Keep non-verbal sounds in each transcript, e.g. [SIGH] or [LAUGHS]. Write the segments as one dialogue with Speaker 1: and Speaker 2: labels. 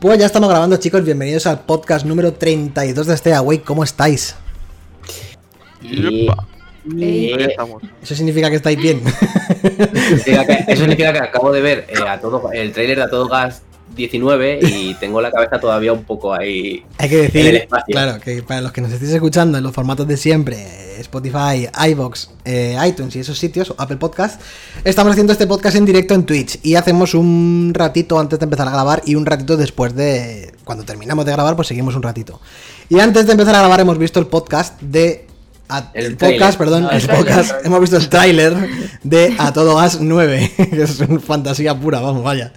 Speaker 1: Pues ya estamos grabando, chicos. Bienvenidos al podcast número 32 de Stay Away. ¿Cómo estáis?
Speaker 2: Yepa.
Speaker 3: Ey.
Speaker 2: Ahí estamos.
Speaker 1: Eso significa que estáis bien. [LAUGHS]
Speaker 3: Significa que- Eso significa que acabo de ver eh, a todo, el tráiler de A Todo Gas 19 y tengo la cabeza todavía un poco ahí.
Speaker 1: Hay que
Speaker 3: En el
Speaker 1: decir,
Speaker 3: espacio.
Speaker 1: claro, que para los que nos estéis escuchando en los formatos de siempre, Spotify, iBox, iTunes y esos sitios, o Apple Podcast, estamos haciendo este podcast en directo en Twitch y hacemos un ratito antes de empezar a grabar y un ratito después de. Cuando terminamos de grabar, pues seguimos un ratito. Y antes de empezar a grabar, hemos visto el podcast de. a-
Speaker 3: El
Speaker 1: el,
Speaker 3: tráiler.
Speaker 1: podcast, perdón,
Speaker 3: No,
Speaker 4: Ah,
Speaker 1: el,
Speaker 3: el tráiler,
Speaker 1: podcast,
Speaker 3: el tráiler.
Speaker 1: hemos visto el tráiler de A Todo Gas 9, [LAUGHS] que es una fantasía pura, vamos, vaya.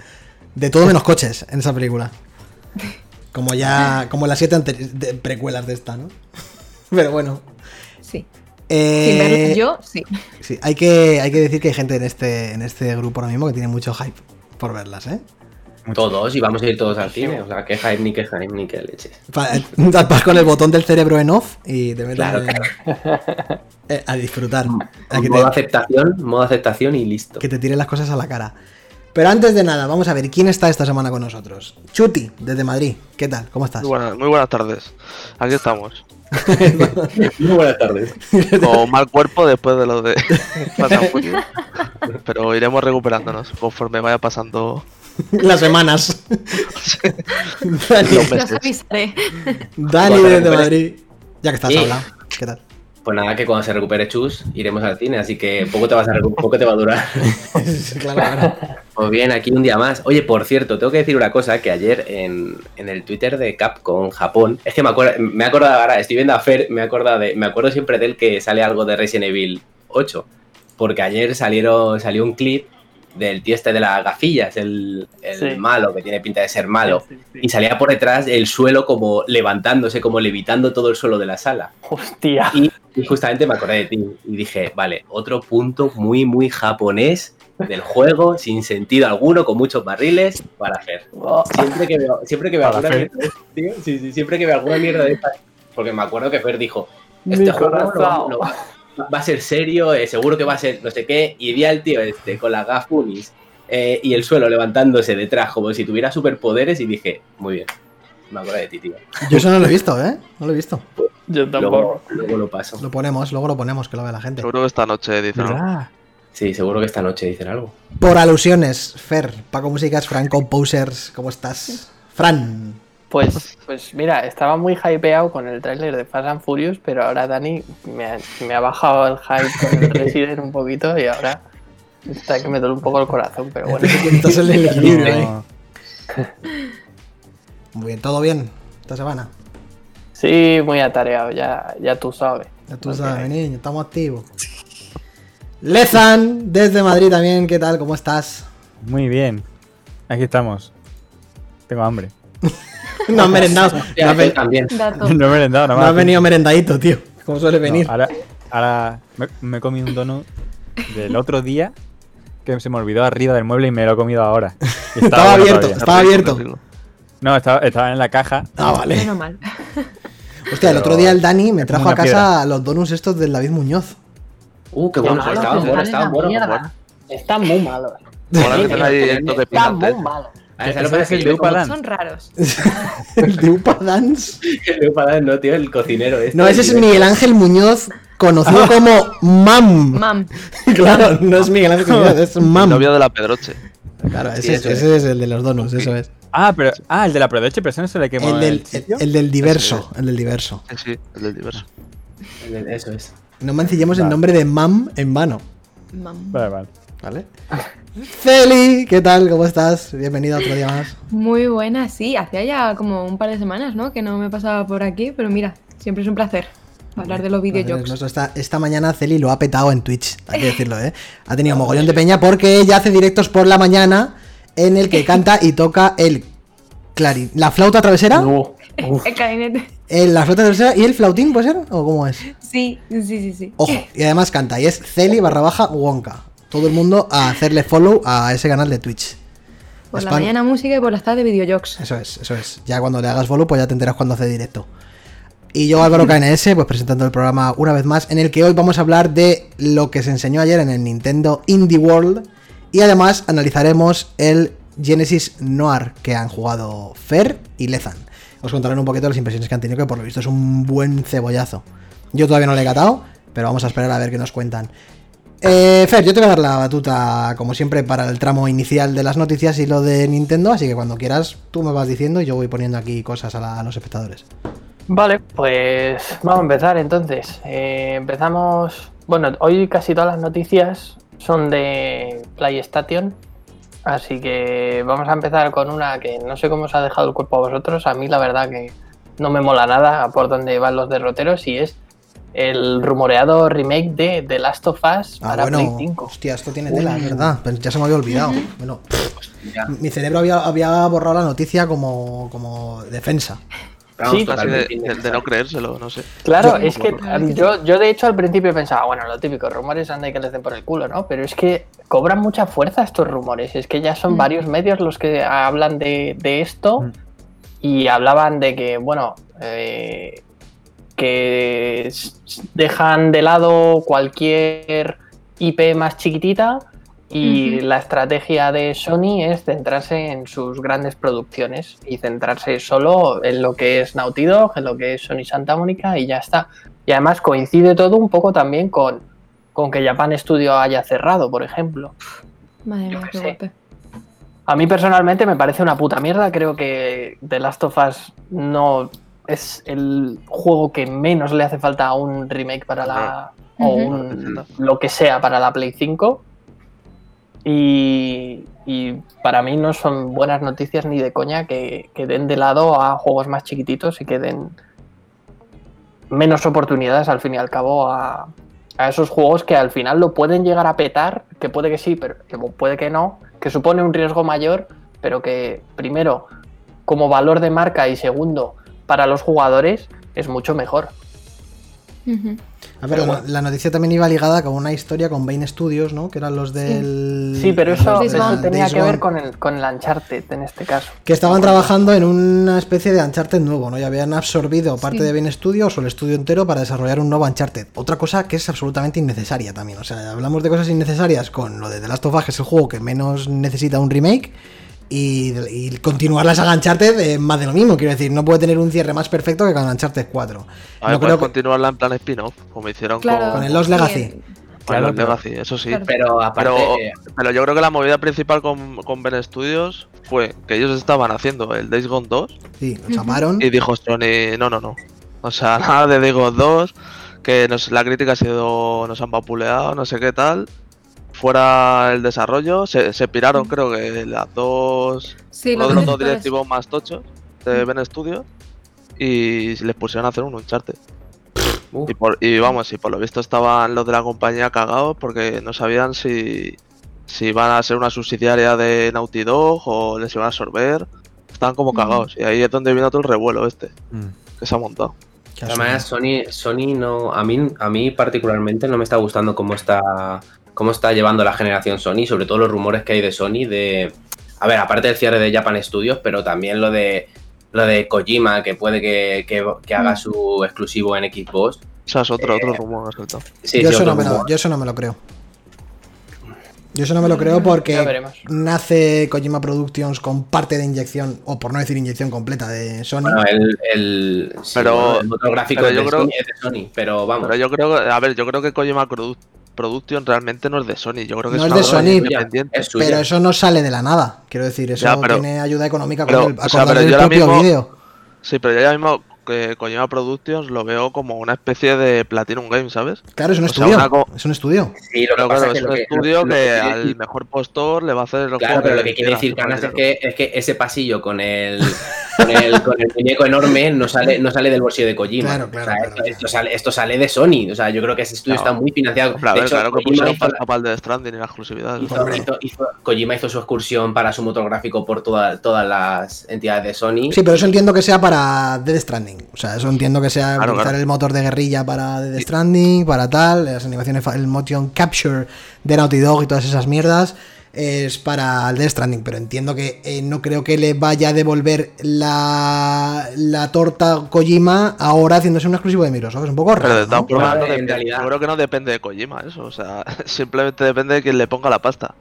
Speaker 1: De todo menos coches en esa película. Como ya. Como las siete anteri- de- precuelas de esta, ¿no? [LAUGHS] Pero bueno.
Speaker 4: Sí. Sin verlo
Speaker 1: Eh,
Speaker 4: yo, sí.
Speaker 1: sí, hay que, hay que decir que hay gente en este, en este grupo ahora mismo que tiene mucho hype por verlas, ¿eh?
Speaker 3: Todos, y vamos a ir todos al cine. O sea, que hype, ni que hype, ni que leche.
Speaker 1: Pa- [LAUGHS] Tapas con el botón del cerebro en off y te metes
Speaker 3: Claro,
Speaker 1: en- eh, a disfrutar. A que
Speaker 3: Modo
Speaker 1: te,
Speaker 3: aceptación, modo aceptación y listo.
Speaker 1: que te tiren las cosas a la cara. Pero antes de nada, vamos a ver quién está esta semana con nosotros. Chuti, desde Madrid. ¿Qué tal? ¿Cómo estás?
Speaker 2: Muy buenas, muy buenas tardes. Aquí estamos.
Speaker 3: Muy buenas tardes.
Speaker 2: Con mal cuerpo después de lo de Fast and Furious. Pero iremos recuperándonos conforme vaya pasando
Speaker 1: [LAUGHS] Las
Speaker 2: [LAUGHS]
Speaker 1: semanas.
Speaker 4: [LAUGHS]
Speaker 1: Dani,
Speaker 2: los
Speaker 4: Los
Speaker 2: meses.
Speaker 4: avisaré.
Speaker 1: Dani
Speaker 3: Cuando
Speaker 1: desde
Speaker 3: recuperes.
Speaker 1: Madrid. Ya que estás
Speaker 3: Sí.
Speaker 1: hablando. ¿Qué tal?
Speaker 3: Pues nada, que cuando se recupere Chus, iremos al cine. Así que poco te, vas a recu- poco te va a durar.
Speaker 1: [LAUGHS] claro, claro.
Speaker 3: Pues bien, aquí un día más. Oye, por cierto, tengo que decir una cosa que ayer en, en el Twitter de Capcom Japón, es que me acuerdo, me he acordado ahora, estoy viendo a Fer, me acuerdo de, me acuerdo siempre de él que sale algo de Resident Evil 8, porque ayer salieron, salió un clip del tío este de las gafillas, el, el
Speaker 5: Sí.
Speaker 3: malo, que tiene pinta de ser malo.
Speaker 5: Sí, sí, sí.
Speaker 3: Y salía por detrás el suelo como levantándose, como levitando todo el suelo de la sala.
Speaker 5: Hostia.
Speaker 3: Y, y justamente me acordé de ti y dije, vale, otro punto muy, muy japonés del juego, sin sentido alguno, con muchos barriles, para hacer.
Speaker 5: Oh,
Speaker 3: Siempre que veo, siempre que veo
Speaker 5: Para
Speaker 3: alguna
Speaker 5: Fer.
Speaker 3: mierda de estas, tío, sí, sí, siempre que veo alguna mierda de estas, porque me acuerdo que Fer dijo,
Speaker 5: mi
Speaker 3: este juego no va,
Speaker 5: corazón.
Speaker 3: no va- va a ser serio, eh, seguro que va a ser no sé qué, y vi al tío este con las gafunis eh, y el suelo levantándose detrás como si tuviera superpoderes y dije, muy bien, me acuerdo de ti, tío.
Speaker 1: Yo eso no lo he visto, ¿eh? No lo he visto.
Speaker 5: Yo
Speaker 3: Luego,
Speaker 5: tampoco.
Speaker 3: luego lo paso.
Speaker 1: Lo ponemos, luego lo ponemos, que lo vea la gente.
Speaker 2: Seguro que esta noche dicen. ¿no?
Speaker 3: Sí, seguro que esta noche dicen algo.
Speaker 1: Por alusiones, Fer, Paco Músicas, Fran Composers, ¿cómo estás? Fran.
Speaker 5: Pues, pues mira, estaba muy hypeado con el tráiler de Fast and Furious, pero ahora Dani me ha, me ha bajado el hype con el Resident un poquito y ahora está que me duele un poco el corazón, pero bueno.
Speaker 1: [LAUGHS] Estás en el equilibrio ahí.
Speaker 6: No,
Speaker 1: Muy bien, todo bien. Esta semana.
Speaker 5: Sí, muy atareado, ya, ya tú sabes.
Speaker 1: Ya tú
Speaker 5: Ok.
Speaker 1: sabes, niño, estamos activos. Lezan, desde Madrid también, ¿qué tal? ¿Cómo estás?
Speaker 6: Muy bien. Aquí estamos. Tengo hambre.
Speaker 1: No has merendado. No has,
Speaker 3: Fer
Speaker 1: ven-
Speaker 3: también.
Speaker 4: Dato.
Speaker 6: No he merendado nada
Speaker 1: no
Speaker 6: más.
Speaker 1: has venido merendadito, tío. Como suele venir.
Speaker 6: No, ahora ahora me, me he comido un donut del otro día que se me olvidó arriba del mueble y me lo he
Speaker 1: [LAUGHS]
Speaker 6: comido ahora. Y
Speaker 1: Estaba
Speaker 6: bueno
Speaker 1: abierto,
Speaker 6: todavía.
Speaker 1: estaba abierto.
Speaker 6: No, estaba, estaba en la caja.
Speaker 1: Ah, vale.
Speaker 4: Menos mal.
Speaker 1: Hostia, el
Speaker 6: Pero
Speaker 1: otro día el Dani me
Speaker 6: es
Speaker 1: trajo
Speaker 6: como
Speaker 1: a
Speaker 6: una
Speaker 1: casa los donuts estos del David Muñoz. [LAUGHS]
Speaker 3: Uh, qué
Speaker 5: Qué
Speaker 3: bueno,
Speaker 5: malo,
Speaker 3: estaban
Speaker 5: que
Speaker 3: buenos,
Speaker 4: salen
Speaker 3: estaban
Speaker 4: la
Speaker 3: buenos.
Speaker 4: mierda.
Speaker 5: Están muy malos.
Speaker 2: Ahora que tenéis
Speaker 3: Sí,
Speaker 2: estos de
Speaker 5: Están muy
Speaker 2: pinates.
Speaker 5: malos.
Speaker 3: Ah, ¿sabes lo que
Speaker 6: Ese
Speaker 3: pasa?
Speaker 6: es el
Speaker 3: Que
Speaker 6: de
Speaker 3: yo como-
Speaker 6: Upadán.
Speaker 4: Son raros.
Speaker 1: El de Upa Dance.
Speaker 3: El de Upadán, no, tío, el cocinero. este,
Speaker 1: No, ese es
Speaker 3: tío.
Speaker 1: Miguel Ángel Muñoz, conocido como Mam.
Speaker 4: Mam.
Speaker 1: [LAUGHS] Claro, no es Miguel Ángel Muñoz, es
Speaker 2: El
Speaker 1: Mam.
Speaker 2: novio de la Pedroche.
Speaker 1: Claro,
Speaker 3: Sí,
Speaker 1: ese,
Speaker 3: eso es.
Speaker 1: ese es el de los donuts, eso es.
Speaker 6: Ah, pero. Ah, el de la Prodeche, pero ese no se le quemó.
Speaker 1: El del,
Speaker 6: el
Speaker 1: el,
Speaker 6: sitio.
Speaker 1: el del diverso, el del diverso.
Speaker 2: Sí, sí, el del diverso.
Speaker 3: Eso es.
Speaker 1: No mancillemos el
Speaker 6: Vale.
Speaker 1: nombre de Mam en vano,
Speaker 4: Mam.
Speaker 6: Vale, vale.
Speaker 1: ¿vale? Celi, ¿qué tal? ¿Cómo estás? Bienvenida otro día más.
Speaker 4: Muy buena, sí. Hacía ya como un par de semanas, ¿no? Que no me pasaba por aquí, pero mira, siempre es un placer hablar de los
Speaker 1: Placer es
Speaker 4: videojuegos.
Speaker 1: nuestro. Esta, esta mañana Celi lo ha petado en Twitch, hay que decirlo, ¿eh? Ha tenido mogollón de peña porque ella hace directos por la mañana en el que canta y toca el clarín. ¿La flauta travesera?
Speaker 4: El clarinete.
Speaker 1: El- la flauta travesera y el flautín, ¿puede ser? ¿O cómo es?
Speaker 4: [LAUGHS] Sí, sí, sí, sí.
Speaker 1: Ojo, y además canta, y es Celi barra baja Wonka. Todo el mundo a hacerle follow a ese canal de Twitch.
Speaker 4: Por la
Speaker 1: Spam-
Speaker 4: mañana música y por la tarde videojuegos.
Speaker 1: Eso es, eso es. Ya cuando le hagas follow, pues ya te enteras cuando hace directo. Y yo, Álvaro KNS, pues presentando el programa una vez más, en el que hoy vamos a hablar de lo que se enseñó ayer en el Nintendo Indie World. Y además analizaremos el Genesis Noir, que han jugado Fer y Lezan. Os contarán un poquito las impresiones que han tenido, que por lo visto es un buen cebollazo. Yo todavía no le he catado, pero vamos a esperar a ver qué nos cuentan. Eh, Fer, yo te voy a dar la batuta, como siempre, para el tramo inicial de las noticias y lo de Nintendo, así que cuando quieras tú me vas diciendo y yo voy poniendo aquí cosas a, la- a los espectadores.
Speaker 5: Vale, pues vamos a empezar entonces. Eh, empezamos. Bueno, hoy casi todas las noticias son de PlayStation. Así que vamos a empezar con una que no sé cómo os ha dejado el cuerpo a vosotros. A mí, la verdad, que no me mola nada por dónde van los derroteros. Y es el rumoreado remake de The Last of Us
Speaker 1: Ah,
Speaker 5: para Play
Speaker 1: bueno,
Speaker 5: 5.
Speaker 1: hostia, esto tiene tela, es verdad, pero ya se me había olvidado. Bueno,
Speaker 5: Pues
Speaker 3: Ya.
Speaker 1: mi cerebro había, había borrado la noticia como, como defensa.
Speaker 3: Vamos,
Speaker 5: Sí,
Speaker 2: Así de,
Speaker 3: totalmente
Speaker 2: de- de no creérselo, no sé.
Speaker 5: Claro,
Speaker 1: Yo-
Speaker 5: es que
Speaker 4: Claro, es que
Speaker 5: yo, yo de hecho al principio pensaba, bueno, lo típico, rumores anda y que les den por el culo, ¿no? Pero es que cobran mucha fuerza estos rumores, es que ya son
Speaker 4: Mm.
Speaker 5: varios medios los que hablan de, de esto
Speaker 6: Mm.
Speaker 5: y hablaban de que, bueno, eh, que s- s- dejan de lado cualquier IP más chiquitita y
Speaker 4: Ujú.
Speaker 5: la estrategia de Sony es centrarse en sus grandes producciones y centrarse solo en lo que es Naughty Dog, en lo que es Sony Santa Mónica y ya está. Y además coincide todo un poco también con, con que Japan Studio haya cerrado, por ejemplo.
Speaker 4: Madre mía,
Speaker 5: qué
Speaker 4: qué
Speaker 5: sé.
Speaker 4: golpe.
Speaker 5: A mí personalmente me parece una puta mierda. Creo que The Last of Us no es el juego que menos le hace falta a un remake para la.
Speaker 4: No.
Speaker 5: o
Speaker 4: Ujú.
Speaker 5: un, lo que sea para la Play 5. Y, y para mí no son buenas noticias ni de coña que, que den de lado a juegos más chiquititos y que den menos oportunidades al fin y al cabo a, a esos juegos que al final lo pueden llegar a petar, que puede que sí, pero que puede que no, que supone un riesgo mayor, pero que primero, como valor de marca y segundo, para los jugadores es mucho mejor.
Speaker 4: Ujú.
Speaker 1: A ver,
Speaker 5: Pero
Speaker 1: la, la noticia también iba ligada con una historia con Bane Studios, ¿no? Que eran los del.
Speaker 5: Sí, pero eso,
Speaker 1: los
Speaker 4: Days
Speaker 1: de
Speaker 5: eso
Speaker 4: Gone.
Speaker 5: tenía
Speaker 1: Days
Speaker 5: que ver
Speaker 1: Gone,
Speaker 5: con el, con el Uncharted en este caso.
Speaker 1: Que estaban trabajando en una especie de Uncharted nuevo, ¿no? Y habían absorbido parte
Speaker 4: Sí.
Speaker 1: de Bane Studios o el estudio entero para desarrollar un nuevo Uncharted. Otra cosa que es absolutamente innecesaria también. O sea, hablamos de cosas innecesarias con lo de The Last of Us, que es el juego que menos necesita un remake. Y, y continuar la saga Uncharted eh, más de lo mismo. Quiero decir, no puede tener un cierre más perfecto que con Uncharted 4.
Speaker 2: A ver,
Speaker 1: no
Speaker 2: puedes
Speaker 1: creo que-
Speaker 2: continuarla en plan spin-off, como hicieron
Speaker 4: Claro.
Speaker 2: con,
Speaker 1: Con el Lost
Speaker 4: sí,
Speaker 1: Legacy.
Speaker 4: eh,
Speaker 2: con
Speaker 6: Claro,
Speaker 2: los
Speaker 6: pero-
Speaker 2: Legacy, eso sí.
Speaker 4: Claro.
Speaker 3: Pero aparte,
Speaker 2: Pero,
Speaker 3: eh,
Speaker 2: pero yo creo que la movida principal con, con Ben Studios fue que ellos estaban haciendo el Days Gone 2
Speaker 1: Sí, lo chaparon.
Speaker 2: y dijo Sony, no, no, no. O sea, [LAUGHS] nada de Days Gone 2, que nos, la crítica ha sido, nos han vapuleado, no sé qué tal. Fuera el desarrollo, se, se piraron creo que las dos,
Speaker 4: Sí,
Speaker 2: uno
Speaker 4: los
Speaker 2: de los dos
Speaker 4: directores.
Speaker 2: directivos más tochos de Ben Studios y les pusieron a hacer un Uncharted.
Speaker 3: uf,
Speaker 2: Y, por- y vamos, y por lo visto estaban los de la compañía cagados porque no sabían si, si iban a ser una subsidiaria de Naughty Dog o les iban a absorber. Estaban como
Speaker 4: Ujú.
Speaker 2: cagados. Y ahí es donde vino todo el revuelo este
Speaker 6: Mm.
Speaker 2: que se ha montado.
Speaker 1: Que
Speaker 3: además, Sony, Sony no, a mí, a mí particularmente no me está gustando cómo está, cómo está llevando la generación Sony, sobre todo los rumores que hay de Sony de, a ver, aparte del cierre de Japan Studios, pero también lo de, lo de Kojima que puede que, que- que
Speaker 1: Mm.
Speaker 3: haga su exclusivo en Xbox.
Speaker 2: O sea, es otro, otro rumor que ha saltado.
Speaker 3: Sí,
Speaker 1: yo,
Speaker 3: sí,
Speaker 1: eso
Speaker 3: otro
Speaker 1: no me
Speaker 3: rumor.
Speaker 1: lo, yo eso no me lo creo. Yo eso no me lo creo
Speaker 5: Ya
Speaker 1: porque
Speaker 5: veremos.
Speaker 1: nace Kojima Productions con parte de inyección, o por no decir inyección completa de Sony.
Speaker 3: Bueno, el, el, sí,
Speaker 2: Pero-
Speaker 3: bueno, el motor gráfico
Speaker 2: pero
Speaker 3: es
Speaker 2: yo
Speaker 3: de
Speaker 2: creo-
Speaker 3: Sony, es de Sony, pero vamos.
Speaker 2: Pero yo creo que, a ver, yo creo que Kojima Produ- Production realmente no es de Sony. Yo creo que
Speaker 1: No
Speaker 2: es,
Speaker 1: es
Speaker 2: una
Speaker 1: de
Speaker 2: compañía
Speaker 1: Sony,
Speaker 2: independiente.
Speaker 3: es suya.
Speaker 1: pero eso no sale de la nada. Quiero decir, eso
Speaker 2: Ya, pero-
Speaker 1: tiene ayuda económica
Speaker 2: pero,
Speaker 1: con el,
Speaker 2: o sea,
Speaker 1: acordar
Speaker 2: pero
Speaker 1: del
Speaker 2: yo ahora
Speaker 1: propio
Speaker 2: mismo-
Speaker 1: vídeo.
Speaker 2: Sí, pero yo ya mismo que Kojima Productions lo veo como una especie de Platinum Game, ¿sabes?
Speaker 1: Claro, es un
Speaker 2: o sea,
Speaker 1: estudio.
Speaker 2: una co-
Speaker 1: Es un estudio.
Speaker 3: Sí, lo que
Speaker 2: Pero
Speaker 3: pasa
Speaker 2: claro,
Speaker 3: es que
Speaker 2: es
Speaker 3: lo
Speaker 2: un
Speaker 3: que-
Speaker 2: estudio
Speaker 3: lo- lo
Speaker 2: que
Speaker 3: quiere
Speaker 2: al
Speaker 3: decir-
Speaker 2: mejor postor le va a hacer los
Speaker 3: Claro,
Speaker 2: juegos
Speaker 3: pero lo que quiere
Speaker 2: quiera,
Speaker 3: decir
Speaker 2: por
Speaker 3: Canas es
Speaker 2: dinero.
Speaker 3: que, es que ese pasillo
Speaker 2: [LAUGHS]
Speaker 3: con el, con el, con el muñeco enorme no sale, no sale del bolsillo de Kojima.
Speaker 1: Claro,
Speaker 3: O
Speaker 1: claro,
Speaker 3: sea,
Speaker 1: claro,
Speaker 3: esto,
Speaker 1: claro.
Speaker 3: esto sale, esto sale de Sony. O sea, yo creo que ese estudio
Speaker 2: No.
Speaker 3: está muy financiado.
Speaker 2: Hombre, a
Speaker 3: de
Speaker 2: ver,
Speaker 3: hecho,
Speaker 2: claro que
Speaker 3: Kojima,
Speaker 2: pusieron
Speaker 3: hizo,
Speaker 2: falta para el de Stranding y la exclusividad. eso
Speaker 3: hizo-
Speaker 2: está claro.
Speaker 3: hizo- hizo- Kojima hizo su excursión para su motor gráfico por toda- todas las entidades de Sony.
Speaker 1: Sí, pero eso entiendo que sea para Dead Stranding. O sea, eso entiendo que sea
Speaker 2: Claro,
Speaker 1: utilizar
Speaker 2: claro.
Speaker 1: el motor de guerrilla para Dead Stranding, para tal, las animaciones, fa- el motion capture de Naughty Dog y todas esas mierdas. Es para el Death Stranding, pero entiendo que eh, no creo que le vaya a devolver la, la torta Kojima ahora haciéndose un exclusivo de Microsoft. Es un poco
Speaker 2: Pero
Speaker 1: raro.
Speaker 2: de todas
Speaker 1: ¿no?
Speaker 2: formas,
Speaker 3: Pero
Speaker 2: no
Speaker 3: en
Speaker 2: depende- [LAUGHS]
Speaker 3: realidad-
Speaker 2: yo creo que no depende de Kojima eso. O sea, simplemente depende de quien le ponga la pasta.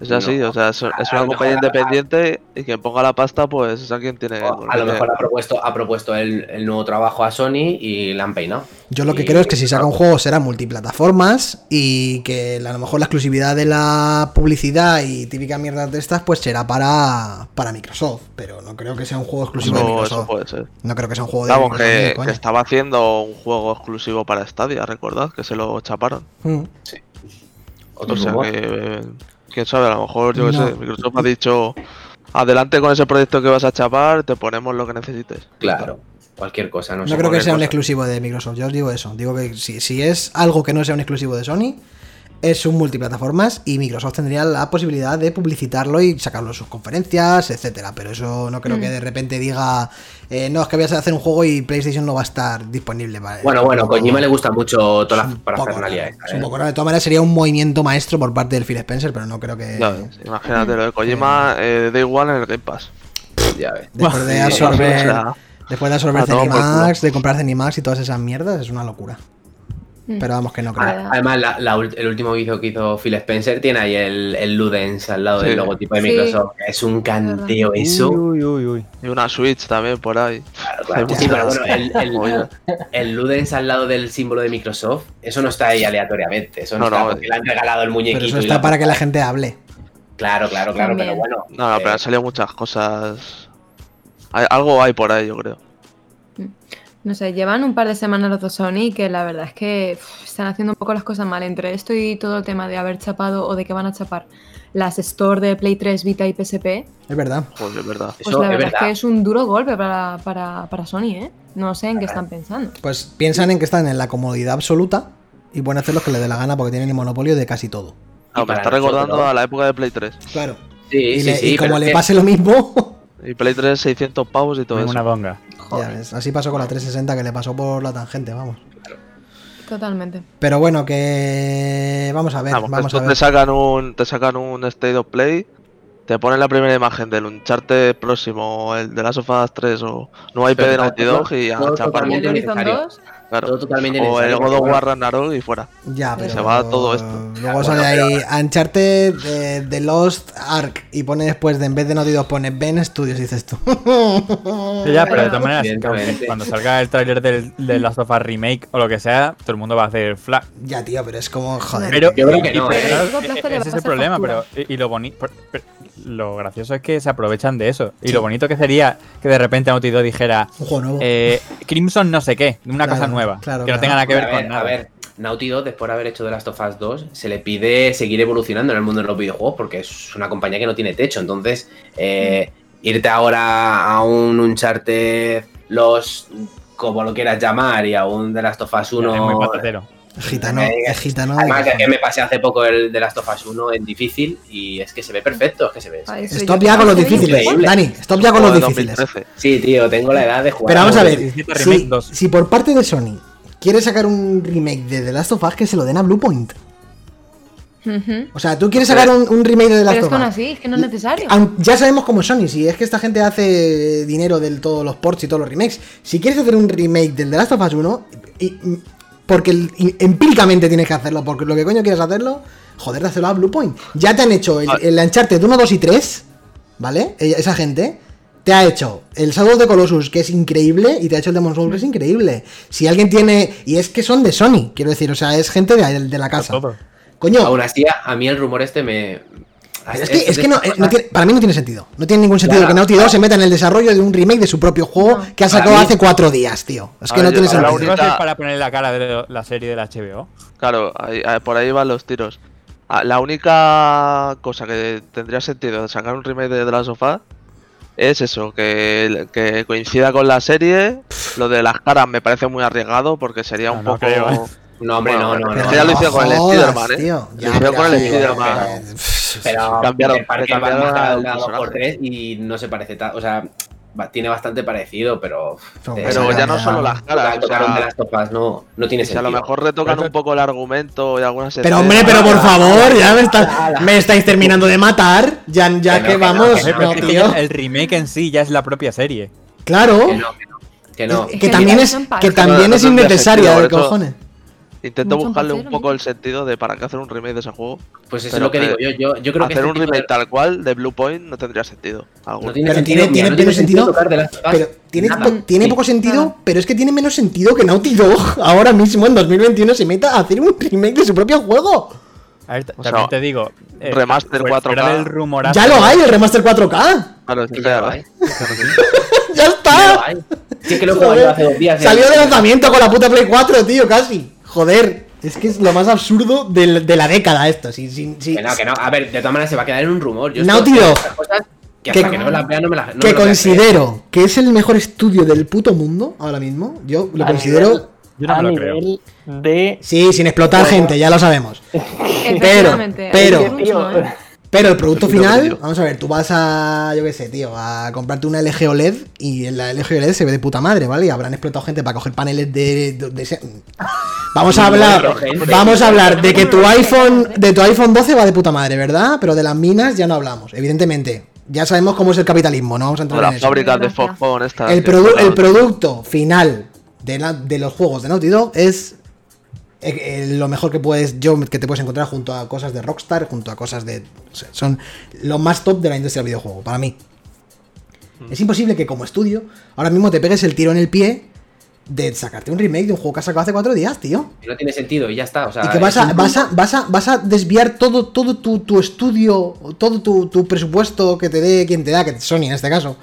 Speaker 2: Es así,
Speaker 3: No.
Speaker 2: o sea, es, es
Speaker 3: A
Speaker 2: una compañía
Speaker 3: lo mejor la-
Speaker 2: independiente y quien ponga la pasta, pues es a quien tiene.
Speaker 3: O A lo
Speaker 2: tiene-
Speaker 3: mejor ha propuesto, ha propuesto el, el nuevo trabajo a Sony y la han peinado.
Speaker 1: Yo lo que
Speaker 3: Y-
Speaker 1: creo es que si saca un juego será multiplataformas y que a lo mejor la exclusividad de la publicidad y típica mierda de estas pues será para, para Microsoft, pero no creo que sea un juego exclusivo de
Speaker 2: Eso, eso
Speaker 1: Microsoft.
Speaker 2: puede ser.
Speaker 1: pues No creo que sea un juego de
Speaker 2: Vamos,
Speaker 1: Microsoft ni de
Speaker 2: que, que
Speaker 1: coña.
Speaker 2: estaba haciendo un juego exclusivo para Stadia, recordad, que se lo chaparon.
Speaker 1: Mm.
Speaker 3: Otro
Speaker 2: O sea
Speaker 3: rumor.
Speaker 2: que, eh, quién sabe, a lo mejor, yo qué
Speaker 1: No.
Speaker 2: sé, Microsoft ha dicho, adelante con ese proyecto que vas a chapar, te ponemos lo que necesites.
Speaker 3: Claro, cualquier cosa, no,
Speaker 1: No
Speaker 3: sé.
Speaker 1: creo que
Speaker 2: cualquier
Speaker 1: sea un
Speaker 2: cosa.
Speaker 1: exclusivo de Microsoft, yo os digo eso. Digo que si, si es algo que no sea un exclusivo de Sony, es un multiplataformas y Microsoft tendría la posibilidad de publicitarlo y sacarlo en sus conferencias, etcétera. Pero eso no creo
Speaker 4: Mm.
Speaker 1: que de repente diga, eh, no, es que voy a hacer un juego y PlayStation no va a estar disponible. para-
Speaker 3: Bueno, bueno, Kojima le gusta mucho
Speaker 1: Es
Speaker 3: toda
Speaker 1: un
Speaker 3: la
Speaker 1: poco
Speaker 3: parafernalia
Speaker 1: raro,
Speaker 3: esta,
Speaker 1: es
Speaker 3: ¿eh?
Speaker 1: un poco raro. De todas maneras, sería un movimiento maestro por parte del Phil Spencer, pero no creo que.
Speaker 2: Ya ves, imagínate, lo de Kojima eh, da igual en el Game Pass.
Speaker 3: Ya ves.
Speaker 1: Después de
Speaker 2: [LAUGHS] Sí, o
Speaker 1: absorber.
Speaker 2: sea,
Speaker 1: Después de absorber
Speaker 2: a tomar por
Speaker 1: Zenimax, de comprar Zenimax y todas esas mierdas, es una locura.
Speaker 4: Mm.
Speaker 1: Pero vamos que no creo.
Speaker 4: Ah,
Speaker 3: Además, la- la ul- el último vídeo que hizo Phil Spencer tiene ahí el, el Ludens al lado
Speaker 2: Sí.
Speaker 3: del logotipo de
Speaker 4: Sí.
Speaker 3: Microsoft. Es un canteo eso.
Speaker 6: Uy, uy, uy.
Speaker 2: Y una Switch también por ahí. Hay muchas-
Speaker 3: Sí, pero bueno,
Speaker 2: [LAUGHS]
Speaker 3: el,
Speaker 2: Oye.
Speaker 3: el, el Ludens al lado del símbolo de Microsoft, eso no está ahí aleatoriamente. Eso no,
Speaker 2: No,
Speaker 3: está
Speaker 2: no,
Speaker 3: porque le han regalado el muñequito.
Speaker 1: Pero eso
Speaker 3: y
Speaker 1: está
Speaker 3: la-
Speaker 1: para que la gente hable.
Speaker 3: Claro, claro, claro, pero
Speaker 4: También.
Speaker 3: bueno.
Speaker 2: No, no,
Speaker 3: eh,
Speaker 2: pero han salido muchas cosas. Hay- algo hay por ahí, yo creo.
Speaker 4: No sé, llevan un par de semanas los dos Sony que la verdad es que uf, están haciendo un poco las cosas mal entre esto y todo el tema de haber chapado o de que van a chapar las store de Play 3, Vita y PSP.
Speaker 1: Es verdad.
Speaker 2: Joder, es verdad.
Speaker 4: Pues
Speaker 3: Eso
Speaker 4: la
Speaker 3: es
Speaker 4: verdad es,
Speaker 3: verdad.
Speaker 4: que es un duro golpe para, para, para Sony, ¿eh? No sé en qué están pensando.
Speaker 1: Pues piensan en que están en la comodidad absoluta y pueden hacer lo que les dé la gana porque tienen el monopolio de casi todo.
Speaker 2: Ah, me
Speaker 3: para
Speaker 2: está
Speaker 3: nosotros.
Speaker 2: recordando a la época de Play 3.
Speaker 1: Claro.
Speaker 3: sí,
Speaker 1: Y,
Speaker 3: sí,
Speaker 1: le-
Speaker 3: sí,
Speaker 1: y
Speaker 3: pero
Speaker 1: como
Speaker 3: es
Speaker 1: le
Speaker 3: que-
Speaker 1: pase lo mismo, [LAUGHS]
Speaker 2: Y Play 3, 600 pavos y todo eso.
Speaker 6: Tengo una donga.
Speaker 1: ya ves, así pasó con la 360 que le pasó por la tangente, vamos.
Speaker 4: Totalmente.
Speaker 1: Pero bueno, que vamos a ver,
Speaker 2: Vamos,
Speaker 1: vamos,
Speaker 2: que
Speaker 1: a
Speaker 2: estos
Speaker 1: ver.
Speaker 2: te sacan un te sacan un State of Play, te ponen la primera imagen del Uncharted próximo, el de las sofás 3 o no IP
Speaker 3: Pero
Speaker 2: de
Speaker 3: no,
Speaker 2: Naughty Dog y a
Speaker 3: no,
Speaker 2: chapar
Speaker 4: Y
Speaker 3: totalmente
Speaker 4: el
Speaker 2: mundo,
Speaker 4: Horizon
Speaker 3: necesario.
Speaker 4: 2,
Speaker 2: claro.
Speaker 3: todo totalmente
Speaker 2: O el
Speaker 3: necesario,
Speaker 2: God
Speaker 3: pero
Speaker 2: of
Speaker 3: bueno.
Speaker 2: War Ragnarok y fuera.
Speaker 1: Ya, pero
Speaker 2: se va todo esto.
Speaker 1: Luego
Speaker 3: Ah,
Speaker 1: sale
Speaker 3: bueno,
Speaker 1: ahí Uncharted de, de Lost Ark y pone después de en vez de Naughty Dog pone Ben Studios y dices tú. [LAUGHS]
Speaker 6: Sí, ya, pero de todas maneras,
Speaker 3: Evidentemente.
Speaker 6: cuando salga el tráiler del, de Last of Us Remake o lo que sea, todo el mundo va a hacer flag.
Speaker 1: ya, tío, pero es como, joder.
Speaker 6: Pero
Speaker 3: Yo creo que no,
Speaker 6: y-
Speaker 3: ¿eh?
Speaker 6: claro,
Speaker 4: A largo plazo le va a
Speaker 6: ese es el
Speaker 4: pasar
Speaker 6: problema, pero
Speaker 4: factura.
Speaker 6: y, y lo bonito lo gracioso es que se aprovechan de eso. Y lo bonito que sería que de repente Naughty Dog dijera
Speaker 1: un juego nuevo.
Speaker 6: eh, Crimson no sé qué, una
Speaker 1: Claro,
Speaker 6: cosa nueva,
Speaker 1: claro,
Speaker 6: que
Speaker 1: claro.
Speaker 6: no tenga nada que
Speaker 3: Hombre,
Speaker 6: ver,
Speaker 3: a ver,
Speaker 6: con nada.
Speaker 3: A ver, Naughty Dog, después de haber hecho The Last of Us 2, se le pide seguir evolucionando en el mundo de los videojuegos porque es una compañía que no tiene techo. Entonces, eh, irte ahora a un Uncharted, los. como lo quieras llamar, y a un The Last of Us
Speaker 6: Es
Speaker 3: 1.
Speaker 6: muy patatero.
Speaker 1: gitano,
Speaker 3: eh,
Speaker 1: es gitano. de
Speaker 3: Además, que,
Speaker 1: cojones.
Speaker 3: que me pasé hace poco el The Last of Us 1 en difícil y es que se ve perfecto, es que se ve.
Speaker 4: Ay, ah, eso
Speaker 1: Stop
Speaker 4: yo-
Speaker 1: ya con los
Speaker 4: Ay, sí,
Speaker 1: difíciles,
Speaker 4: igual.
Speaker 3: increíble.
Speaker 1: Dani, stop ya con los
Speaker 2: Juego de
Speaker 1: difíciles.
Speaker 2: 2013.
Speaker 3: Sí, tío, tengo la edad de jugar.
Speaker 1: Pero vamos a ver,
Speaker 6: 17 remake
Speaker 1: si,
Speaker 6: 2.
Speaker 1: si por parte de Sony quiere sacar un remake de The Last of Us, que se lo den a Bluepoint.
Speaker 4: Ujú.
Speaker 1: O sea, tú quieres sacar un, un remake de The Last
Speaker 4: Pero es
Speaker 1: of
Speaker 4: que aún
Speaker 1: Us.
Speaker 4: así, es que no es necesario.
Speaker 1: Aun- Ya sabemos cómo es Sony, si es que esta gente hace dinero de todos los ports y todos los remakes. Si quieres hacer un remake del The Last of Us 1, y- y- porque el- y- empíricamente tienes que hacerlo, porque lo que coño quieres hacerlo, joder, hazlo a Bluepoint. Ya te han hecho el,
Speaker 2: Ah.
Speaker 1: el Uncharted 1, 2 y 3, ¿vale? E- Esa gente. Te ha hecho el Shadow of the Colossus, que es increíble, y te ha hecho el Demon's Souls, que es increíble. Si alguien tiene. Y es que son de Sony, quiero decir, o sea, es gente de, de la casa.
Speaker 6: Todo.
Speaker 1: Coño,
Speaker 3: Aún así, a- a mí el rumor este me.
Speaker 1: es que, es que no, eh, no tiene- para mí no tiene sentido. No tiene ningún sentido
Speaker 3: Ya.
Speaker 1: que Naughty Dog se meta en el desarrollo de un remake de su propio juego
Speaker 4: No.
Speaker 1: que ha sacado
Speaker 3: Para mí-
Speaker 1: hace cuatro días, tío. Es que
Speaker 2: A
Speaker 1: no
Speaker 2: ver,
Speaker 1: tiene
Speaker 2: yo- a la
Speaker 6: Lo
Speaker 1: sentido.
Speaker 6: único
Speaker 2: única-
Speaker 6: es para poner la cara de la serie de la HBO.
Speaker 2: Claro, ahí- ahí- por ahí van los tiros. Ah, La única cosa que tendría sentido de sacar un remake de The Last of Us es eso, que, que coincida con la serie. Lo de las caras me parece muy arriesgado porque sería
Speaker 6: No,
Speaker 2: un
Speaker 6: no
Speaker 2: poco.
Speaker 3: ¿eh?
Speaker 6: creo.
Speaker 3: No, hombre, no,
Speaker 2: Bueno,
Speaker 3: no.
Speaker 2: pero
Speaker 3: no,
Speaker 2: que ya lo
Speaker 3: no.
Speaker 2: hicieron con el
Speaker 1: jodas,
Speaker 2: Spider-Man, ¿eh?
Speaker 1: tío.
Speaker 2: Lo hicieron con el
Speaker 1: pero-
Speaker 2: Spider-Man.
Speaker 3: Pero
Speaker 2: Cambiaron-
Speaker 3: Peter Parker
Speaker 2: le cambiaron
Speaker 3: Batman cada
Speaker 2: al
Speaker 3: dos por
Speaker 2: personaje.
Speaker 3: tres y no se parece tanto. O sea, va- tiene bastante parecido, pero.
Speaker 1: Pero
Speaker 3: te-
Speaker 2: Pero ya no solo las
Speaker 3: Tocar-
Speaker 2: caras, o
Speaker 3: tocar un de
Speaker 2: sea,
Speaker 3: las topas no, no tiene
Speaker 2: si a
Speaker 3: sentido.
Speaker 2: lo mejor retocan un poco el argumento y algunas
Speaker 1: Pero
Speaker 2: escenas.
Speaker 1: hombre, pero por
Speaker 3: Ala,
Speaker 1: favor, ya me, está-
Speaker 3: ala.
Speaker 1: me estáis terminando de matar. Ya, ya
Speaker 3: Que no,
Speaker 1: que
Speaker 3: que no,
Speaker 1: vamos,
Speaker 3: que no,
Speaker 1: Pues no,
Speaker 6: Es que
Speaker 1: tío.
Speaker 6: El remake en sí ya es la propia serie.
Speaker 1: Claro,
Speaker 3: Que no, que no. Que no.
Speaker 4: Es
Speaker 1: que
Speaker 4: que
Speaker 1: también
Speaker 4: mira,
Speaker 1: es
Speaker 4: son
Speaker 1: que
Speaker 4: pajas.
Speaker 1: también
Speaker 2: No, no
Speaker 1: es
Speaker 2: tendría
Speaker 1: innecesaria,
Speaker 2: sentido,
Speaker 1: de
Speaker 2: por eso-
Speaker 1: cojones.
Speaker 2: Intento
Speaker 4: Mucho
Speaker 2: buscarle un
Speaker 4: empecero,
Speaker 2: poco
Speaker 4: ¿no?
Speaker 2: el sentido de para qué hacer un remake de ese juego.
Speaker 3: Pues eso
Speaker 2: Pero
Speaker 3: es lo que
Speaker 2: que
Speaker 3: digo yo. Yo, yo creo que
Speaker 2: Hacer
Speaker 3: este
Speaker 2: un
Speaker 3: tipo de-
Speaker 2: remake tal cual de Blue Point no tendría sentido. alguno.
Speaker 3: no tiene
Speaker 1: Pero
Speaker 3: sentido.
Speaker 1: tiene-
Speaker 3: mira,
Speaker 1: tiene
Speaker 3: no
Speaker 1: pleno sentido,
Speaker 3: tocar de las tofas,
Speaker 1: Pero tiene,
Speaker 3: nada.
Speaker 1: po- tiene
Speaker 3: Sí.
Speaker 1: poco sentido,
Speaker 4: Nada.
Speaker 1: pero es que tiene menos sentido que Naughty Dog [LAUGHS] ahora mismo en 2021 se meta a hacer un remake de su propio juego.
Speaker 6: A ver, t-
Speaker 2: O sea,
Speaker 6: también te digo. eh,
Speaker 2: remaster
Speaker 6: fuera- fuera
Speaker 2: 4K.
Speaker 6: del rumorazo-
Speaker 1: Ya lo hay, el remaster 4K.
Speaker 2: Claro,
Speaker 3: Que
Speaker 2: claro.
Speaker 3: ya lo hay.
Speaker 1: Ya
Speaker 3: Ya lo
Speaker 1: está.
Speaker 3: hay. Sí, es que lo he
Speaker 1: Joder,
Speaker 3: jugado hace dos días.
Speaker 1: Salió
Speaker 3: eh.
Speaker 1: de lanzamiento con la puta Play 4, tío, casi. Joder, es que es lo más absurdo del- de, la década esto. Si, si, si-
Speaker 3: Que no, que no. A ver, de todas maneras se va a quedar en un rumor. Yo
Speaker 1: Naughty
Speaker 3: estoy-
Speaker 1: Dog.
Speaker 3: estas cosas Que hasta
Speaker 1: Que-
Speaker 3: que, no las vea no me las no eh.
Speaker 1: que
Speaker 3: me las voy a creer.
Speaker 1: considero que es el mejor estudio del puto mundo ahora mismo. Yo lo
Speaker 5: A
Speaker 1: considero.
Speaker 5: nivel-
Speaker 6: Yo no
Speaker 5: a
Speaker 6: me lo creo.
Speaker 5: nivel de.
Speaker 1: Sí, sin explotar gente, ya lo sabemos.
Speaker 4: Efectivamente,
Speaker 1: pero-
Speaker 4: es ruso, ¿eh?
Speaker 1: Pero el producto
Speaker 2: Perfecto,
Speaker 1: final,
Speaker 2: tío.
Speaker 1: vamos a ver, tú vas a, yo qué sé, tío, a comprarte una LG OLED E y en la LG OLED E se ve de puta madre, ¿vale? Y habrán explotado gente para coger paneles de... de- de ese- Vamos a hablar, vamos a hablar de que tu iPhone, de tu iPhone 12 va de puta madre, ¿verdad? Pero de las minas ya no hablamos, evidentemente. Ya sabemos cómo es el capitalismo, no vamos a
Speaker 2: O
Speaker 1: entrar en
Speaker 2: las
Speaker 1: eso.
Speaker 2: fábricas de
Speaker 4: Gracias.
Speaker 2: Foxconn estas.
Speaker 1: El,
Speaker 2: que
Speaker 1: produ-
Speaker 2: son-
Speaker 1: el producto final de, la- de los juegos de Naughty Dog es eh, eh, lo mejor que puedes yo que te puedes encontrar junto a cosas de Rockstar, junto a cosas de o sea, son lo más top de la industria del videojuego para mí.
Speaker 3: Mm.
Speaker 1: Es imposible que como estudio ahora mismo te pegues el tiro en el pie de sacarte un remake de un juego que has sacado hace cuatro días, tío.
Speaker 3: No tiene sentido y ya está. O sea,
Speaker 1: Y que vas
Speaker 3: es
Speaker 1: a,
Speaker 3: un-
Speaker 1: vas a, vas a, vas a desviar todo, todo tu, tu estudio, todo tu, tu presupuesto que te dé quien te da, que es Sony en este caso,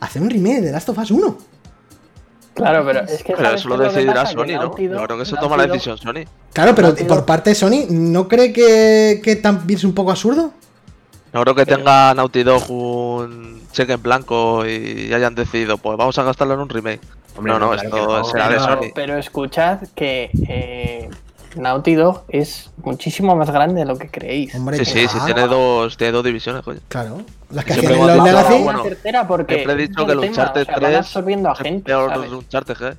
Speaker 1: a hacer un remake de Last of Us 1.
Speaker 5: Claro, pero es que.
Speaker 2: Pero
Speaker 5: ¿sabes
Speaker 2: eso
Speaker 5: qué
Speaker 2: lo
Speaker 5: es que
Speaker 2: decidirá
Speaker 5: pasa? Que
Speaker 2: Sony, ¿no?
Speaker 5: Naughty Dog-
Speaker 2: Yo creo que eso
Speaker 5: Naughty
Speaker 2: toma la
Speaker 5: Dog-
Speaker 2: decisión Sony.
Speaker 1: Claro, pero
Speaker 5: Rápido.
Speaker 1: por parte de Sony, ¿no cree que, que también es un poco absurdo?
Speaker 2: No creo que tenga Naughty Dog un cheque en blanco y hayan decidido, pues vamos a gastarlo en un remake.
Speaker 3: Hombre,
Speaker 2: no, no,
Speaker 3: claro
Speaker 2: esto
Speaker 3: que no,
Speaker 2: será de
Speaker 5: Pero,
Speaker 2: Sony.
Speaker 5: pero escuchad que eh, Naughty Dog es muchísimo más grande de lo que creéis.
Speaker 1: Hombre,
Speaker 2: Sí, sí,
Speaker 1: que
Speaker 2: sí,
Speaker 1: va.
Speaker 2: tiene dos, tiene dos divisiones, coño.
Speaker 1: Claro. Las que hacían
Speaker 2: Siempre
Speaker 1: en
Speaker 2: hemos
Speaker 1: los
Speaker 2: hablado,
Speaker 1: Legacy.
Speaker 2: bueno,
Speaker 5: una certera porque
Speaker 2: siempre he
Speaker 5: es
Speaker 2: dicho
Speaker 5: el
Speaker 2: que el
Speaker 5: tema,
Speaker 2: Uncharted
Speaker 5: o sea, van
Speaker 2: 3
Speaker 5: absorbiendo a gente,
Speaker 2: Peor
Speaker 5: ¿sabes?
Speaker 2: Uncharted, ¿eh?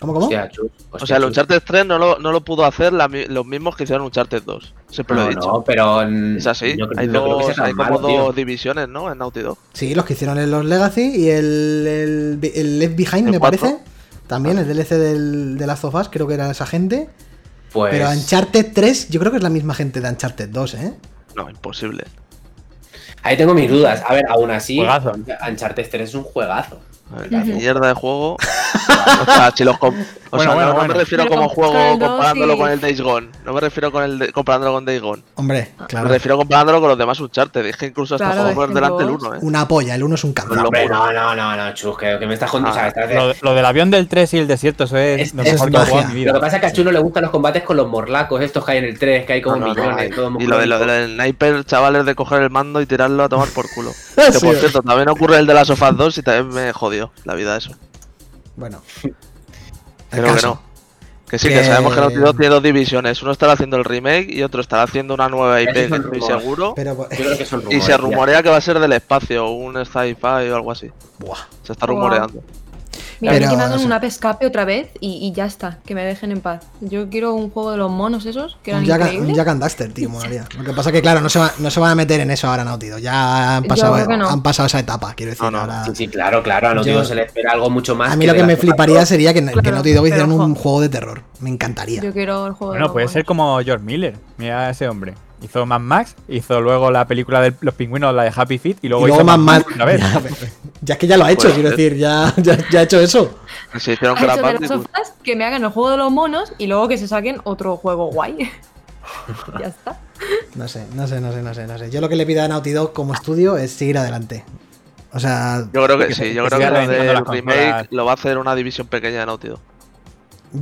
Speaker 1: ¿Cómo, cómo?
Speaker 3: Hostia, chus,
Speaker 2: O
Speaker 3: hostia,
Speaker 2: sea, el
Speaker 3: chus.
Speaker 2: Uncharted 3 no lo, no lo pudo hacer la mi- los mismos que hicieron Uncharted 2. Siempre lo
Speaker 3: No,
Speaker 2: he dicho.
Speaker 3: no, pero. mm,
Speaker 2: Es así.
Speaker 3: yo creo-
Speaker 2: hay
Speaker 3: no creo que sea
Speaker 2: dos,
Speaker 3: tan
Speaker 2: hay como
Speaker 3: malo, tío.
Speaker 2: dos divisiones, ¿no? En Naughty Dog.
Speaker 1: Sí, los que hicieron en los Legacy y el, el, el Left Behind,
Speaker 2: El
Speaker 1: me
Speaker 2: cuatro.
Speaker 1: parece. También el DLC del, de Last of Us, creo que era esa gente.
Speaker 3: Pues.
Speaker 1: Pero Uncharted 3, yo creo que es la misma gente de Uncharted 2, ¿eh?
Speaker 2: No, imposible.
Speaker 3: Ahí tengo mis dudas. A ver, aún así.
Speaker 6: Juegazo.
Speaker 3: Uncharted 3 es un juegazo.
Speaker 2: A ver, La mierda de juego. o sea, si los com- o
Speaker 6: Bueno,
Speaker 2: sea,
Speaker 6: bueno,
Speaker 2: no, no
Speaker 6: bueno.
Speaker 2: me refiero
Speaker 4: Pero
Speaker 2: como
Speaker 4: con- con
Speaker 2: juego
Speaker 4: el dos
Speaker 2: comparándolo
Speaker 4: y-
Speaker 2: con el Days Gone. No me refiero con el de- comparándolo con Days Gone.
Speaker 1: Hombre, claro.
Speaker 2: Me refiero comparándolo con los demás Uncharted. Es que incluso hasta
Speaker 4: Claro,
Speaker 2: jugó
Speaker 4: es
Speaker 2: por
Speaker 4: que
Speaker 2: delante el
Speaker 4: dos.
Speaker 2: 1, ¿eh?
Speaker 1: Una polla, el uno es un cáncer.
Speaker 2: Lo-
Speaker 3: Hombre, no, no, no, no, chus, que, que me estás jodiendo.
Speaker 2: Ah,
Speaker 3: o sea, estás de-
Speaker 6: Lo, lo del avión del 3 y el desierto, eso es,
Speaker 3: Es-
Speaker 6: lo
Speaker 1: es
Speaker 6: mejor que he jugado en
Speaker 1: magia.
Speaker 6: mi
Speaker 3: Lo que
Speaker 6: vida.
Speaker 3: pasa es que a Chuno le gustan los combates con los morlacos, estos que hay en el 3, que hay como
Speaker 2: No, no, no,
Speaker 3: millones,
Speaker 2: no.
Speaker 3: todo
Speaker 2: y lo, de, lo
Speaker 3: musculoso.
Speaker 2: del sniper, chavales, de coger el mando y tirarlo a tomar por culo. Que por
Speaker 1: Sí.
Speaker 2: cierto, también ocurre el de las sofás 2 y también me jodió la vida eso.
Speaker 1: Bueno. El
Speaker 2: Creo que
Speaker 1: caso.
Speaker 2: no. Que sí, que,
Speaker 1: Que-
Speaker 2: sabemos que Naughty Dog tiene dos divisiones. Uno estará haciendo el remake y otro estará haciendo una nueva IP,
Speaker 3: Eso
Speaker 2: que
Speaker 3: es un
Speaker 2: estoy
Speaker 3: rumor.
Speaker 2: seguro.
Speaker 1: [LAUGHS] Pero. pues,
Speaker 3: Yo creo que
Speaker 2: [LAUGHS]
Speaker 3: son
Speaker 2: Y
Speaker 3: rumores,
Speaker 2: se
Speaker 3: ya.
Speaker 2: rumorea que va a ser del espacio, un sci-fi o algo así.
Speaker 1: Buah.
Speaker 2: Se está
Speaker 4: Wow.
Speaker 2: rumoreando.
Speaker 4: Mira,
Speaker 1: Pero,
Speaker 4: que me
Speaker 1: no
Speaker 4: hagan
Speaker 1: sé.
Speaker 4: una pescape otra vez y, y ya está, que me dejen en paz. Yo quiero un juego de los monos esos, que eran
Speaker 1: Un Jack, un
Speaker 4: increíbles.
Speaker 1: Jack and Duster,
Speaker 4: [LAUGHS]
Speaker 1: tío, molaría. Lo que pasa es que, claro, no se, va- no se van a meter en eso ahora, Naughty Dog. Ya han
Speaker 4: Yo
Speaker 1: pasado,
Speaker 4: creo que no.
Speaker 1: han pasado esa etapa, quiero decir.
Speaker 2: No, no,
Speaker 1: ahora-
Speaker 3: Sí, sí, claro, claro, a
Speaker 1: Yo-
Speaker 3: nosotros se le espera algo mucho más.
Speaker 1: a mí lo
Speaker 3: de
Speaker 1: que me
Speaker 3: las-
Speaker 1: fliparía sería que, que
Speaker 4: Claro,
Speaker 1: Naughty Dog hicieran
Speaker 4: pero
Speaker 1: un
Speaker 4: ojo.
Speaker 1: juego de terror. Me encantaría.
Speaker 4: Yo quiero el juego de
Speaker 6: Bueno,
Speaker 4: los
Speaker 6: puede ser
Speaker 4: monos.
Speaker 6: como George Miller. Mira a ese hombre. Hizo Mad Max, hizo luego la película de los pingüinos, la de Happy Feet, y
Speaker 1: Y
Speaker 6: luego,
Speaker 1: luego
Speaker 6: hizo
Speaker 1: más mal. [LAUGHS]
Speaker 6: Max una vez.
Speaker 1: Ya, pero- ya es que ya lo ha hecho,
Speaker 2: Pues,
Speaker 1: quiero
Speaker 2: eh.
Speaker 1: decir, ya, [LAUGHS] ya, ya ha hecho eso.
Speaker 2: Que Se hicieron pues,
Speaker 4: A eso de
Speaker 2: grabar
Speaker 4: las sofás, que me hagan el juego de los monos y luego que se saquen otro juego guay.
Speaker 6: [LAUGHS]
Speaker 4: ya está.
Speaker 1: No sé, no sé, no sé, no sé, no sé. Yo lo que le pido a Naughty Dog como estudio es seguir adelante. O sea,
Speaker 2: Yo creo que
Speaker 6: Que se-
Speaker 2: sí, yo
Speaker 6: que
Speaker 2: creo
Speaker 6: siga
Speaker 2: que lo
Speaker 6: reivindicando
Speaker 2: del
Speaker 6: las consolas.
Speaker 2: remake lo va a hacer una división pequeña de Naughty Dog.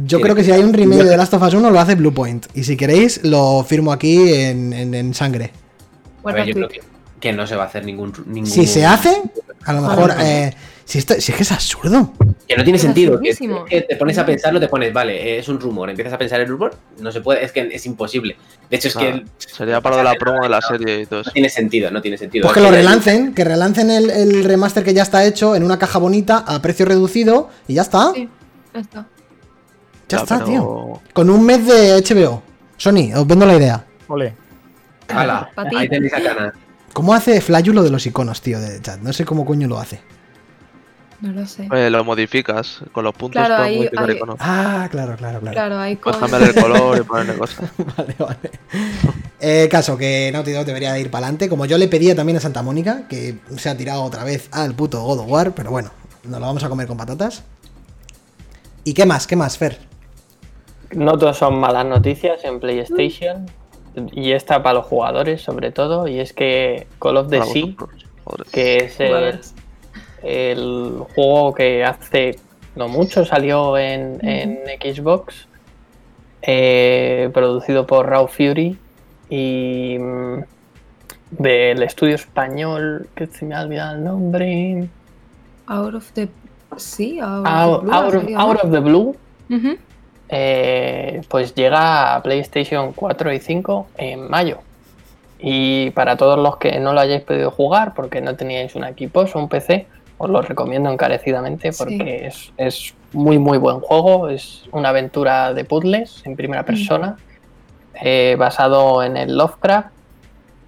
Speaker 1: yo creo que si hay un remake de Last of Us 1 lo hace Bluepoint. Y si queréis, lo firmo aquí en, en- en sangre.
Speaker 3: A
Speaker 4: Guarda
Speaker 3: ver, yo creo
Speaker 4: tweet.
Speaker 3: que, que no se va a hacer ningún, ningún.
Speaker 1: Si se hace, a lo mejor.
Speaker 4: Vale.
Speaker 1: eh, si, esto, si es que es absurdo.
Speaker 3: Que no tiene
Speaker 4: Es
Speaker 3: sentido. Que,
Speaker 4: absurdísimo.
Speaker 3: que te pones a pensarlo, te pones, vale, es un rumor. Empiezas a pensar el rumor, no se puede, es que es imposible. De hecho, es
Speaker 2: Nada.
Speaker 3: que
Speaker 2: Sería para lo de la promo de la serie y todo eso.
Speaker 3: no tiene sentido, no tiene sentido.
Speaker 1: Pues que lo relancen, que relancen el, el remaster que ya está hecho en una caja bonita a precio reducido y ya está.
Speaker 4: Sí, ya está.
Speaker 1: Ya está,
Speaker 2: pero-
Speaker 1: tío. Con un mes de HBO. Sony, os vendo la idea.
Speaker 6: Ole.
Speaker 4: [LAUGHS]
Speaker 3: Ala,
Speaker 4: Pa' ti.
Speaker 3: ahí tenéis a Cana.
Speaker 1: ¿Cómo hace Flyu lo de los iconos, tío, de chat? No sé cómo coño lo hace.
Speaker 4: No lo sé.
Speaker 2: Eh, lo modificas con los puntos,
Speaker 4: Claro,
Speaker 2: puedes
Speaker 4: ahí-
Speaker 2: modificar
Speaker 4: ahí-
Speaker 2: iconos.
Speaker 1: Ah, claro, claro, claro.
Speaker 4: Claro, hay
Speaker 2: Puedes
Speaker 4: cosas.
Speaker 2: pues cambiar
Speaker 4: [LAUGHS]
Speaker 2: el color y ponerle cosas.
Speaker 1: [LAUGHS] Vale, vale. Eh, caso que Naughty Dog debería ir para adelante. Como yo le pedía también a Santa Mónica, que se ha tirado otra vez al puto God of War, pero bueno, nos lo vamos a comer con patatas. ¿Y qué más? ¿Qué más, Fer?
Speaker 5: No todas son malas noticias en PlayStation. Y esta para los jugadores, sobre todo. Y es que Call of the
Speaker 2: Para
Speaker 5: Sea,
Speaker 2: vosotros, joder.
Speaker 5: que es el,
Speaker 4: Jugadores.
Speaker 5: el juego que hace no mucho salió en, en Xbox, eh, producido por Raw Fury y mm, del estudio español, que se me ha olvidado el nombre,
Speaker 4: Out of the. Sí, out,
Speaker 5: Out,
Speaker 4: of the blue,
Speaker 5: Out of,
Speaker 4: así, ¿no?
Speaker 5: Out of the Blue,
Speaker 4: Ujú.
Speaker 5: eh, pues llega a PlayStation 4 y 5 en mayo. Y para todos los que no lo hayáis podido jugar porque no teníais un equipos o un PC, os lo recomiendo encarecidamente porque es, es muy muy buen juego, es una aventura de puzzles en primera persona, eh, basado en el Lovecraft.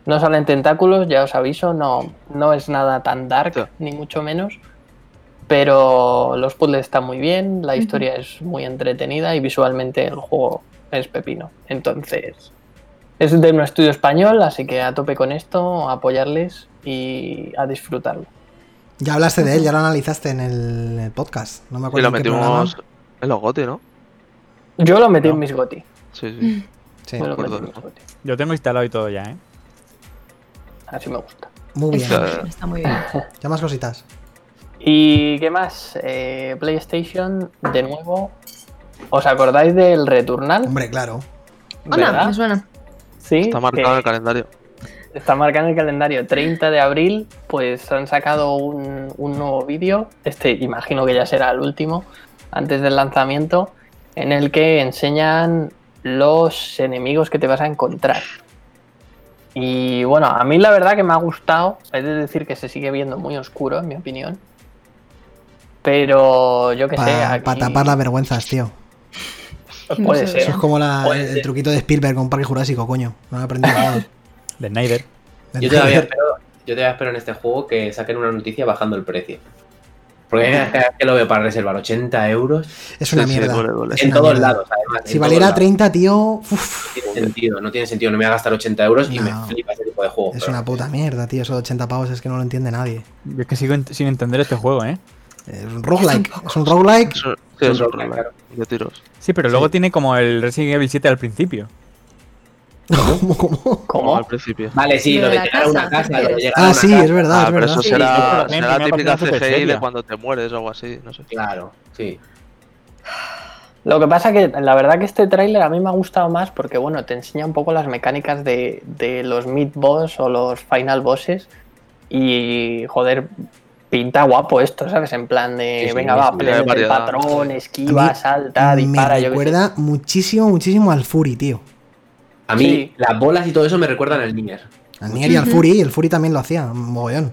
Speaker 5: No salen tentáculos, ya os aviso, no, no es nada tan dark,
Speaker 2: Sí.
Speaker 5: ni mucho menos. Pero los puzzles están muy bien, la
Speaker 4: Ujú.
Speaker 5: historia es muy entretenida y visualmente el juego es pepino. Entonces, es de un estudio español, así que a tope con esto, a apoyarles y a disfrutarlo.
Speaker 1: Ya hablaste de él, ya lo analizaste en el, el podcast. No me
Speaker 2: Y
Speaker 1: acuerdo
Speaker 2: lo
Speaker 1: en qué programa.
Speaker 2: metimos en los GOTI, ¿no?
Speaker 5: Yo lo metí
Speaker 6: No.
Speaker 5: en mis goti.
Speaker 2: Sí, sí.
Speaker 1: Sí,
Speaker 5: Yo lo metí
Speaker 2: acuerdo,
Speaker 5: en mis
Speaker 2: ¿no?
Speaker 5: goti.
Speaker 6: Yo tengo instalado y todo ya, ¿eh?
Speaker 5: Así me gusta.
Speaker 1: muy bien.
Speaker 2: Exacto.
Speaker 4: Está, está muy bien.
Speaker 1: Ya más cositas.
Speaker 5: ¿Y qué más? Eh, PlayStation, de nuevo. ¿Os acordáis del Returnal?
Speaker 1: Hombre, claro.
Speaker 4: Hola,
Speaker 5: ¿Verdad?
Speaker 4: me suena.
Speaker 5: Sí.
Speaker 2: Está marcado en el calendario.
Speaker 5: que está marcado en el calendario 30 de abril. Pues han sacado un, un nuevo vídeo. Este imagino que ya será el último. Antes del lanzamiento. En el que enseñan los enemigos que te vas a encontrar. Y bueno, a mí la verdad que me ha gustado. Es decir, que se sigue viendo muy oscuro, en mi opinión. Pero yo que sé.
Speaker 1: Para
Speaker 5: aquí-
Speaker 1: tapar las vergüenzas, tío.
Speaker 4: No
Speaker 5: Puede
Speaker 4: se
Speaker 5: ser.
Speaker 1: Eso es como la-
Speaker 5: Puede
Speaker 1: el
Speaker 5: ser.
Speaker 1: truquito de Spielberg con Parque Jurásico, coño. No lo he
Speaker 3: [LAUGHS]
Speaker 1: aprendido nada.
Speaker 6: De Snyder.
Speaker 3: Yo todavía, [LAUGHS] espero, yo todavía espero en este juego que saquen una noticia bajando el precio. Porque cada vez que lo veo para reservar 80 euros
Speaker 1: Es una
Speaker 2: Sí, sí,
Speaker 1: mierda.
Speaker 2: duele, duele.
Speaker 1: Es
Speaker 3: en
Speaker 1: una
Speaker 3: todos
Speaker 1: mierda.
Speaker 3: lados, además.
Speaker 1: Si
Speaker 3: en
Speaker 1: valiera
Speaker 3: todos lados.
Speaker 1: 30, tío, uf,
Speaker 3: No tiene sentido, no tiene sentido. No me voy a gastar 80 euros y
Speaker 1: No.
Speaker 3: me flipa ese tipo de juego.
Speaker 1: es
Speaker 3: Oh, pero-
Speaker 1: una puta mierda, tío. Eso de 80 pavos es que no lo entiende nadie.
Speaker 6: Yo es que sigo ent- sin entender este juego, ¿eh?
Speaker 1: Es un roguelike. Es un roguelike.
Speaker 2: [LAUGHS] Eso- sí, es un
Speaker 3: roguelike,
Speaker 2: roguelike de tiros.
Speaker 6: Sí, pero luego tiene como el Resident Evil 7 al principio.
Speaker 1: ¿Cómo, cómo?
Speaker 2: Como
Speaker 5: ¿Cómo?
Speaker 2: al principio.
Speaker 3: Vale, sí,
Speaker 4: Lo
Speaker 3: lo
Speaker 4: de
Speaker 3: de
Speaker 4: la
Speaker 3: llegar a una
Speaker 4: casa,
Speaker 3: casa,
Speaker 4: ¿qué
Speaker 3: lo de
Speaker 4: quieres?
Speaker 3: llegar a
Speaker 1: Ah,
Speaker 3: una
Speaker 1: sí,
Speaker 3: casa.
Speaker 1: Ah, es verdad,
Speaker 2: Ah,
Speaker 1: es
Speaker 2: pero
Speaker 1: verdad.
Speaker 2: eso
Speaker 4: Sí,
Speaker 2: será,
Speaker 6: sí,
Speaker 2: será la
Speaker 6: me ha
Speaker 2: típica
Speaker 6: parecido súper
Speaker 2: CGI de
Speaker 6: seria.
Speaker 2: cuando te mueres o algo así, no sé.
Speaker 3: Claro, sí.
Speaker 5: Lo que pasa que la verdad que este tráiler a mí me ha gustado más porque bueno, te enseña un poco las mecánicas de, de los mid boss o los final bosses y joder, pinta guapo esto, ¿sabes? En plan de
Speaker 3: Sí, sí,
Speaker 5: venga,
Speaker 3: sí,
Speaker 5: va,
Speaker 3: sí,
Speaker 5: aprende
Speaker 2: hay
Speaker 5: el
Speaker 2: variedad.
Speaker 5: patrón, esquiva,
Speaker 1: A mí
Speaker 5: salta, dispara,
Speaker 1: me
Speaker 5: yo qué sé. [LAUGHS]
Speaker 1: recuerda muchísimo, muchísimo al Fury, tío.
Speaker 3: A mí,
Speaker 5: Sí.
Speaker 3: las bolas y todo eso me recuerdan al Nier.
Speaker 1: Al Nier y al
Speaker 4: Ujú.
Speaker 1: Fury, y el Fury también lo hacía, mogollón.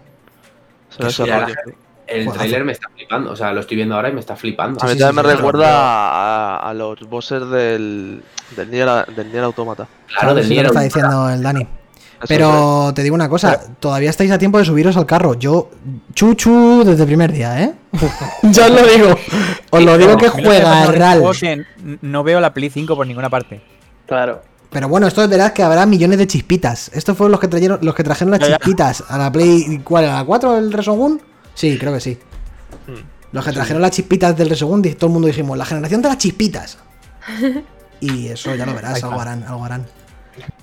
Speaker 2: Será ese
Speaker 3: Mira, la
Speaker 2: rollo.
Speaker 3: gente- el
Speaker 1: Juegazo.
Speaker 3: trailer me está flipando. O sea, lo estoy viendo ahora y me está flipando.
Speaker 2: A
Speaker 1: Sí,
Speaker 2: mí
Speaker 1: sí,
Speaker 2: también
Speaker 1: sí,
Speaker 2: me
Speaker 1: sí,
Speaker 2: recuerda
Speaker 1: claro.
Speaker 2: a, a los bosses del, del, Nier, del Nier Automata.
Speaker 3: Claro, del
Speaker 1: Eso
Speaker 3: Nier.
Speaker 1: lo está
Speaker 3: aún-
Speaker 1: diciendo el Dani.
Speaker 2: Eso es.
Speaker 1: Pero te digo una cosa, todavía estáis a tiempo de subiros al carro. Yo, chuchu, desde el primer día, ¿eh? ya os lo digo. Os lo digo que
Speaker 6: Mira,
Speaker 1: juega
Speaker 6: es un
Speaker 1: RAL.
Speaker 6: juego que n- no veo la Play 5 por ninguna parte.
Speaker 5: Claro.
Speaker 1: Pero bueno, esto es verdad que habrá millones de chispitas. Estos fueron los que trajeron, los que trajeron las
Speaker 6: Ya, ya.
Speaker 1: chispitas a la Play. ¿Cuál? ¿A la 4 el Resogun? Sí, creo que sí.
Speaker 2: Hmm.
Speaker 1: Los que trajeron las chispitas del Resogun, di- todo el mundo dijimos, la generación de las chispitas. Y eso ya lo verás, algo harán, algo harán.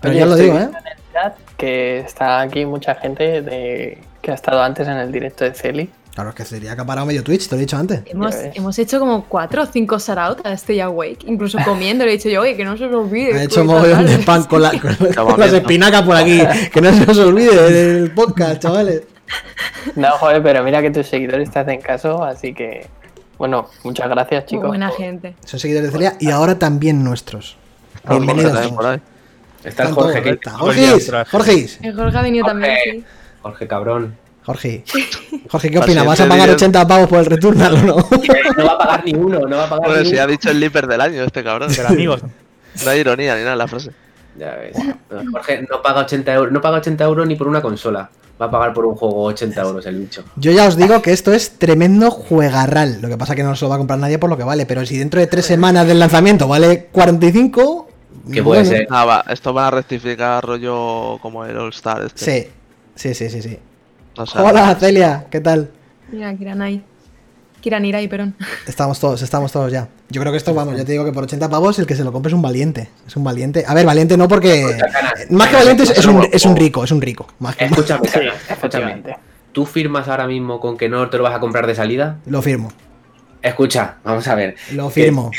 Speaker 1: Pero
Speaker 5: Oye,
Speaker 1: yo lo
Speaker 5: estoy
Speaker 1: digo, ¿eh?
Speaker 5: viendo en el chat Que está aquí mucha gente de, que ha estado antes en el directo de Celi.
Speaker 1: Claro, es que sería que ha parado medio Twitch, te lo he dicho antes.
Speaker 4: Hemos,
Speaker 5: ves.
Speaker 4: hemos hecho como cuatro o cinco shoutouts a Stay Awake, incluso comiendo. Le he dicho yo, oye, que no se os olvide.
Speaker 1: Ha
Speaker 4: esto
Speaker 1: hecho
Speaker 4: y tal,
Speaker 1: mogollón
Speaker 4: tal".
Speaker 1: de pan con, la- con- con las
Speaker 2: Llamamiento.
Speaker 1: espinacas por aquí. Que no se os olvide del podcast, chavales.
Speaker 5: No, joder, pero mira que tus seguidores te hacen caso, así que bueno, muchas gracias
Speaker 4: Muy
Speaker 5: chicos.
Speaker 4: buena
Speaker 5: por-
Speaker 4: gente.
Speaker 1: Son seguidores de Celia y ahora también nuestros.
Speaker 2: Ah, Jorge
Speaker 1: Bienvenidos.
Speaker 2: también por ahí.
Speaker 3: Está el Jorge, que-
Speaker 1: Jorge, Jorge,
Speaker 4: El Jorge ha venido también
Speaker 3: Jorge.
Speaker 4: aquí.
Speaker 3: Jorge cabrón.
Speaker 1: Jorge, Jorge, ¿qué
Speaker 2: Para
Speaker 1: opinas? ¿Vas a
Speaker 2: siempre
Speaker 1: pagar
Speaker 2: diré-
Speaker 1: 80 pavos por el Returnal o no? [LAUGHS]
Speaker 3: No va a pagar ni uno, no va a pagar
Speaker 2: Joder,
Speaker 3: ni
Speaker 2: si ha [LAUGHS]
Speaker 3: uno.
Speaker 2: dicho el Leaper del año este cabrón.
Speaker 6: Pero amigos,
Speaker 2: No hay ironía ni nada en la frase.
Speaker 3: Ya ves. Jorge no paga 80 euros, no paga 80 euros ni por una consola. Va a pagar por un juego 80 euros el bicho.
Speaker 1: Yo ya os digo que esto es tremendo juegarral. Lo que pasa que no se lo va a comprar nadie por lo que vale. Pero si dentro de tres semanas del lanzamiento vale 45.
Speaker 3: Que puede
Speaker 1: bueno.
Speaker 3: ser.
Speaker 2: Ah, va, esto va a rectificar rollo como el All Star. Este.
Speaker 1: Sí, sí, sí, sí. sí.
Speaker 2: O sea,
Speaker 1: Hola, Celia, ¿qué tal?
Speaker 4: Mira, Kiranai. Kiranirai, perdón.
Speaker 1: Estamos todos, estamos todos ya. Yo creo que esto, vamos, ya te digo que por 80 pavos el que se lo compre es un valiente. Es un valiente. A ver, valiente no
Speaker 3: Pues
Speaker 1: porque. Más que valiente es, es un, es un rico, es un rico. Más que
Speaker 3: Escúchame,
Speaker 5: Sí,
Speaker 3: Cana, escúchame.
Speaker 5: efectivamente.
Speaker 3: ¿Tú firmas ahora mismo con que no te lo vas a comprar de salida?
Speaker 1: Lo firmo.
Speaker 3: Escucha, vamos a ver.
Speaker 1: Lo firmo.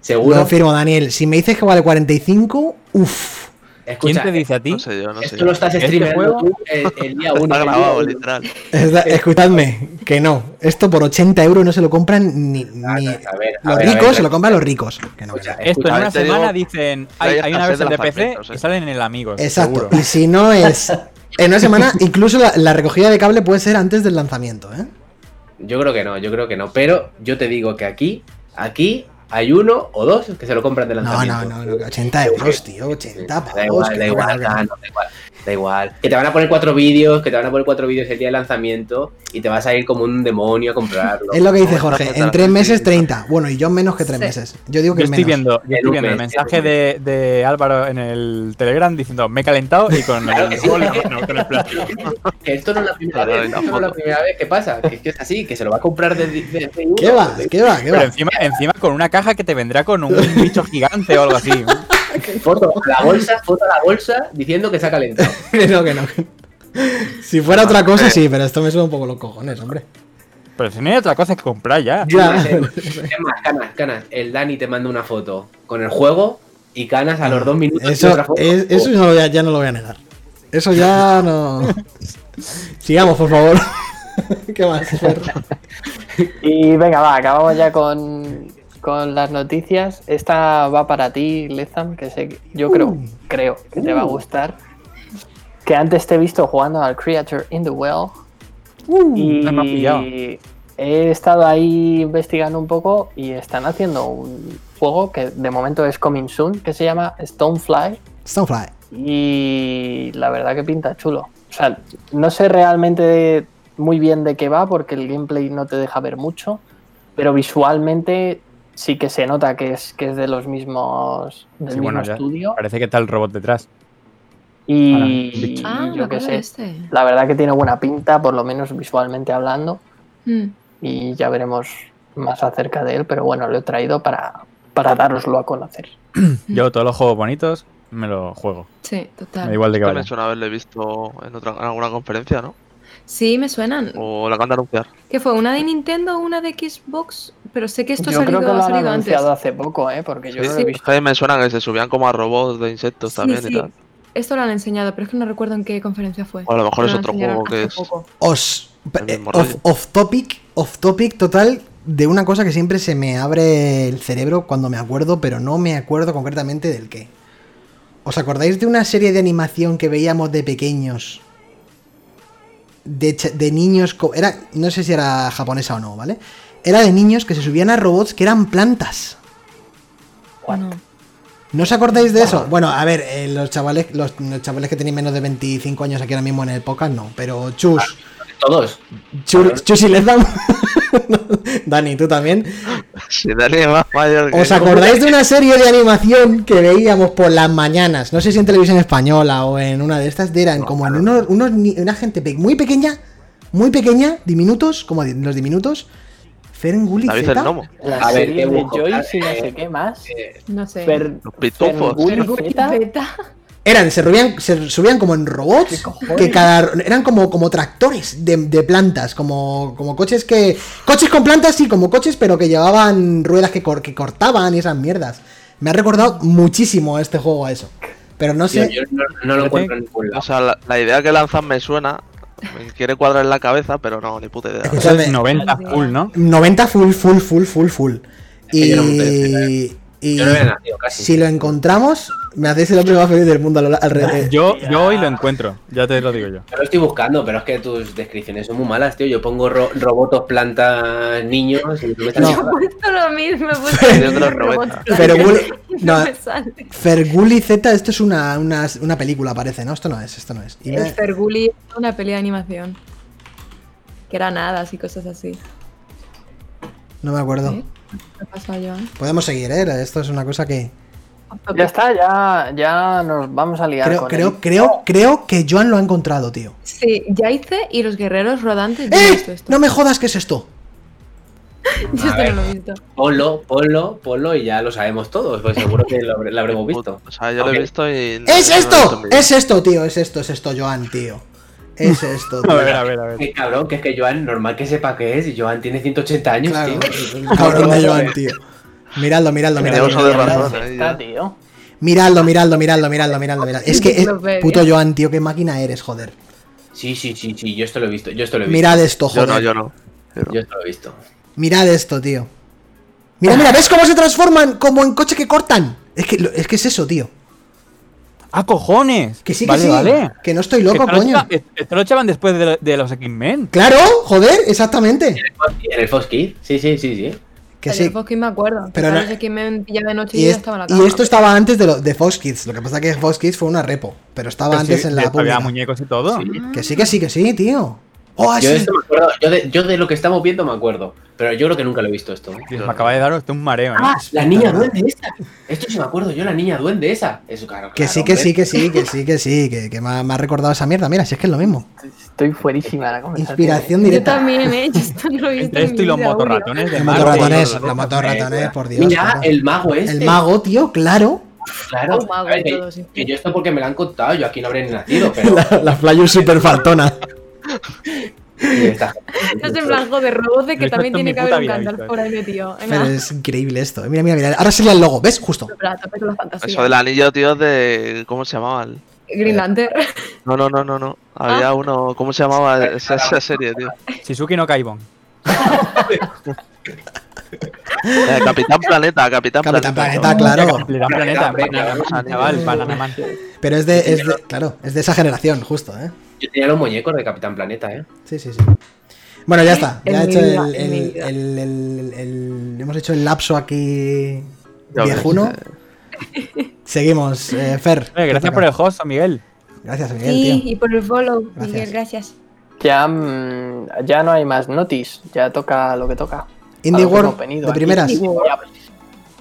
Speaker 3: Seguro.
Speaker 1: Lo firmo, Daniel. Si me dices que vale 45, uff.
Speaker 6: ¿Quién
Speaker 3: Escucha,
Speaker 6: te dice a ti?
Speaker 2: No sé yo, no sé.
Speaker 3: Esto
Speaker 2: Yo.
Speaker 3: lo estás
Speaker 6: ¿Este
Speaker 3: streameando
Speaker 6: juego?
Speaker 3: tú el, el día 1.
Speaker 2: Está grabado, literal.
Speaker 1: Esta- Escuchadme, que no. Esto por 80 euros no se lo compran ni. ni-
Speaker 3: A ver, a ver,
Speaker 1: los
Speaker 3: a ver,
Speaker 1: ricos
Speaker 3: a ver.
Speaker 1: se lo compran los ricos. Que no, que no.
Speaker 3: Escucha,
Speaker 6: Esto en
Speaker 3: escucha,
Speaker 6: una
Speaker 2: te digo
Speaker 6: semana
Speaker 2: que
Speaker 6: dicen.
Speaker 2: hay
Speaker 6: Hay, hay una
Speaker 2: escasez de
Speaker 6: versión de
Speaker 2: las
Speaker 6: PC
Speaker 2: tarjetas, ¿eh?
Speaker 6: y salen en el amigo.
Speaker 3: pues,
Speaker 1: Exacto.
Speaker 6: seguro.
Speaker 1: Y si no
Speaker 3: [LAUGHS]
Speaker 1: es. En una semana, incluso la, la recogida de cable puede ser antes del lanzamiento, ¿eh?
Speaker 3: Yo creo que no, yo creo que no. Pero yo te digo que aquí, aquí hay uno o dos que se lo compran de
Speaker 1: No,
Speaker 3: lanzamiento.
Speaker 1: no, no, no, que 80 euros, tío,
Speaker 3: Sí,
Speaker 1: 80 pavos.
Speaker 3: Da igual,
Speaker 1: que
Speaker 3: da
Speaker 1: no,
Speaker 3: igual,
Speaker 1: que no.
Speaker 3: Cano, da igual, da igual. Que te van a poner cuatro vídeos, que te van a poner cuatro vídeos el día de lanzamiento y te vas a ir como un demonio
Speaker 1: [LAUGHS]
Speaker 3: a comprarlo.
Speaker 1: Es lo que dice
Speaker 2: Vamos a
Speaker 1: Jorge,
Speaker 2: empezar
Speaker 1: en
Speaker 2: a
Speaker 1: tres
Speaker 2: hacer
Speaker 1: meses
Speaker 2: crítica.
Speaker 1: 30. Bueno, y yo menos que tres
Speaker 4: Sí.
Speaker 1: meses. Yo digo que
Speaker 6: Yo estoy
Speaker 1: menos.
Speaker 6: viendo, yo
Speaker 3: En un
Speaker 6: estoy viendo el
Speaker 3: mes,
Speaker 6: mensaje
Speaker 3: en un
Speaker 6: de, de Álvaro en el Telegram diciendo me he calentado y con
Speaker 3: Claro que
Speaker 6: el
Speaker 3: sí.
Speaker 6: gol en la mano, con el
Speaker 1: [LAUGHS]
Speaker 6: plato.
Speaker 3: Que esto no es la primera
Speaker 2: Claro,
Speaker 3: vez,
Speaker 2: y la
Speaker 3: esto no es la
Speaker 2: foto.
Speaker 3: primera vez que pasa. Que es que es así, que se lo va a comprar desde de, de uno.
Speaker 1: ¿Qué va? ¿Qué va? ¿Qué
Speaker 6: Pero
Speaker 1: va?
Speaker 6: encima, encima con una caja que te vendrá
Speaker 1: [LAUGHS]
Speaker 6: con un bicho gigante o algo así.
Speaker 3: Foto a la bolsa, foto a la bolsa diciendo que se
Speaker 1: [LAUGHS]
Speaker 3: ha calentado.
Speaker 1: Que no, que no. Si fuera otra cosa, sí, pero esto me sube un poco los cojones, hombre.
Speaker 6: Pero si no hay otra cosa que comprar ya.
Speaker 1: Ya.
Speaker 3: Es más, Canas, Canas, el Dani te manda una foto con el juego y Canas a los dos minutos tiene otra
Speaker 1: Eso,
Speaker 3: foto. Oh.
Speaker 1: es- eso no lo voy a- ya no lo voy a negar. Eso ya
Speaker 3: [LAUGHS]
Speaker 1: no. Sigamos, por favor. [LAUGHS] ¿Qué más? Fer?
Speaker 5: Y venga, va, acabamos ya con, con las noticias. Esta va para ti, Lezam, que sé, que- yo creo,
Speaker 6: Uh.
Speaker 5: creo que te va a gustar. Que antes te he visto jugando al Creature in the Well.
Speaker 6: no Uh, me ha pillado.
Speaker 5: y he estado ahí investigando un poco y están haciendo un juego que de momento es coming soon, que se llama Stonefly.
Speaker 1: Stonefly.
Speaker 5: Y la verdad que pinta chulo. O sea, no sé realmente muy bien de qué va porque el gameplay no te deja ver mucho, pero visualmente sí que se nota que es, que es de los mismos del
Speaker 6: Sí,
Speaker 5: mismo
Speaker 6: bueno, ya.
Speaker 5: estudio.
Speaker 6: Parece que está el robot detrás. Ahora,
Speaker 5: Y
Speaker 6: sí.
Speaker 4: Ah, me
Speaker 5: yo qué
Speaker 4: acuerdo
Speaker 5: sé.
Speaker 4: de este.
Speaker 5: La verdad que tiene buena pinta, por lo menos visualmente hablando,
Speaker 4: Mm.
Speaker 5: y ya veremos más acerca de él, pero bueno, lo he traído para, para daroslo a conocer.
Speaker 6: Yo todos los juegos bonitos me los juego.
Speaker 4: Sí,
Speaker 6: Me da
Speaker 4: total.
Speaker 6: igual de que
Speaker 2: Este me
Speaker 6: vaya.
Speaker 2: suena haberle visto en, otra, en alguna conferencia, ¿no?
Speaker 4: Sí, me suenan.
Speaker 2: O la acaban de anunciar.
Speaker 4: ¿Qué fue? ¿Una de Nintendo o una de Xbox? Pero sé que esto ha
Speaker 5: yo
Speaker 4: salido,
Speaker 5: creo que
Speaker 4: ha
Speaker 5: lo han
Speaker 4: salido antes.
Speaker 5: anunciado hace poco, ¿eh? porque yo
Speaker 2: Sí,
Speaker 5: no lo he
Speaker 4: sí.
Speaker 5: visto.
Speaker 2: Es que me suena que se subían como a robots de insectos
Speaker 4: Sí,
Speaker 2: también
Speaker 4: sí.
Speaker 2: y tal. [LAUGHS]
Speaker 4: Esto lo han enseñado, pero es que no recuerdo en qué conferencia fue.
Speaker 2: O a lo mejor
Speaker 4: Pero
Speaker 2: es
Speaker 4: lo
Speaker 2: otro
Speaker 4: enseñaron
Speaker 2: juego que
Speaker 4: hace
Speaker 2: es.
Speaker 4: poco.
Speaker 1: Os.
Speaker 2: El
Speaker 1: eh,
Speaker 2: mismo
Speaker 1: off,
Speaker 2: rollo.
Speaker 1: off topic, off topic total de una cosa que siempre se me abre el cerebro cuando me acuerdo, pero no me acuerdo concretamente del qué. ¿Os acordáis de una serie de animación que veíamos de pequeños? De, cha- de niños. co- Era, no sé si era japonesa o no, ¿vale? Era de niños que se subían a robots que eran plantas.
Speaker 4: No.
Speaker 1: ¿No os acordáis de eso? Bueno, a ver, eh, los chavales los, los chavales que tenéis menos de 25 años aquí ahora mismo en el podcast, no. Pero chus.
Speaker 3: Todos.
Speaker 1: Chur- Chuchi [LAUGHS] Lezam. Dani, tú también.
Speaker 2: Si Dani es más mayor que
Speaker 1: ¿Os
Speaker 2: yo.
Speaker 1: acordáis de una serie de animación que veíamos por las mañanas? No sé si en televisión española o en una de estas, de- eran como en unos, unos ni- una gente pe- muy pequeña, muy pequeña, diminutos, como di- los diminutos. Fern Gully
Speaker 2: David el
Speaker 1: Zeta.
Speaker 2: Gnomo.
Speaker 5: La
Speaker 3: A ver,
Speaker 5: serie
Speaker 3: ¿qué
Speaker 5: de
Speaker 3: busco?
Speaker 5: Joyce y no
Speaker 3: Eh,
Speaker 5: sé qué más.
Speaker 3: Eh,
Speaker 4: No sé.
Speaker 5: Fer-
Speaker 2: Los pitufos.
Speaker 5: Ferngul Zeta.
Speaker 4: Beta.
Speaker 1: Eran, se, rubían- se subían como en
Speaker 5: ¿Qué
Speaker 1: robots,
Speaker 5: cojones?
Speaker 1: que cada, eran como, como tractores de, de plantas, como, como coches que... Coches con plantas, sí, como coches, pero que llevaban ruedas que, cor- que cortaban y esas mierdas. Me ha recordado muchísimo este juego a eso. Pero no
Speaker 3: tío,
Speaker 1: sé...
Speaker 3: yo no, no lo encuentro en ningún
Speaker 2: O
Speaker 3: lado.
Speaker 2: sea, la, la idea que lanzan me suena. Me quiere cuadrar en la cabeza, pero no, ni puta idea.
Speaker 6: Eso es
Speaker 1: Escúchame.
Speaker 6: 90 full, ¿no?
Speaker 1: 90 full, full, full, full, full.
Speaker 3: que yo no
Speaker 1: Y... y
Speaker 3: ¿eh? Yo no había nacido casi.
Speaker 1: si lo encontramos, me hacéis el hombre más feliz del mundo al, al revés.
Speaker 6: Yo, yo hoy lo encuentro, ya te lo
Speaker 1: [LAUGHS]
Speaker 6: digo yo.
Speaker 3: Yo lo estoy buscando, pero es que tus descripciones son muy malas, tío. Yo pongo ro- robotos, plantas, niños y tú me estás
Speaker 1: No.
Speaker 4: Yo he
Speaker 3: diciendo-
Speaker 4: puesto lo mismo. he puesto
Speaker 2: Yo de los
Speaker 4: robots.
Speaker 2: 90.
Speaker 1: Pero Gully, No,
Speaker 4: me sale.
Speaker 1: Ferguli Z, esto es una, una, una película, parece, ¿no? Esto no es, esto no es. Y me-
Speaker 4: El Ferguli era una peli de animación. Que era nada, y cosas así.
Speaker 1: no me acuerdo.
Speaker 4: ¿Eh? ¿Qué pasó a Joan?
Speaker 1: Podemos seguir, ¿eh? Esto es una cosa que.
Speaker 4: Pues
Speaker 5: Ya está, ya, ya nos vamos a liar
Speaker 1: Creo,
Speaker 5: con
Speaker 1: creo,
Speaker 5: él.
Speaker 1: creo, creo que Joan lo ha encontrado, tío.
Speaker 4: Sí, Yaice y los guerreros rodantes. Yo no he visto
Speaker 1: ¡Eh! [LAUGHS]
Speaker 4: esto.
Speaker 1: No me jodas, ¿qué es esto?
Speaker 4: Yo
Speaker 3: A
Speaker 4: esto
Speaker 3: ver.
Speaker 4: no lo he visto.
Speaker 3: Ponlo, ponlo, ponlo y ya lo sabemos todos. Pues seguro que lo, habre- lo habremos visto.
Speaker 2: O sea, yo lo
Speaker 3: Ok.
Speaker 2: he visto y.
Speaker 1: ¡Es
Speaker 2: no- no lo he visto
Speaker 1: esto!
Speaker 2: en mi vida.
Speaker 1: ¡Es esto, tío! Es esto, es esto, Joan, tío. Es
Speaker 2: [LAUGHS]
Speaker 1: esto, tío.
Speaker 6: A ver, a ver, a ver.
Speaker 3: Qué cabrón, que es que Joan, normal que sepa qué es. y Joan tiene 180 años,
Speaker 1: Claro,
Speaker 3: tío.
Speaker 1: el cabrón
Speaker 2: [LAUGHS]
Speaker 1: de Joan, tío. Miradlo, miradlo,
Speaker 2: Tenía
Speaker 1: miradlo.
Speaker 2: uso de
Speaker 1: miradlo.
Speaker 2: razón. eh,
Speaker 5: Está, tío.
Speaker 1: Miradlo, miradlo, miradlo, miradlo, miradlo, miradlo. Es que
Speaker 4: [LAUGHS]
Speaker 1: es
Speaker 4: Enciclopedia.
Speaker 1: puto Joan, tío, qué máquina eres, joder.
Speaker 3: Sí, sí, sí, sí, yo esto lo he visto, yo esto lo he visto.
Speaker 1: Mirad esto,
Speaker 2: Yo no,
Speaker 1: joder.
Speaker 2: yo no. Yo no.
Speaker 3: Yo esto lo he visto.
Speaker 1: Mirad esto, tío. Mira, mira, ¿ves cómo se transforman? Como en coche que cortan. Es que, lo- es que es eso, tío.
Speaker 6: ¡Ah, cojones!
Speaker 1: Que sí, que
Speaker 6: vale,
Speaker 1: sí.
Speaker 6: Vale.
Speaker 1: Que no estoy loco,
Speaker 6: Esto lo
Speaker 1: coño.
Speaker 6: echa- Esto lo echaban después de, lo- de los X-Men.
Speaker 1: Claro, joder, exactamente.
Speaker 3: En el Fox Kids, sí, sí, sí, sí.
Speaker 1: Que
Speaker 4: Pero
Speaker 1: sí.
Speaker 4: yo que me acuerdo.
Speaker 1: Pero
Speaker 4: Pero
Speaker 1: no-
Speaker 4: no sé quién me pillaba de noche y,
Speaker 1: Y,
Speaker 4: yo
Speaker 1: es-
Speaker 4: ya estaba en la
Speaker 1: y
Speaker 4: cama.
Speaker 1: esto estaba antes de, lo, de Fox Kids. Lo que pasa que Fox Kids fue una repo. Pero estaba
Speaker 6: Pero
Speaker 1: antes
Speaker 6: Pues sí,
Speaker 1: en la
Speaker 6: Había
Speaker 1: pública.
Speaker 6: muñecos y todo.
Speaker 3: Sí.
Speaker 1: Que sí, que sí, que sí, tío. Oh, ah,
Speaker 3: Yo de
Speaker 1: sí.
Speaker 3: esto me acuerdo, yo de, yo de lo que estamos viendo me acuerdo. Pero yo creo que nunca lo he visto esto. ¿eh?
Speaker 6: Dios, me acaba de dar usted un mareo. ¿eh?
Speaker 3: Ah, la niña duende esa. Esto sí me acuerdo yo, la niña duende esa. Eso, claro,
Speaker 1: Que
Speaker 3: claro,
Speaker 1: sí, que
Speaker 3: hombre.
Speaker 1: sí, que sí, que sí, que sí. Que, que me, ha, me ha recordado esa mierda. Mira, si es que es lo mismo.
Speaker 5: Estoy fuerísima de la conversación.
Speaker 1: Inspiración
Speaker 4: Yo
Speaker 1: directa.
Speaker 4: también, ¿eh? Yo esto no lo he visto.
Speaker 6: Entre
Speaker 4: en
Speaker 6: esto
Speaker 4: mi
Speaker 6: y los
Speaker 4: vida, Julio.
Speaker 6: motorratones de
Speaker 1: Los
Speaker 6: Marvel.
Speaker 1: motorratones,
Speaker 6: Los
Speaker 1: los motorratones, por Dios.
Speaker 3: Eh, Mira,
Speaker 1: claro.
Speaker 3: el mago este.
Speaker 1: El mago, tío, claro.
Speaker 3: Claro.
Speaker 4: Un mago
Speaker 3: A ver,
Speaker 4: y
Speaker 3: que-
Speaker 4: todo, sí.
Speaker 3: que yo esto porque me lo han contado, yo aquí no habré ni nacido,
Speaker 1: [LAUGHS]
Speaker 3: pero.
Speaker 1: [LAUGHS] La flyer super faltona.
Speaker 3: y esta-
Speaker 4: Estás en blanco de robots de
Speaker 6: Yo
Speaker 4: que
Speaker 6: esto
Speaker 4: también
Speaker 6: en mi
Speaker 4: tiene que haber
Speaker 6: puta
Speaker 4: un
Speaker 6: vida he
Speaker 4: cantar
Speaker 6: visto,
Speaker 4: por ahí metido. Venga,
Speaker 1: Pero es increíble esto. eh. Mira, mira, mira. Ahora sería el logo, ¿ves? Justo.
Speaker 4: pero a tope con la fantasía.
Speaker 2: Eso del anillo, tío, es de. ¿Cómo se llamaba? el-
Speaker 4: Green Lantern.
Speaker 2: No, no, no, no, no. Había
Speaker 4: Ah.
Speaker 2: uno. ¿Cómo se llamaba
Speaker 4: [LAUGHS]
Speaker 2: esa, esa serie, tío?
Speaker 6: Shizuki no Kaibon.
Speaker 2: Eh, Capitán Planeta, Capitán,
Speaker 1: Capitán Planeta,
Speaker 2: tío.
Speaker 1: claro.
Speaker 6: Le dan planeta.
Speaker 3: Hombre,
Speaker 6: Banana
Speaker 3: claro.
Speaker 6: Man, chaval, Banana Man.
Speaker 1: Pero es de, es de- claro, es de esa generación, justo, ¿eh?
Speaker 3: Yo tenía los muñecos de Capitán Planeta, ¿eh?
Speaker 1: Sí, sí, sí. Bueno, ya está. Ya
Speaker 4: En
Speaker 1: he
Speaker 4: mi
Speaker 1: hecho
Speaker 4: vida,
Speaker 1: el,
Speaker 4: en mi
Speaker 1: el-
Speaker 4: vida.
Speaker 1: el- el- el- Hemos hecho el lapso aquí
Speaker 2: Ya ves,
Speaker 1: viejuno. Seguimos, eh, Fer.
Speaker 6: Oye,
Speaker 1: te
Speaker 6: gracias
Speaker 1: toca.
Speaker 6: por el host, Miguel.
Speaker 1: Gracias, Miguel,
Speaker 4: Sí,
Speaker 1: tío.
Speaker 4: [LAUGHS] y por el follow.
Speaker 1: Gracias.
Speaker 4: Miguel, gracias.
Speaker 5: Ya, mm, ya no hay más notis. Ya toca lo que toca.
Speaker 1: Indie
Speaker 5: a lo que hemos
Speaker 1: World,
Speaker 5: venido
Speaker 1: de
Speaker 5: aquí.
Speaker 1: primeras.
Speaker 5: Ya,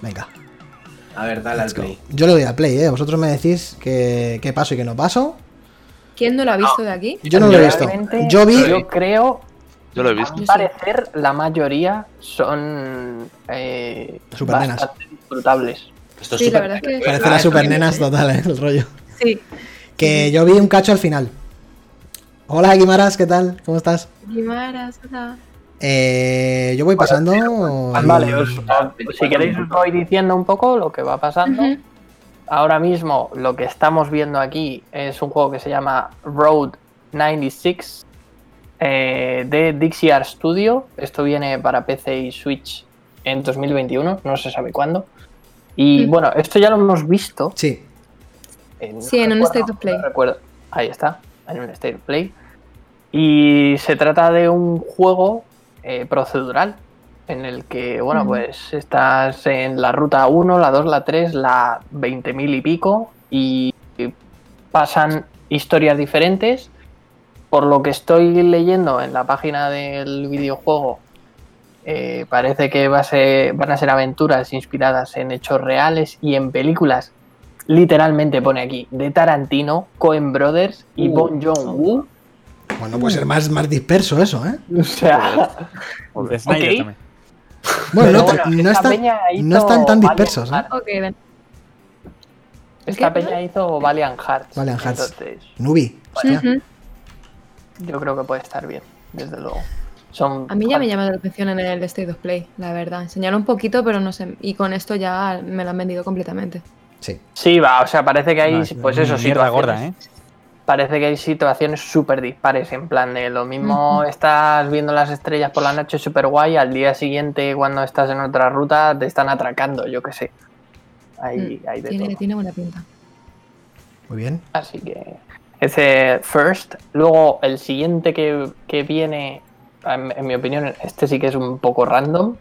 Speaker 1: Venga,
Speaker 3: A ver, dale
Speaker 1: let's
Speaker 3: al
Speaker 1: go.
Speaker 3: play.
Speaker 1: Yo le doy al play, ¿eh? Vosotros me decís que, que paso y que no paso.
Speaker 4: ¿Quién
Speaker 6: Ah,
Speaker 4: no lo ha visto de aquí?
Speaker 1: Yo no lo he visto.
Speaker 5: realmente,
Speaker 1: Yo vi...
Speaker 5: Yo creo,
Speaker 2: Yo lo he
Speaker 5: a
Speaker 2: visto.
Speaker 5: mi parecer, la mayoría son eh,
Speaker 1: Supernenas.
Speaker 5: bastante disfrutables.
Speaker 3: Esto es
Speaker 4: Sí, la
Speaker 3: súper-
Speaker 4: verdad es que-
Speaker 1: Parece las supernenas total, ¿eh? El rollo.
Speaker 4: Sí.
Speaker 1: Que yo vi un cacho al final. Hola, Guimaras, ¿qué tal? ¿Cómo estás?
Speaker 4: Guimara, Sara.
Speaker 1: Eh, yo voy pasando... y-
Speaker 5: Vale, os- os- si queréis os voy diciendo un poco lo que va pasando.
Speaker 4: Ujú.
Speaker 5: Ahora mismo lo que estamos viendo aquí es un juego que se llama Road 96 eh, de Dixiar Studio. Esto viene para PC y Switch en 2021, no se sabe cuándo. Y
Speaker 4: Mm.
Speaker 5: bueno, esto ya lo hemos visto.
Speaker 1: Sí,
Speaker 5: en-
Speaker 4: Sí, en un State of Play.
Speaker 5: no recuerdo. Ahí está, en un State of Play. Y se trata de un juego eh, procedural en el que, bueno,
Speaker 4: Ujú.
Speaker 5: pues estás en la ruta 1, la 2, la 3, la 20.000 y pico y y pasan historias diferentes. Por lo que estoy leyendo en la página del videojuego, eh, parece que va a ser- van a ser aventuras inspiradas en hechos reales y en películas. Literalmente pone aquí, de Tarantino, Coen Brothers y
Speaker 3: Uh.
Speaker 5: Bon Joon-woo.
Speaker 1: Bueno, puede ser más, más disperso eso, ¿eh?
Speaker 5: O sea,
Speaker 6: De
Speaker 5: [LAUGHS]
Speaker 6: Snyder
Speaker 5: Ok.
Speaker 6: también.
Speaker 1: Bueno, no,
Speaker 5: Pero
Speaker 1: tan-
Speaker 5: bueno,
Speaker 1: no
Speaker 5: esta
Speaker 1: están,
Speaker 5: peña hizo
Speaker 1: no están tan
Speaker 5: Valiant
Speaker 1: dispersos, ¿eh?
Speaker 5: Heart.
Speaker 4: Ok, ven.
Speaker 5: Esta
Speaker 4: ¿Qué?
Speaker 5: peña hizo Valiant Hearts.
Speaker 1: Valiant Hearts.
Speaker 5: Entonces,
Speaker 1: Nubi, hostia.
Speaker 4: Ujú.
Speaker 5: yo creo que puede estar bien, desde luego. Son
Speaker 4: A mí ya me llama la atención en el State of Play, la verdad. Enseñaron un poquito, pero no sé. Y con esto ya me lo han vendido completamente.
Speaker 1: Sí.
Speaker 5: Sí, va, o sea, parece que hay,
Speaker 6: No, es
Speaker 5: pues
Speaker 6: una
Speaker 5: eso,
Speaker 6: Mierda
Speaker 5: situaciones,
Speaker 6: gorda, ¿eh?
Speaker 5: parece que hay situaciones súper dispares, en plan de lo mismo estás viendo las estrellas por la noche súper guay, al día siguiente cuando estás en otra ruta te están atracando, yo qué sé. Hay,
Speaker 4: Mm,
Speaker 5: hay de
Speaker 4: tiene,
Speaker 5: todo.
Speaker 4: tiene buena pinta.
Speaker 1: Muy bien.
Speaker 5: Así que ese first. Luego el siguiente que, que viene, en, en mi opinión, este sí que es un poco random.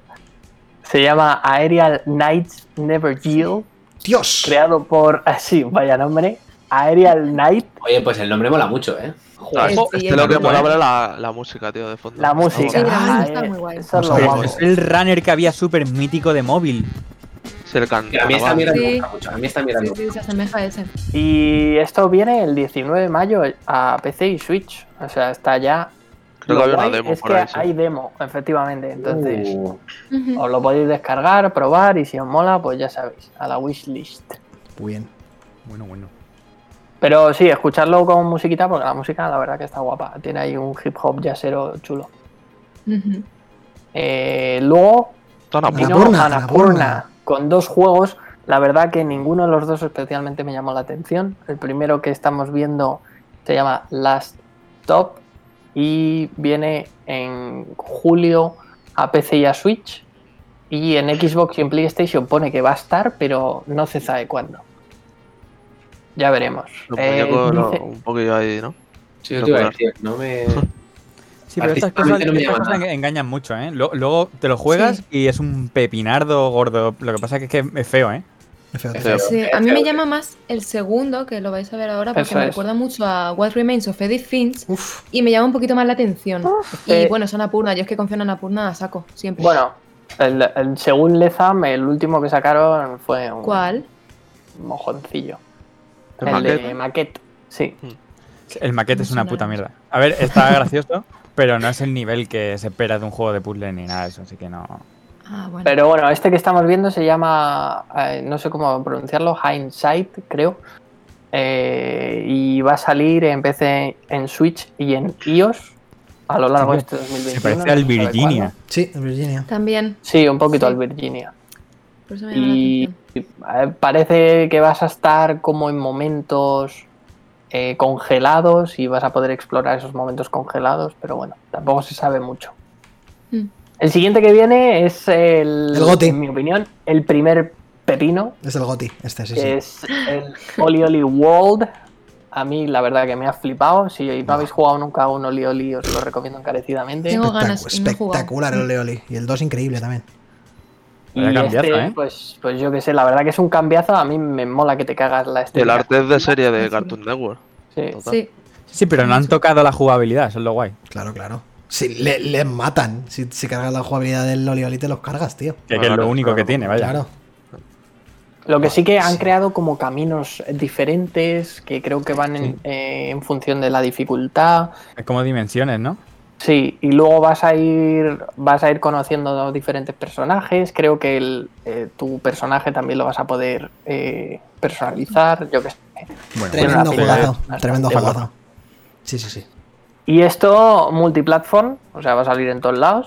Speaker 5: Se llama Aerial Knights Never Yield.
Speaker 1: Dios.
Speaker 5: Creado por, [LAUGHS] así, vaya nombre, Aerial Knight.
Speaker 3: Oye, pues el nombre mola mucho, ¿eh?
Speaker 2: Claro,
Speaker 4: Sí,
Speaker 2: este,
Speaker 4: sí,
Speaker 2: este lo que
Speaker 4: es
Speaker 2: mola
Speaker 4: bueno.
Speaker 2: era la, la música, tío, de fondo.
Speaker 5: La
Speaker 4: Sí,
Speaker 5: música.
Speaker 4: está,
Speaker 5: Ah,
Speaker 4: está
Speaker 5: eh,
Speaker 4: muy guay.
Speaker 5: Eso es lo
Speaker 1: Vamos a ver.
Speaker 5: guapo.
Speaker 6: Es el runner que había súper mítico de móvil.
Speaker 2: Sí, el can-
Speaker 3: Que a mí esta
Speaker 2: carnaval.
Speaker 3: mierda me
Speaker 4: Sí.
Speaker 3: gusta mucho. A mí esta mierda me
Speaker 4: Sí,
Speaker 3: gusta.
Speaker 4: sí, se asemeja a ese.
Speaker 5: Y esto viene el 19 de mayo a PC y Switch. O sea, está ya.
Speaker 2: Creo que
Speaker 5: Lo
Speaker 2: había una
Speaker 5: guay
Speaker 2: demo
Speaker 5: es
Speaker 2: por
Speaker 5: que
Speaker 2: ahí. sí.
Speaker 5: hay demo, efectivamente. Entonces,
Speaker 3: Uh,
Speaker 4: Ujú.
Speaker 5: os lo podéis descargar, probar y si os mola, pues ya sabéis, a la wishlist.
Speaker 1: Muy bien.
Speaker 6: Bueno, bueno.
Speaker 5: Pero sí, escucharlo con musiquita, porque la música la verdad que está guapa. Tiene ahí un hip hop jazzero chulo.
Speaker 4: Ujú.
Speaker 5: Eh, luego
Speaker 2: Tan a
Speaker 1: Nada.
Speaker 2: punto.
Speaker 5: vino
Speaker 1: Annapurna,
Speaker 5: Annapurna,
Speaker 1: Annapurna.
Speaker 5: con dos juegos. La verdad que ninguno de los dos especialmente me llamó la atención. El primero que estamos viendo se llama Last Top y viene en julio a PC y a Switch. Y en Xbox y en PlayStation pone que va a estar, pero no se sabe cuándo. Ya veremos.
Speaker 2: Los
Speaker 5: Eh,
Speaker 2: muñecos, no,
Speaker 5: dice-
Speaker 2: un poquillo ahí, ¿no?
Speaker 3: sí, yo te iba a decir, no [LAUGHS] me.
Speaker 6: Sí, pero estas cosas,
Speaker 3: Artísticamente no me
Speaker 6: estas
Speaker 3: llama
Speaker 6: cosas
Speaker 3: nada.
Speaker 6: engañan mucho, ¿eh? Lo- Luego te lo juegas
Speaker 4: Sí.
Speaker 6: y es un pepinardo gordo. Lo que pasa es que es que es feo, ¿eh?
Speaker 1: Es feo, tío.
Speaker 3: Feo.
Speaker 4: Sí, a mí me
Speaker 3: Feo.
Speaker 4: llama más el segundo, que lo vais a ver ahora, porque
Speaker 5: Eso
Speaker 4: me
Speaker 5: es.
Speaker 4: recuerda mucho a What Remains of Edith Finch
Speaker 1: Uf.
Speaker 4: y me llama un poquito más la atención.
Speaker 5: eh,
Speaker 4: Y bueno, es Anapurna, yo es que confío en Anapurna a saco, siempre.
Speaker 5: Bueno, el- el- según Lezam, el último que sacaron fue un
Speaker 4: ¿Cuál?
Speaker 5: mojoncillo.
Speaker 2: ¿El
Speaker 5: El,
Speaker 2: maquete?
Speaker 5: de maquete, sí.
Speaker 6: El maquete es
Speaker 4: No
Speaker 6: una
Speaker 4: sé
Speaker 6: puta
Speaker 4: nada.
Speaker 6: mierda. A ver, está [LAUGHS] gracioso, pero no es el nivel que se espera de un juego de puzzle ni nada de eso, así que no.
Speaker 4: Ah, bueno.
Speaker 5: Pero bueno, este que estamos viendo se llama, eh, no sé cómo pronunciarlo, Hindsight, creo. Eh, y va a salir en PC, en Switch y en iOS a lo largo de este 2021.
Speaker 6: [LAUGHS] Se parece al
Speaker 5: no se sabe
Speaker 6: Virginia.
Speaker 5: cuándo.
Speaker 1: Sí, en Virginia.
Speaker 4: También,
Speaker 5: Sí, un poquito
Speaker 4: Sí.
Speaker 5: al Virginia.
Speaker 4: por eso me llama la
Speaker 5: Y
Speaker 4: atención.
Speaker 5: y, eh, parece que vas a estar como en momentos eh, congelados y vas a poder explorar esos momentos congelados, pero bueno, tampoco se sabe mucho.
Speaker 4: Mm.
Speaker 5: El siguiente que viene es el,
Speaker 1: El Goti.
Speaker 5: en mi opinión, el primer pepino,
Speaker 1: Es el Goti, este, sí, sí.
Speaker 5: que es el Oli Oli World. A mí la verdad que me ha flipado. Si no habéis jugado nunca a un Oli Oli, os lo recomiendo encarecidamente.
Speaker 4: Tengo ganas
Speaker 1: Espectacu-
Speaker 4: y no he jugado.
Speaker 1: espectacular el Leoli. Y el 2 increíble también.
Speaker 5: Y
Speaker 6: Vaya cambiazo,
Speaker 5: este,
Speaker 6: ¿eh?
Speaker 5: pues, pues yo qué sé, la verdad que es un cambiazo. A mí me mola que te cagas la
Speaker 2: Y el
Speaker 5: estética.
Speaker 2: arte es de serie
Speaker 4: Ah,
Speaker 2: de
Speaker 4: sí.
Speaker 2: Cartoon Network.
Speaker 5: Sí.
Speaker 2: Total.
Speaker 4: Sí,
Speaker 6: Sí, pero no han tocado la jugabilidad, eso es lo guay.
Speaker 1: Claro, claro. Si le, le matan. Si, si cargas la jugabilidad del Leoli, te los cargas, tío.
Speaker 6: Que, que es lo
Speaker 2: Claro,
Speaker 6: único
Speaker 2: claro.
Speaker 6: que tiene, vaya.
Speaker 1: Claro.
Speaker 5: Lo que sí que han
Speaker 1: Sí.
Speaker 5: creado como caminos diferentes que creo que van en, eh, en función de la dificultad.
Speaker 6: Es como dimensiones, ¿no?
Speaker 5: Sí, y luego vas a ir vas a ir conociendo diferentes personajes. Creo que el, eh, tu personaje también lo vas a poder eh, personalizar, yo qué sé.
Speaker 6: Bueno, pues,
Speaker 5: Tres.
Speaker 1: Tremendo
Speaker 5: una pelea
Speaker 1: juegazo.
Speaker 5: bastante
Speaker 1: Tremendo
Speaker 5: guapa.
Speaker 1: juegazo. Sí, sí, sí.
Speaker 5: Y esto multiplatform, o sea, va a salir en todos lados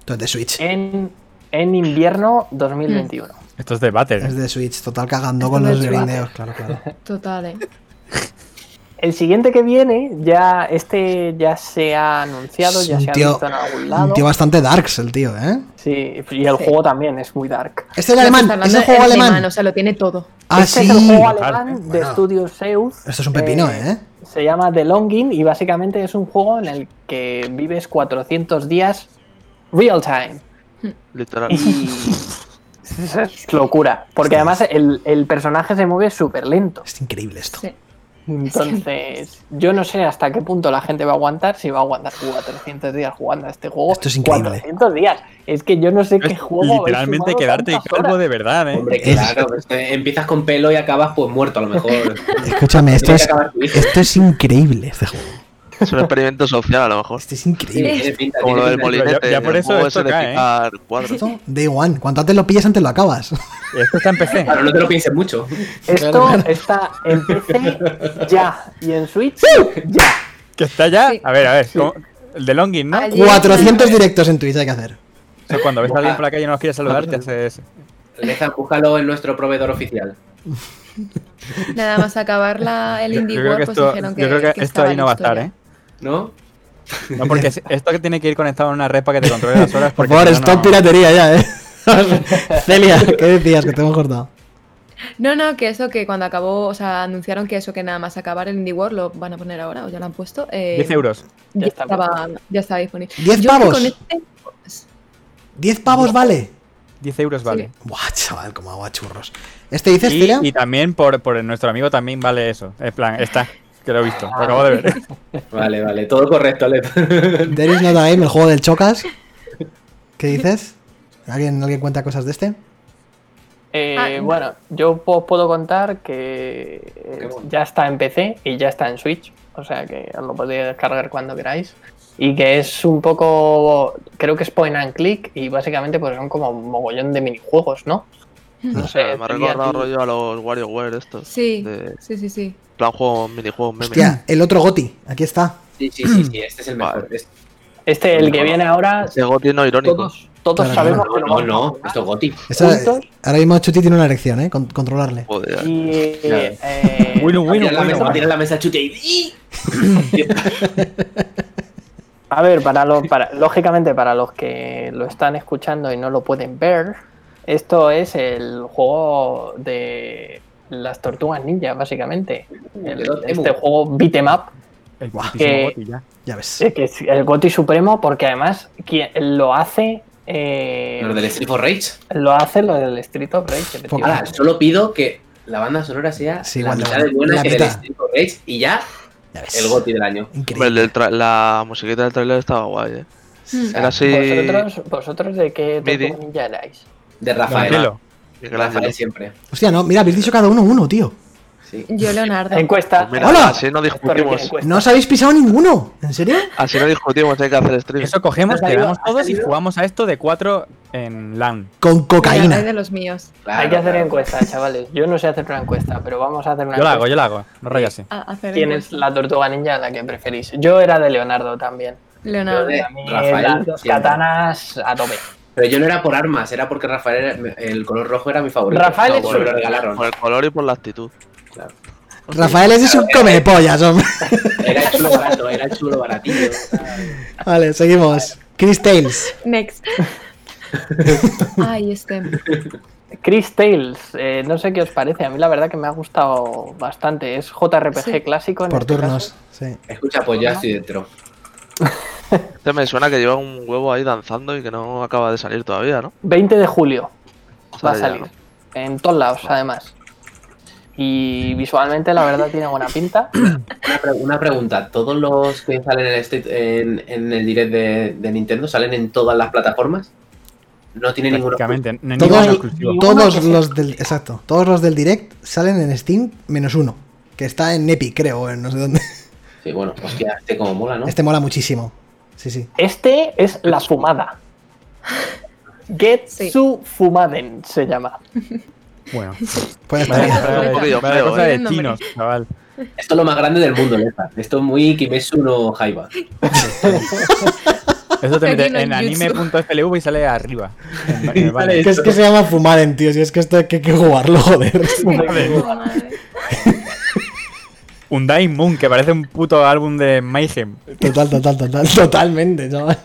Speaker 1: Esto es de Switch.
Speaker 6: Eh.
Speaker 5: en, en invierno 2021.
Speaker 6: esto es de Battle.
Speaker 1: Es de Switch. Total cagando
Speaker 4: Esto
Speaker 1: con
Speaker 4: no
Speaker 1: los
Speaker 4: es Switch.
Speaker 1: grindeos. Claro, claro.
Speaker 4: total, eh.
Speaker 5: El siguiente que viene, ya este ya se ha anunciado,
Speaker 1: Es
Speaker 5: ya
Speaker 1: un
Speaker 5: se ha
Speaker 1: tío-
Speaker 5: visto en algún
Speaker 1: Un
Speaker 5: lado.
Speaker 1: tío bastante darks el tío, ¿eh?
Speaker 5: Sí, y el
Speaker 4: Sí.
Speaker 5: juego también es muy dark.
Speaker 1: Este es el
Speaker 4: Lo que
Speaker 1: alemán.
Speaker 4: está
Speaker 1: Es
Speaker 4: hablando
Speaker 1: el juego
Speaker 4: es
Speaker 1: alemán.
Speaker 4: O sea, lo tiene todo.
Speaker 1: Ah,
Speaker 5: este
Speaker 1: sí.
Speaker 5: es el juego
Speaker 6: Local,
Speaker 5: alemán
Speaker 6: ¿eh?
Speaker 5: de
Speaker 1: Bueno.
Speaker 5: Studio Seuss.
Speaker 1: Esto es un pepino, ¿eh?
Speaker 5: Se llama The Longing y básicamente es un juego en el que vives 400 días
Speaker 1: [LAUGHS]
Speaker 5: real time. [LAUGHS]
Speaker 2: Literal.
Speaker 5: Y es locura. Porque además el, el personaje se mueve súper lento.
Speaker 1: Es increíble esto.
Speaker 4: Sí.
Speaker 5: Entonces, yo no sé hasta qué punto la gente va a aguantar si va a aguantar 400 días jugando a este juego.
Speaker 1: Esto es increíble.
Speaker 5: 400 días. Es que yo no sé qué
Speaker 6: Es
Speaker 5: juego. habéis
Speaker 6: literalmente
Speaker 5: jugado
Speaker 6: quedarte
Speaker 5: tantas
Speaker 6: calvo
Speaker 5: horas.
Speaker 6: de verdad, ¿eh?
Speaker 3: Hombre,
Speaker 1: Es-
Speaker 3: claro. pues, eh, empiezas con pelo y acabas pues muerto a lo [LAUGHS] mejor.
Speaker 1: [LAUGHS] Escúchame, esto
Speaker 3: Tienes
Speaker 1: es,
Speaker 3: que acabar tu [LAUGHS] hijo.
Speaker 1: esto es increíble, este juego.
Speaker 2: Es un experimento social, a lo mejor.
Speaker 1: Este es
Speaker 3: Sí,
Speaker 1: increíble.
Speaker 3: tiene pinta,
Speaker 2: Como
Speaker 3: tiene
Speaker 2: lo del
Speaker 3: pinta.
Speaker 2: molinete.
Speaker 6: ya- ya por
Speaker 2: el
Speaker 6: eso
Speaker 2: juego
Speaker 6: esto
Speaker 2: ese de
Speaker 6: cae, ¿eh?
Speaker 2: picar cuadros.
Speaker 1: Esto, da igual. Cuanto antes lo pillas, antes lo acabas.
Speaker 6: Esto está en PC.
Speaker 3: Claro, no te lo pienses mucho.
Speaker 5: Esto está en PC ya y en Switch ya.
Speaker 6: Que está ya.
Speaker 4: Sí.
Speaker 6: A ver, a ver. ¿cómo- El de Longing,
Speaker 1: [LAUGHS]
Speaker 6: ¿no?
Speaker 4: Ayer-
Speaker 1: 400 directos en Twitch hay que hacer.
Speaker 6: O sea, cuando ves a alguien por la calle y no los quieres saludar, te hace eso.
Speaker 3: Leza, búscalo en nuestro proveedor oficial.
Speaker 4: Nada más acabar la, el
Speaker 6: Yo,
Speaker 4: Indie
Speaker 6: yo creo
Speaker 4: World,
Speaker 6: que
Speaker 4: pues
Speaker 6: esto,
Speaker 4: dijeron que,
Speaker 6: yo creo que
Speaker 4: que
Speaker 6: esto
Speaker 4: estaba
Speaker 6: ahí no va a
Speaker 4: la
Speaker 6: estar, ¿eh?
Speaker 4: historia.
Speaker 3: ¿No?
Speaker 6: No, porque si- esto que tiene que ir conectado a una red para que te controle las
Speaker 1: [LAUGHS]
Speaker 6: horas.
Speaker 1: Por
Speaker 6: porque
Speaker 1: favor,
Speaker 6: si no,
Speaker 1: stop
Speaker 6: no-
Speaker 1: piratería ya,
Speaker 6: [LAUGHS]
Speaker 1: eh. Celia, ¿qué decías? Que te hemos cortado.
Speaker 4: No, no, que eso que cuando acabó, o sea, anunciaron que eso que nada más acabar el Indie World lo van a poner ahora, o ya lo han puesto. Eh,
Speaker 6: 10 euros.
Speaker 4: Ya,
Speaker 5: Ya está
Speaker 4: estaba, ya estaba disponible.
Speaker 1: ¿Diez
Speaker 4: Yo es que
Speaker 1: pavos?
Speaker 4: con este-
Speaker 1: ¿10 pavos vale?
Speaker 6: 10 euros vale.
Speaker 1: Buah, chaval, como agua churros. ¿Este dices,
Speaker 6: Y,
Speaker 1: Tira?
Speaker 6: y también por, por nuestro amigo también vale eso. En plan, está, que lo he visto, lo acabo de ver.
Speaker 3: Vale, vale, todo correcto, Lep.
Speaker 1: There is no time, el juego del chocas. ¿Qué dices? ¿Alguien, ¿Alguien cuenta cosas de este?
Speaker 5: Eh,
Speaker 4: Ah, no.
Speaker 5: bueno, yo os puedo contar que eh,
Speaker 3: Qué bueno.
Speaker 5: ya está en PC y ya está en Switch, o sea que os lo podéis descargar cuando queráis. Y que es un poco, creo que es point and click y básicamente pues son como un mogollón de minijuegos, ¿no? No
Speaker 2: Sí, Eh, me ha
Speaker 5: Celia,
Speaker 2: recordado
Speaker 5: tú-
Speaker 2: rollo a los WarioWare estos.
Speaker 4: Sí,
Speaker 2: De
Speaker 4: sí, sí, sí.
Speaker 2: plan juego, minijuegos, meme.
Speaker 1: Hostia, el otro Goti, aquí está.
Speaker 3: Sí, sí, sí, sí, este es el mejor.
Speaker 2: Vale.
Speaker 3: Es-
Speaker 5: Este, el que viene ahora,
Speaker 2: Ese goti no irónico.
Speaker 5: todos, todos
Speaker 1: Claro,
Speaker 5: sabemos
Speaker 3: No,
Speaker 5: que lo
Speaker 3: no,
Speaker 5: vamos a
Speaker 3: no,
Speaker 5: jugar.
Speaker 3: esto es Goti.
Speaker 1: Esa-
Speaker 5: ¿Juntos?
Speaker 1: ahora mismo Chuti tiene una elección, ¿eh? Con- controlarle.
Speaker 2: Joder.
Speaker 5: Y, eh,
Speaker 6: Winu,
Speaker 3: Tira
Speaker 6: winu,
Speaker 3: la
Speaker 6: winu.
Speaker 3: mesa, tira la mesa, chute [LAUGHS] y...
Speaker 5: A ver, para los, para, lógicamente para los que lo están escuchando y no lo pueden ver, esto es el juego de las tortugas ninja, básicamente. El-
Speaker 3: de Dotemu.
Speaker 5: este juego beat'em up,
Speaker 6: El
Speaker 1: Guau.
Speaker 6: putísimo
Speaker 5: Que-
Speaker 6: Gotti, ya.
Speaker 1: Ya ves.
Speaker 5: eh, que es el goti supremo, porque además quien lo hace eh,
Speaker 3: Los del Street Ah, for Rage.
Speaker 5: lo hace lo del Street of Rage, efectivamente.
Speaker 3: Ahora, solo pido que la banda sonora sea
Speaker 1: Sí,
Speaker 3: la
Speaker 1: igual,
Speaker 3: mitad
Speaker 1: la-
Speaker 3: de buena
Speaker 1: la
Speaker 3: que
Speaker 1: mitad.
Speaker 3: del Street for Rage y ya
Speaker 1: Ya ves.
Speaker 3: el Goti del año.
Speaker 2: Hombre,
Speaker 1: Increíble.
Speaker 2: el del tra- la musiquita del trailer estaba guay, eh.
Speaker 4: Mm.
Speaker 2: Era así.
Speaker 5: ¿Vosotros, ¿Vosotros de qué
Speaker 2: Midi.
Speaker 5: tortugas ninja erais?
Speaker 3: De Rafael.
Speaker 6: Tranquilo.
Speaker 3: Rafael
Speaker 2: Gracias.
Speaker 3: siempre.
Speaker 1: Hostia, no, mira, habéis dicho cada uno uno, tío.
Speaker 3: Sí.
Speaker 4: Yo, Leonardo.
Speaker 5: Encuesta.
Speaker 2: Mira,
Speaker 1: ¡Hola!
Speaker 2: así no
Speaker 5: Esto requiere
Speaker 2: discutimos.
Speaker 5: encuesta.
Speaker 1: No os habéis pisado ninguno. ¿En serio?
Speaker 2: Así no discutimos, hay que hacer stream.
Speaker 6: Eso cogemos,
Speaker 5: Ha salido-
Speaker 6: quedamos
Speaker 5: ha
Speaker 6: todos y
Speaker 5: salido-
Speaker 6: jugamos a esto de 4 en LAN.
Speaker 1: Con
Speaker 4: Hay
Speaker 1: cocaína.
Speaker 4: de los míos.
Speaker 3: Claro,
Speaker 5: Hay que hacer
Speaker 3: claro.
Speaker 5: encuestas, chavales. Yo no sé hacer una encuesta, pero vamos a hacer una
Speaker 6: Yo la
Speaker 5: encuesta.
Speaker 6: hago, yo la hago. No rayase.
Speaker 4: A hacer
Speaker 5: ¿Quién es
Speaker 4: encuesta.
Speaker 5: la tortuga ninja la que preferís? Yo era de Leonardo también.
Speaker 4: Leonardo.
Speaker 3: Yo de-
Speaker 5: A mí
Speaker 3: Rafael,
Speaker 5: las dos
Speaker 3: siempre.
Speaker 5: katanas a tope.
Speaker 3: Pero yo no era por armas, era porque Rafael, era- el color rojo era mi favorito.
Speaker 5: Rafael
Speaker 3: No,
Speaker 5: es
Speaker 3: porque
Speaker 5: un-
Speaker 3: me lo regalaron.
Speaker 2: Por el color y por la actitud.
Speaker 3: claro.
Speaker 1: Rafael ese es
Speaker 5: Eh,
Speaker 1: un comepollas, hombre. [LAUGHS]
Speaker 3: Era chulo barato, era chulo baratillo.
Speaker 1: Vale, seguimos. Chris Tales.
Speaker 4: Next.
Speaker 5: [LAUGHS]
Speaker 4: Ay, este.
Speaker 5: Chris Tales, eh, no sé qué os parece. A mí la verdad que me ha gustado bastante. Es JRPG
Speaker 4: Sí.
Speaker 5: clásico. en
Speaker 1: Por
Speaker 5: este
Speaker 1: turnos.
Speaker 5: caso.
Speaker 1: Sí.
Speaker 3: Escucha, pues ya estoy dentro.
Speaker 2: Este me suena que lleva un huevo ahí danzando y que no acaba de salir todavía, ¿no?
Speaker 5: 20 de julio va a
Speaker 2: Sale ya,
Speaker 5: salir. En todos lados, además. Y visualmente la verdad tiene buena pinta.
Speaker 3: Una, pre- una pregunta, ¿todos los que salen en el, street- en, en el direct de, de Nintendo salen en todas las plataformas? No tiene ninguno.
Speaker 6: Prácticamente. No hay
Speaker 1: Todo
Speaker 6: ningún
Speaker 1: el-
Speaker 6: exclusivo.
Speaker 5: Y uno que
Speaker 1: Todos
Speaker 5: se-
Speaker 1: los del. Exacto. Todos los del direct salen en Steam menos uno. Que está en Epic, creo, o en no sé dónde.
Speaker 3: Sí, bueno, hostia, este como mola, ¿no?
Speaker 1: Este mola muchísimo. Sí, sí.
Speaker 5: Este es la fumada. Getsu
Speaker 4: Sí.
Speaker 5: Fumaden se llama.
Speaker 6: Bueno.
Speaker 1: Pues ya
Speaker 5: [LAUGHS]
Speaker 6: Vaya,
Speaker 1: está.
Speaker 6: vaya-
Speaker 2: Jodido,
Speaker 6: vaya
Speaker 2: feo,
Speaker 4: eh.
Speaker 6: cosa de
Speaker 4: Tremendo,
Speaker 6: chinos, chaval.
Speaker 3: Esto es lo más grande del mundo, Leza. Esto es muy Kimetsu no Jaiba.
Speaker 6: Eso te mete
Speaker 4: Aquí no
Speaker 6: en
Speaker 4: hay jutsu.
Speaker 6: anime.flv y sale arriba. En- en- vale.
Speaker 1: Que es que se llama Fumaren, tío. Si es que esto hay que que jugarlo, [LAUGHS] joder.
Speaker 4: Madre.
Speaker 6: Un Dying Moon, que parece un puto álbum de Mayhem.
Speaker 1: Total, total, total. Totalmente, chaval.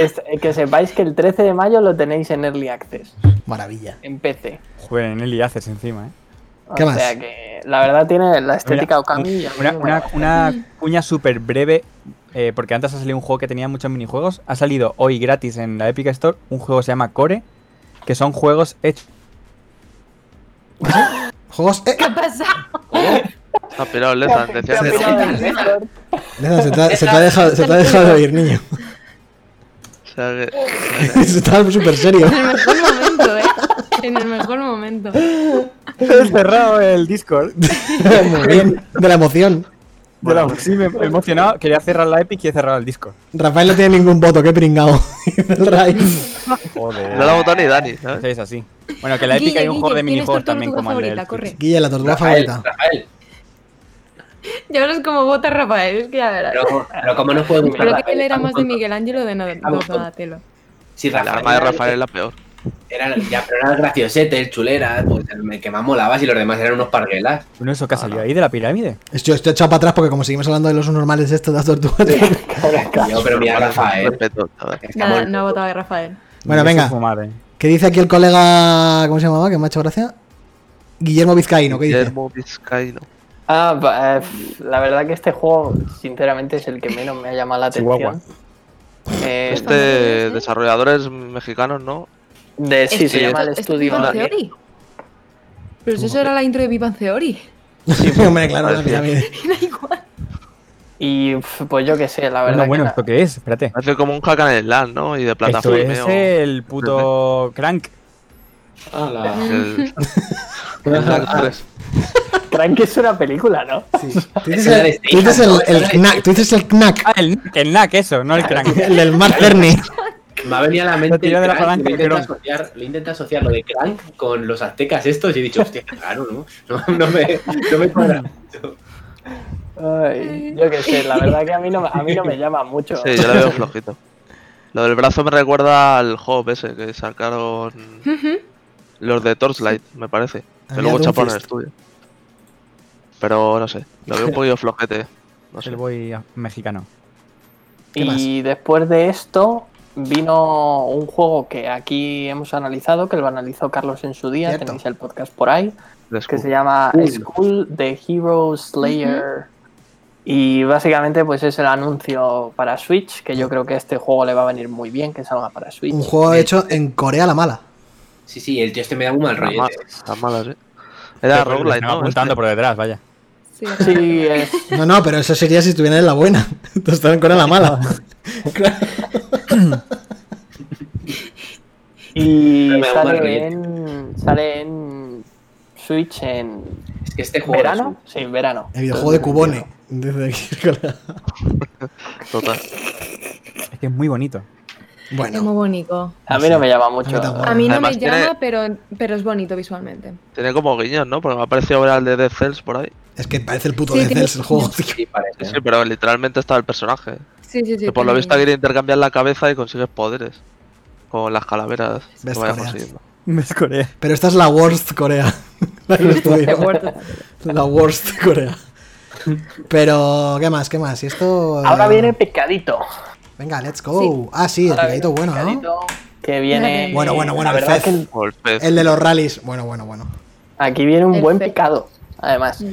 Speaker 5: Es- eh, que sepáis que el 13 de mayo lo tenéis en Early Access,
Speaker 1: Maravilla.
Speaker 5: en PC.
Speaker 6: Joder, en Eli haces encima, eh.
Speaker 5: O
Speaker 1: ¿Qué
Speaker 5: sea
Speaker 1: más?
Speaker 5: que la verdad tiene la estética
Speaker 6: Mira,
Speaker 5: Okami. y a mí
Speaker 6: Una,
Speaker 5: me
Speaker 6: una,
Speaker 5: gusta.
Speaker 6: una cuña súper breve, eh, porque antes ha salido un juego que tenía muchos minijuegos. Ha salido hoy gratis en la Epic Store un juego que se llama Core, que son juegos
Speaker 4: [LAUGHS]
Speaker 6: hechos. [LAUGHS]
Speaker 1: Juegos. Eh,
Speaker 4: ¿Qué pasa?
Speaker 2: Se ha pirado el Lezan, decía que no.
Speaker 5: Pero, Néstor,
Speaker 1: Lezan, se te ha, se te ha dejado, se te ha dejado de oír, niño. [LAUGHS]
Speaker 2: O sea que.
Speaker 1: Se está súper serio.
Speaker 4: [LAUGHS] En el mejor momento, ¿eh? En el mejor momento.
Speaker 6: He cerrado el Discord. [LAUGHS]
Speaker 1: Muy bien. De la emoción.
Speaker 6: Bueno, sí, me he emocionado. Quería cerrar la Epic y he cerrado el Discord.
Speaker 1: Rafael no tiene ningún voto, qué pringao. [LAUGHS] El Raif.
Speaker 2: No
Speaker 6: Joder.
Speaker 2: la votó ni Dani, ¿sabes?
Speaker 6: Es así. Bueno, que en la Epic
Speaker 4: Guille,
Speaker 6: hay un juego
Speaker 4: Guille,
Speaker 6: de
Speaker 4: ¿quién es tu
Speaker 6: minijuegos también
Speaker 4: tortuga
Speaker 6: como el
Speaker 4: favorita?
Speaker 6: del
Speaker 4: Corre.
Speaker 1: Guille, la tortuga
Speaker 3: Rafael,
Speaker 1: favorita.
Speaker 3: Rafael.
Speaker 4: Ya verás cómo vota Rafael, es que ya verás.
Speaker 3: Pero, pero como no puede gustar
Speaker 4: Creo que
Speaker 3: Rafael,
Speaker 4: él era
Speaker 3: estamos
Speaker 4: más de
Speaker 3: tontos.
Speaker 4: Miguel Ángelo de no
Speaker 3: Estamos
Speaker 4: de Donatello.
Speaker 3: Sí,
Speaker 2: El
Speaker 3: Rafael.
Speaker 2: arma de Rafael es la peor.
Speaker 3: Era, ya, pero era el graciosete, el chulera, pues el que más molaba si los demás eran unos parguelas.
Speaker 6: Uno eso que ha
Speaker 2: Ah,
Speaker 6: salido
Speaker 2: no.
Speaker 6: ahí de la pirámide.
Speaker 1: Estoy, estoy echado para atrás porque como seguimos hablando de los normales estos de las tortugas.
Speaker 3: Yo, pero mira, Rafael.
Speaker 2: Respeto, ¿sabes?
Speaker 4: Nada, no ha votado de Rafael.
Speaker 1: Bueno,
Speaker 6: Y eso
Speaker 1: venga.
Speaker 6: es fumar, eh.
Speaker 1: [LAUGHS] ¿Qué dice aquí el colega? ¿Cómo se llamaba? Que me ha hecho gracia. Guillermo Vizcaíno, ¿qué dice?
Speaker 2: Guillermo Vizcaíno.
Speaker 5: Ah, va, eh, pf, la verdad que este juego, sinceramente, es el que menos me ha llamado la atención.
Speaker 6: Chihuahua.
Speaker 4: Este
Speaker 5: Eh,
Speaker 2: Este desarrolladores mexicanos, ¿no?
Speaker 5: De, sí, se
Speaker 2: Sí,
Speaker 5: llama el
Speaker 4: ¿Esto es
Speaker 5: estudio.
Speaker 4: Big Bang
Speaker 5: Dani.
Speaker 4: Theory? Pero si eso era la intro de Big Bang [LAUGHS] Theory.
Speaker 1: [LAUGHS] Hombre, claro, la pirámide.
Speaker 4: Da igual.
Speaker 5: Y uf, pues yo qué sé, la verdad.
Speaker 6: Bueno, bueno,
Speaker 5: que
Speaker 6: ¿esto qué es? Espérate.
Speaker 2: Hace como un hack and slash, ¿no? Y de
Speaker 6: Esto
Speaker 2: plataforma.
Speaker 6: es eh, el puto crank.
Speaker 3: Ala.
Speaker 2: El, [LAUGHS] el Knack 3.
Speaker 5: na- Crank es una película, ¿no?
Speaker 1: Sí. Tú
Speaker 3: Es
Speaker 1: dices
Speaker 3: una
Speaker 1: el-
Speaker 3: de
Speaker 1: tú dices el, el
Speaker 3: Station,
Speaker 1: knack, tú dices el knack,
Speaker 6: [LAUGHS] Ah, el, el knack, eso, no el
Speaker 1: [LAUGHS]
Speaker 6: crank.
Speaker 1: el del Mark Cerny.
Speaker 3: Me ha venido a la
Speaker 6: La
Speaker 3: mente.
Speaker 6: tira
Speaker 3: el
Speaker 6: de la
Speaker 3: Crank,
Speaker 6: palanca
Speaker 3: lo
Speaker 6: de
Speaker 3: intenta
Speaker 6: Cron.
Speaker 3: asociar, lo intenta asociar lo de Crank con los aztecas estos y he dicho, hostia, qué raro, ¿no? No, no me, no me cuadra.
Speaker 5: Ay, yo qué sé, la verdad que a mí no, me- a mí no
Speaker 6: [LAUGHS]
Speaker 5: me llama mucho.
Speaker 2: Sí, yo lo veo flojito. Lo del brazo me recuerda al Hob ese que sacaron los de Torchlight, me parece. Que
Speaker 1: Había
Speaker 2: luego chaparon el
Speaker 1: Doomfist.
Speaker 2: estudio. Pero no sé, lo veo un poquillo flojete. No sé.
Speaker 6: El boy mexicano.
Speaker 1: ¿Qué más?
Speaker 5: Y después de esto vino un juego que aquí hemos analizado, que lo analizó Carlos en su día,
Speaker 1: Cierto.
Speaker 5: tenéis el podcast por ahí,
Speaker 2: Les-
Speaker 5: que se llama
Speaker 3: Cool.
Speaker 5: School the Hero Slayer. Y básicamente pues es el anuncio para Switch, que yo creo que este juego le va a venir muy bien, que salga para Switch.
Speaker 1: Un juego hecho en Corea la mala.
Speaker 3: Sí, sí, el tío este me da un mal
Speaker 2: Las
Speaker 3: rollo.
Speaker 2: malas, las malas, eh. Era
Speaker 6: Pero
Speaker 2: roguelite,
Speaker 6: estaba
Speaker 2: ¿no?
Speaker 6: apuntando
Speaker 2: Este.
Speaker 6: por detrás, vaya.
Speaker 4: Sí,
Speaker 5: Sí, eh, es,
Speaker 1: No, no, pero eso sería si estuviera en la buena. [LAUGHS] Tú estás en Corea la mala.
Speaker 5: [LAUGHS] y
Speaker 3: Me da un mal
Speaker 5: sale
Speaker 3: rollete.
Speaker 5: en, sale en Switch en
Speaker 3: Es que este juego.
Speaker 5: verano. Sí, en verano.
Speaker 1: El videojuego de Cubone. Desde aquí, Corea.
Speaker 2: Este, Total.
Speaker 6: Es que es muy bonito. [LAUGHS]
Speaker 4: Es muy
Speaker 1: Bueno,
Speaker 4: bonito.
Speaker 5: A mí no me llama mucho.
Speaker 1: A mí tampoco.
Speaker 4: A mí no
Speaker 2: Además
Speaker 4: me
Speaker 2: tiene-
Speaker 4: llama, pero, pero es bonito visualmente.
Speaker 2: Tiene como guiños, ¿no? Porque me ha parecido ver al de Dead Cells por ahí.
Speaker 1: es que parece el puto
Speaker 4: Sí,
Speaker 1: de
Speaker 4: tiene-
Speaker 1: Cells el juego.
Speaker 3: es- Sí, parece.
Speaker 2: Sí, sí, pero literalmente está el personaje.
Speaker 4: Sí, sí, sí.
Speaker 2: que por lo
Speaker 4: tiene-
Speaker 2: visto quiere intercambiar la cabeza y consigues poderes. Con las calaveras que
Speaker 1: Ves
Speaker 2: vaya
Speaker 1: Corea.
Speaker 2: consiguiendo.
Speaker 6: Es Corea.
Speaker 1: Pero esta es la worst Corea. [LAUGHS] La que os
Speaker 4: De
Speaker 1: digo.
Speaker 4: acuerdo.
Speaker 1: La worst Corea. Pero, ¿qué más? ¿Qué más? Y esto.
Speaker 5: Ahora
Speaker 1: eh,
Speaker 5: viene picadito.
Speaker 1: Venga, let's go. Ah, sí, el
Speaker 5: Ahora
Speaker 1: picadito
Speaker 5: viene
Speaker 1: bueno, ¿no?
Speaker 5: picadito, Que viene.
Speaker 1: Bueno, bueno, bueno,
Speaker 5: La
Speaker 1: el
Speaker 5: verdad
Speaker 1: Fez.
Speaker 5: que el-
Speaker 2: O el pez.
Speaker 1: El de los rallies. Bueno, bueno, bueno.
Speaker 5: aquí viene un
Speaker 4: El
Speaker 5: buen
Speaker 4: Fez.
Speaker 5: picado. Además,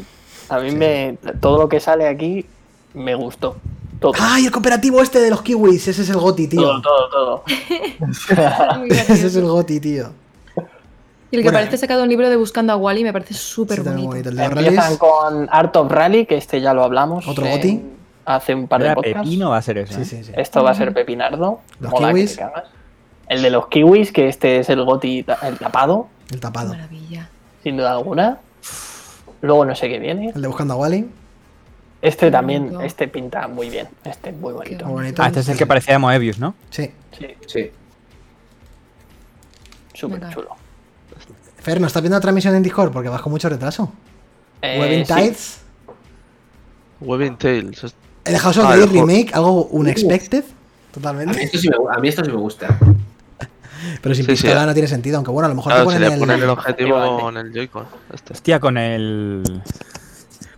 Speaker 5: a mí me. Todo lo que sale aquí me gustó. Todo.
Speaker 1: ¡Ay, el cooperativo este de los kiwis! Ese es el goti, tío.
Speaker 5: todo, todo, todo.
Speaker 4: Muy
Speaker 1: Ese es el
Speaker 4: gracioso.
Speaker 1: goti, tío.
Speaker 4: Y el que
Speaker 1: Bueno.
Speaker 4: parece sacado un libro de Buscando a Wally me parece súper
Speaker 1: Sí, también
Speaker 4: bonito.
Speaker 1: El de los
Speaker 5: Empiezan
Speaker 1: rallies.
Speaker 5: con Art of Rally, que este ya lo hablamos.
Speaker 1: ¿Otro
Speaker 5: en-
Speaker 1: goti?
Speaker 5: Hace un par de
Speaker 6: Era
Speaker 5: podcasts.
Speaker 6: pepino va a ser eso.
Speaker 1: Sí,
Speaker 6: ¿eh?
Speaker 1: sí, sí.
Speaker 5: Esto va a ser Pepinardo.
Speaker 1: Los
Speaker 5: Mola que te
Speaker 1: kiwis.
Speaker 5: cagas. El de los kiwis, que este es el goti ta- el tapado,
Speaker 1: El
Speaker 4: Qué
Speaker 1: tapado.
Speaker 4: maravilla.
Speaker 5: sin duda alguna. Luego no sé qué viene.
Speaker 1: El de buscando a Wally.
Speaker 5: Este
Speaker 4: Qué
Speaker 5: también,
Speaker 4: bonito.
Speaker 5: este pinta muy bien. Este es muy bonito.
Speaker 1: Muy bonito.
Speaker 6: Ah, este es el que parecía de Moebius, ¿no?
Speaker 1: Sí.
Speaker 5: Sí,
Speaker 3: Sí.
Speaker 5: súper
Speaker 4: Venga.
Speaker 5: chulo.
Speaker 1: Fer, ¿no estás viendo la transmisión en Discord? Porque vas con mucho retraso.
Speaker 5: Eh,
Speaker 1: Webbing
Speaker 5: sí.
Speaker 1: Tides.
Speaker 2: Webbing Tales. es-
Speaker 1: El House of
Speaker 2: Ah,
Speaker 1: the
Speaker 2: el
Speaker 1: Dead
Speaker 2: juego. Uh.
Speaker 1: Remake. Algo unexpected.
Speaker 3: A mí,
Speaker 1: Totalmente.
Speaker 3: esto sí me, gu- a mí esto sí me gusta.
Speaker 1: Pero sin
Speaker 2: Sí, sí.
Speaker 1: pistola no tiene sentido. Aunque bueno, a lo mejor te
Speaker 2: Claro, si
Speaker 1: ponen
Speaker 2: le
Speaker 1: el.
Speaker 2: ponen el objetivo
Speaker 5: Efectivamente.
Speaker 2: con el Joy-Con. Este.
Speaker 6: Hostia, con el.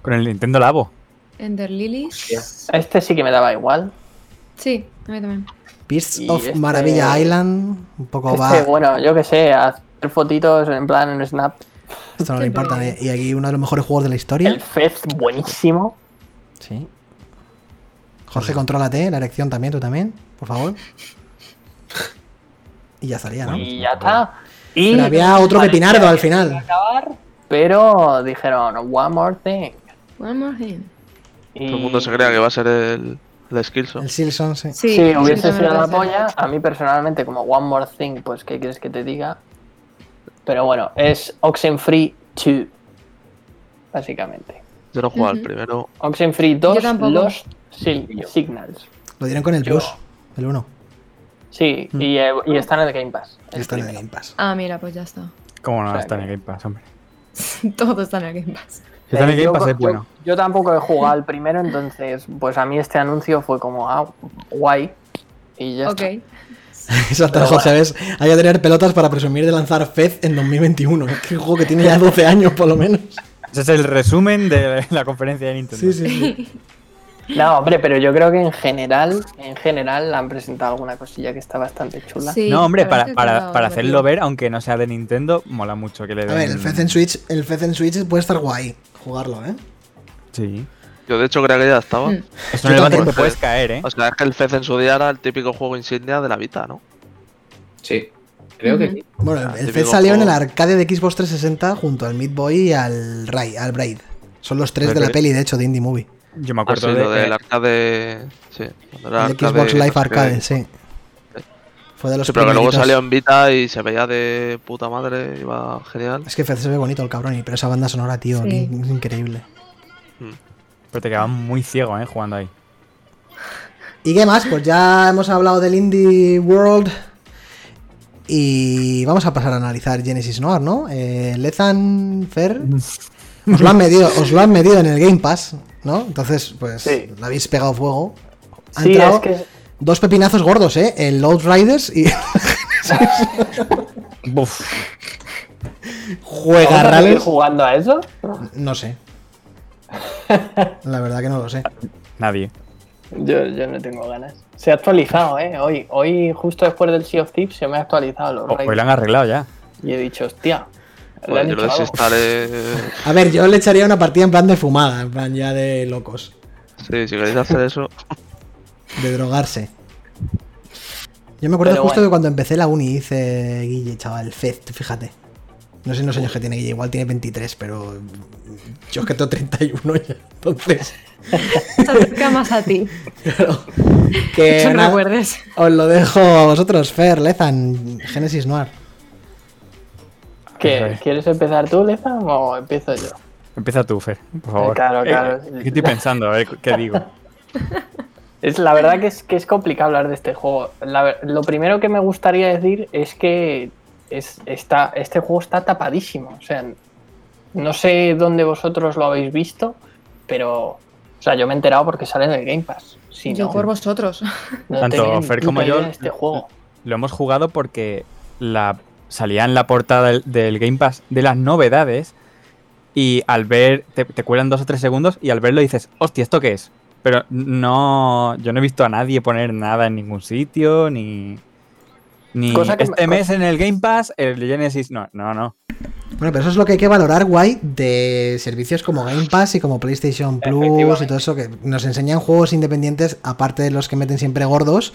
Speaker 6: Con el Nintendo Labo.
Speaker 4: Ender Lilies.
Speaker 3: Hostia.
Speaker 5: Este sí que me daba igual.
Speaker 4: Sí, a mí también.
Speaker 1: Beasts
Speaker 5: Y
Speaker 1: of
Speaker 5: este-
Speaker 1: Maravilla Island. Un poco Pues va.
Speaker 5: Este, bueno, yo qué sé, hacer fotitos en plan en Snap.
Speaker 1: Esto no le importa. a nadie. Y aquí uno de los mejores juegos de la
Speaker 5: este El
Speaker 1: historia.
Speaker 5: Fez buenísimo.
Speaker 1: Sí. Jorge, contrólate. La erección también, tú también. Por
Speaker 5: [LAUGHS]
Speaker 1: favor. Y ya estaría, ¿no?
Speaker 5: Y ya está. Y
Speaker 1: Pero había otro
Speaker 5: parecía
Speaker 1: pepinardo al
Speaker 5: que iba a
Speaker 1: final.
Speaker 5: acabar, pero dijeron, one more thing.
Speaker 4: One more thing.
Speaker 5: Y-
Speaker 2: Todo el mundo se crea que va a ser el, el Skillson.
Speaker 1: El Silson, sí.
Speaker 4: Sí,
Speaker 5: Sí, hubiese
Speaker 4: también
Speaker 5: sido
Speaker 4: lo
Speaker 5: la
Speaker 4: sé.
Speaker 5: polla. A mí personalmente, como One More Thing, pues ¿qué quieres que te diga? Pero bueno, es Oxenfree 2, básicamente.
Speaker 2: Yo no he jugado al
Speaker 4: Ujú.
Speaker 2: primero.
Speaker 5: Oxenfree
Speaker 4: Yo
Speaker 5: 2,
Speaker 4: tampoco.
Speaker 5: Lost Sil- Signals.
Speaker 1: Lo dieron con el
Speaker 5: Yo-
Speaker 1: Plus. El 1.
Speaker 5: Sí, y, eh, y está en el Game Pass. el
Speaker 1: Mm. Está en el
Speaker 5: primero.
Speaker 1: Game
Speaker 5: [LAUGHS]
Speaker 1: Pass. [LAUGHS]
Speaker 4: Ah, mira, pues ya está. [LAUGHS]
Speaker 6: ¿Cómo no
Speaker 5: O sea,
Speaker 6: está en el
Speaker 5: que-
Speaker 6: Game Pass, hombre?
Speaker 1: Eh,
Speaker 4: Todo está en el Game Pass.
Speaker 6: Si está en el
Speaker 5: Eh,
Speaker 6: Game
Speaker 5: yo-
Speaker 6: Pass es
Speaker 5: yo-
Speaker 6: bueno.
Speaker 5: Yo tampoco he jugado al primero, entonces, pues a mí este anuncio fue como, ah, guay. Y ya
Speaker 4: Ok.
Speaker 5: está.
Speaker 1: Exacto,
Speaker 5: Pero
Speaker 1: José, ¿ves? Hay que tener pelotas para presumir de lanzar Fez en 2021. Es que es un juego que tiene ya 12 años, por lo menos.
Speaker 6: Ese es el resumen de [LAUGHS] la conferencia de Nintendo.
Speaker 1: Sí, sí,
Speaker 2: [LAUGHS]
Speaker 1: sí.
Speaker 5: No, hombre, pero yo creo que en general, en general han presentado alguna cosilla que está bastante chula.
Speaker 4: Sí,
Speaker 6: no, hombre,
Speaker 4: la verdad
Speaker 6: para,
Speaker 4: es que
Speaker 6: para,
Speaker 4: quedaba
Speaker 6: para hacerlo
Speaker 4: divertido.
Speaker 6: ver, aunque no sea de Nintendo, mola mucho que le den.
Speaker 1: A ver, el Fez en Switch, el Fez en Switch puede estar guay jugarlo, ¿eh?
Speaker 6: Sí.
Speaker 2: Yo de hecho creía que ya estaba.
Speaker 4: Mm.
Speaker 6: Eso en
Speaker 1: también.
Speaker 6: el Battle te puedes caer, ¿eh?
Speaker 2: O sea, es que el Fez en su día era el típico juego insignia de la Vita, ¿no?
Speaker 3: Sí. Creo que
Speaker 4: Ujú.
Speaker 3: sí.
Speaker 1: Bueno,
Speaker 2: Ah,
Speaker 1: el
Speaker 2: te
Speaker 1: Fed
Speaker 2: digo,
Speaker 1: salió en el
Speaker 2: por-
Speaker 1: arcade de Xbox 360 junto al Meat Boy y al, Ray, al Braid. Son los tres de la
Speaker 6: Pero-
Speaker 1: peli, de hecho, de Indie Movie.
Speaker 6: Yo me
Speaker 2: Ah,
Speaker 6: acuerdo
Speaker 2: sí,
Speaker 6: de
Speaker 2: lo
Speaker 6: que-
Speaker 2: del arcade. Sí, cuando era
Speaker 1: El
Speaker 2: Ah, arcade,
Speaker 1: Xbox
Speaker 2: no
Speaker 1: Live
Speaker 2: sé qué.
Speaker 1: Arcade, sí. Fue de los
Speaker 2: Sí, pero que luego
Speaker 1: primeritos.
Speaker 2: salió en Vita y se veía de puta madre, iba genial.
Speaker 1: Es que Fed se ve bonito el cabrón, y- pero esa banda sonora, tío,
Speaker 4: Sí.
Speaker 1: que es increíble.
Speaker 6: Pero te quedabas muy ciego, ¿eh? Jugando ahí.
Speaker 1: ¿Y qué más? Pues ya hemos hablado del Indie World. Y vamos a pasar a analizar Genesis Noir, ¿no? Eh, Lezan, Fer. Os lo, han medido, os lo han medido en el Game Pass, ¿no? Entonces, pues
Speaker 5: Sí.
Speaker 1: lo habéis pegado fuego. Ha
Speaker 5: Sí,
Speaker 1: entrado
Speaker 5: es que
Speaker 1: dos pepinazos gordos, ¿eh? El Load Riders
Speaker 5: [LAUGHS]
Speaker 1: y.
Speaker 6: Buf.
Speaker 1: Juega
Speaker 5: ¿vamos a seguir jugando a eso?
Speaker 1: No sé. La verdad que no lo sé.
Speaker 6: Nadie.
Speaker 5: Yo, yo no tengo ganas. Se ha actualizado, ¿eh? Hoy, hoy justo después del Sea of Tips, se me ha actualizado los
Speaker 6: Oh, Hoy
Speaker 5: raids.
Speaker 6: lo han arreglado ya.
Speaker 5: Y he dicho, hostia. le
Speaker 2: Bueno,
Speaker 5: han
Speaker 2: yo lo
Speaker 5: hecho algo.
Speaker 2: desinstalé.
Speaker 1: A ver, yo le echaría una partida en plan de fumada, en plan ya de locos,
Speaker 2: Sí, si queréis hacer
Speaker 5: [LAUGHS]
Speaker 2: eso.
Speaker 1: de drogarse. Yo me acuerdo
Speaker 5: Pero
Speaker 1: justo
Speaker 5: bueno.
Speaker 1: que cuando empecé la uni hice Guille, chaval, Fez, tú fíjate. No sé en los años que tiene Guille, igual tiene 23, pero yo es que tengo 31 ya, entonces.
Speaker 4: Se acerca más a
Speaker 6: [LAUGHS]
Speaker 4: ti.
Speaker 1: Claro. Que
Speaker 4: no
Speaker 1: nada,
Speaker 4: recuerdes.
Speaker 1: os lo dejo a vosotros, Fer, Lezan, Genesis Noir.
Speaker 6: Vamos a
Speaker 5: ¿Qué?
Speaker 6: ver.
Speaker 5: ¿Quieres empezar tú, Lezam, o empiezo yo?
Speaker 6: Empieza tú, Fer, por favor.
Speaker 5: claro, claro.
Speaker 6: Eh, ¿Qué estoy pensando? A ver qué digo.
Speaker 5: Es, la verdad que es, que es complicado hablar de este juego. La ver- lo primero que me gustaría decir es que es, está, este juego está tapadísimo. O sea, no sé dónde vosotros lo habéis visto, pero... O sea, yo me he enterado porque sale en el Game Pass. Si
Speaker 4: Yo
Speaker 5: no,
Speaker 4: por vosotros.
Speaker 5: no
Speaker 6: Tanto
Speaker 5: tenía ni
Speaker 6: Fer
Speaker 5: puta
Speaker 6: como yo-
Speaker 5: idea de este juego.
Speaker 6: Lo hemos jugado porque la, salía en la portada del, del Game Pass de las novedades y al ver, te, te cuelan dos o tres segundos y al verlo dices, hostia, ¿esto qué es? Pero no, yo no he visto a nadie poner nada en ningún sitio, ni... Ni
Speaker 5: Cosa que me-
Speaker 6: este mes en el Game Pass, el Genesis... No, no, no.
Speaker 1: Bueno, pero eso es lo que hay que valorar, guay, de servicios como Game Pass y como PlayStation Plus y
Speaker 5: Efectivamente.
Speaker 1: todo eso, que nos enseñan juegos independientes, aparte de los que meten siempre gordos,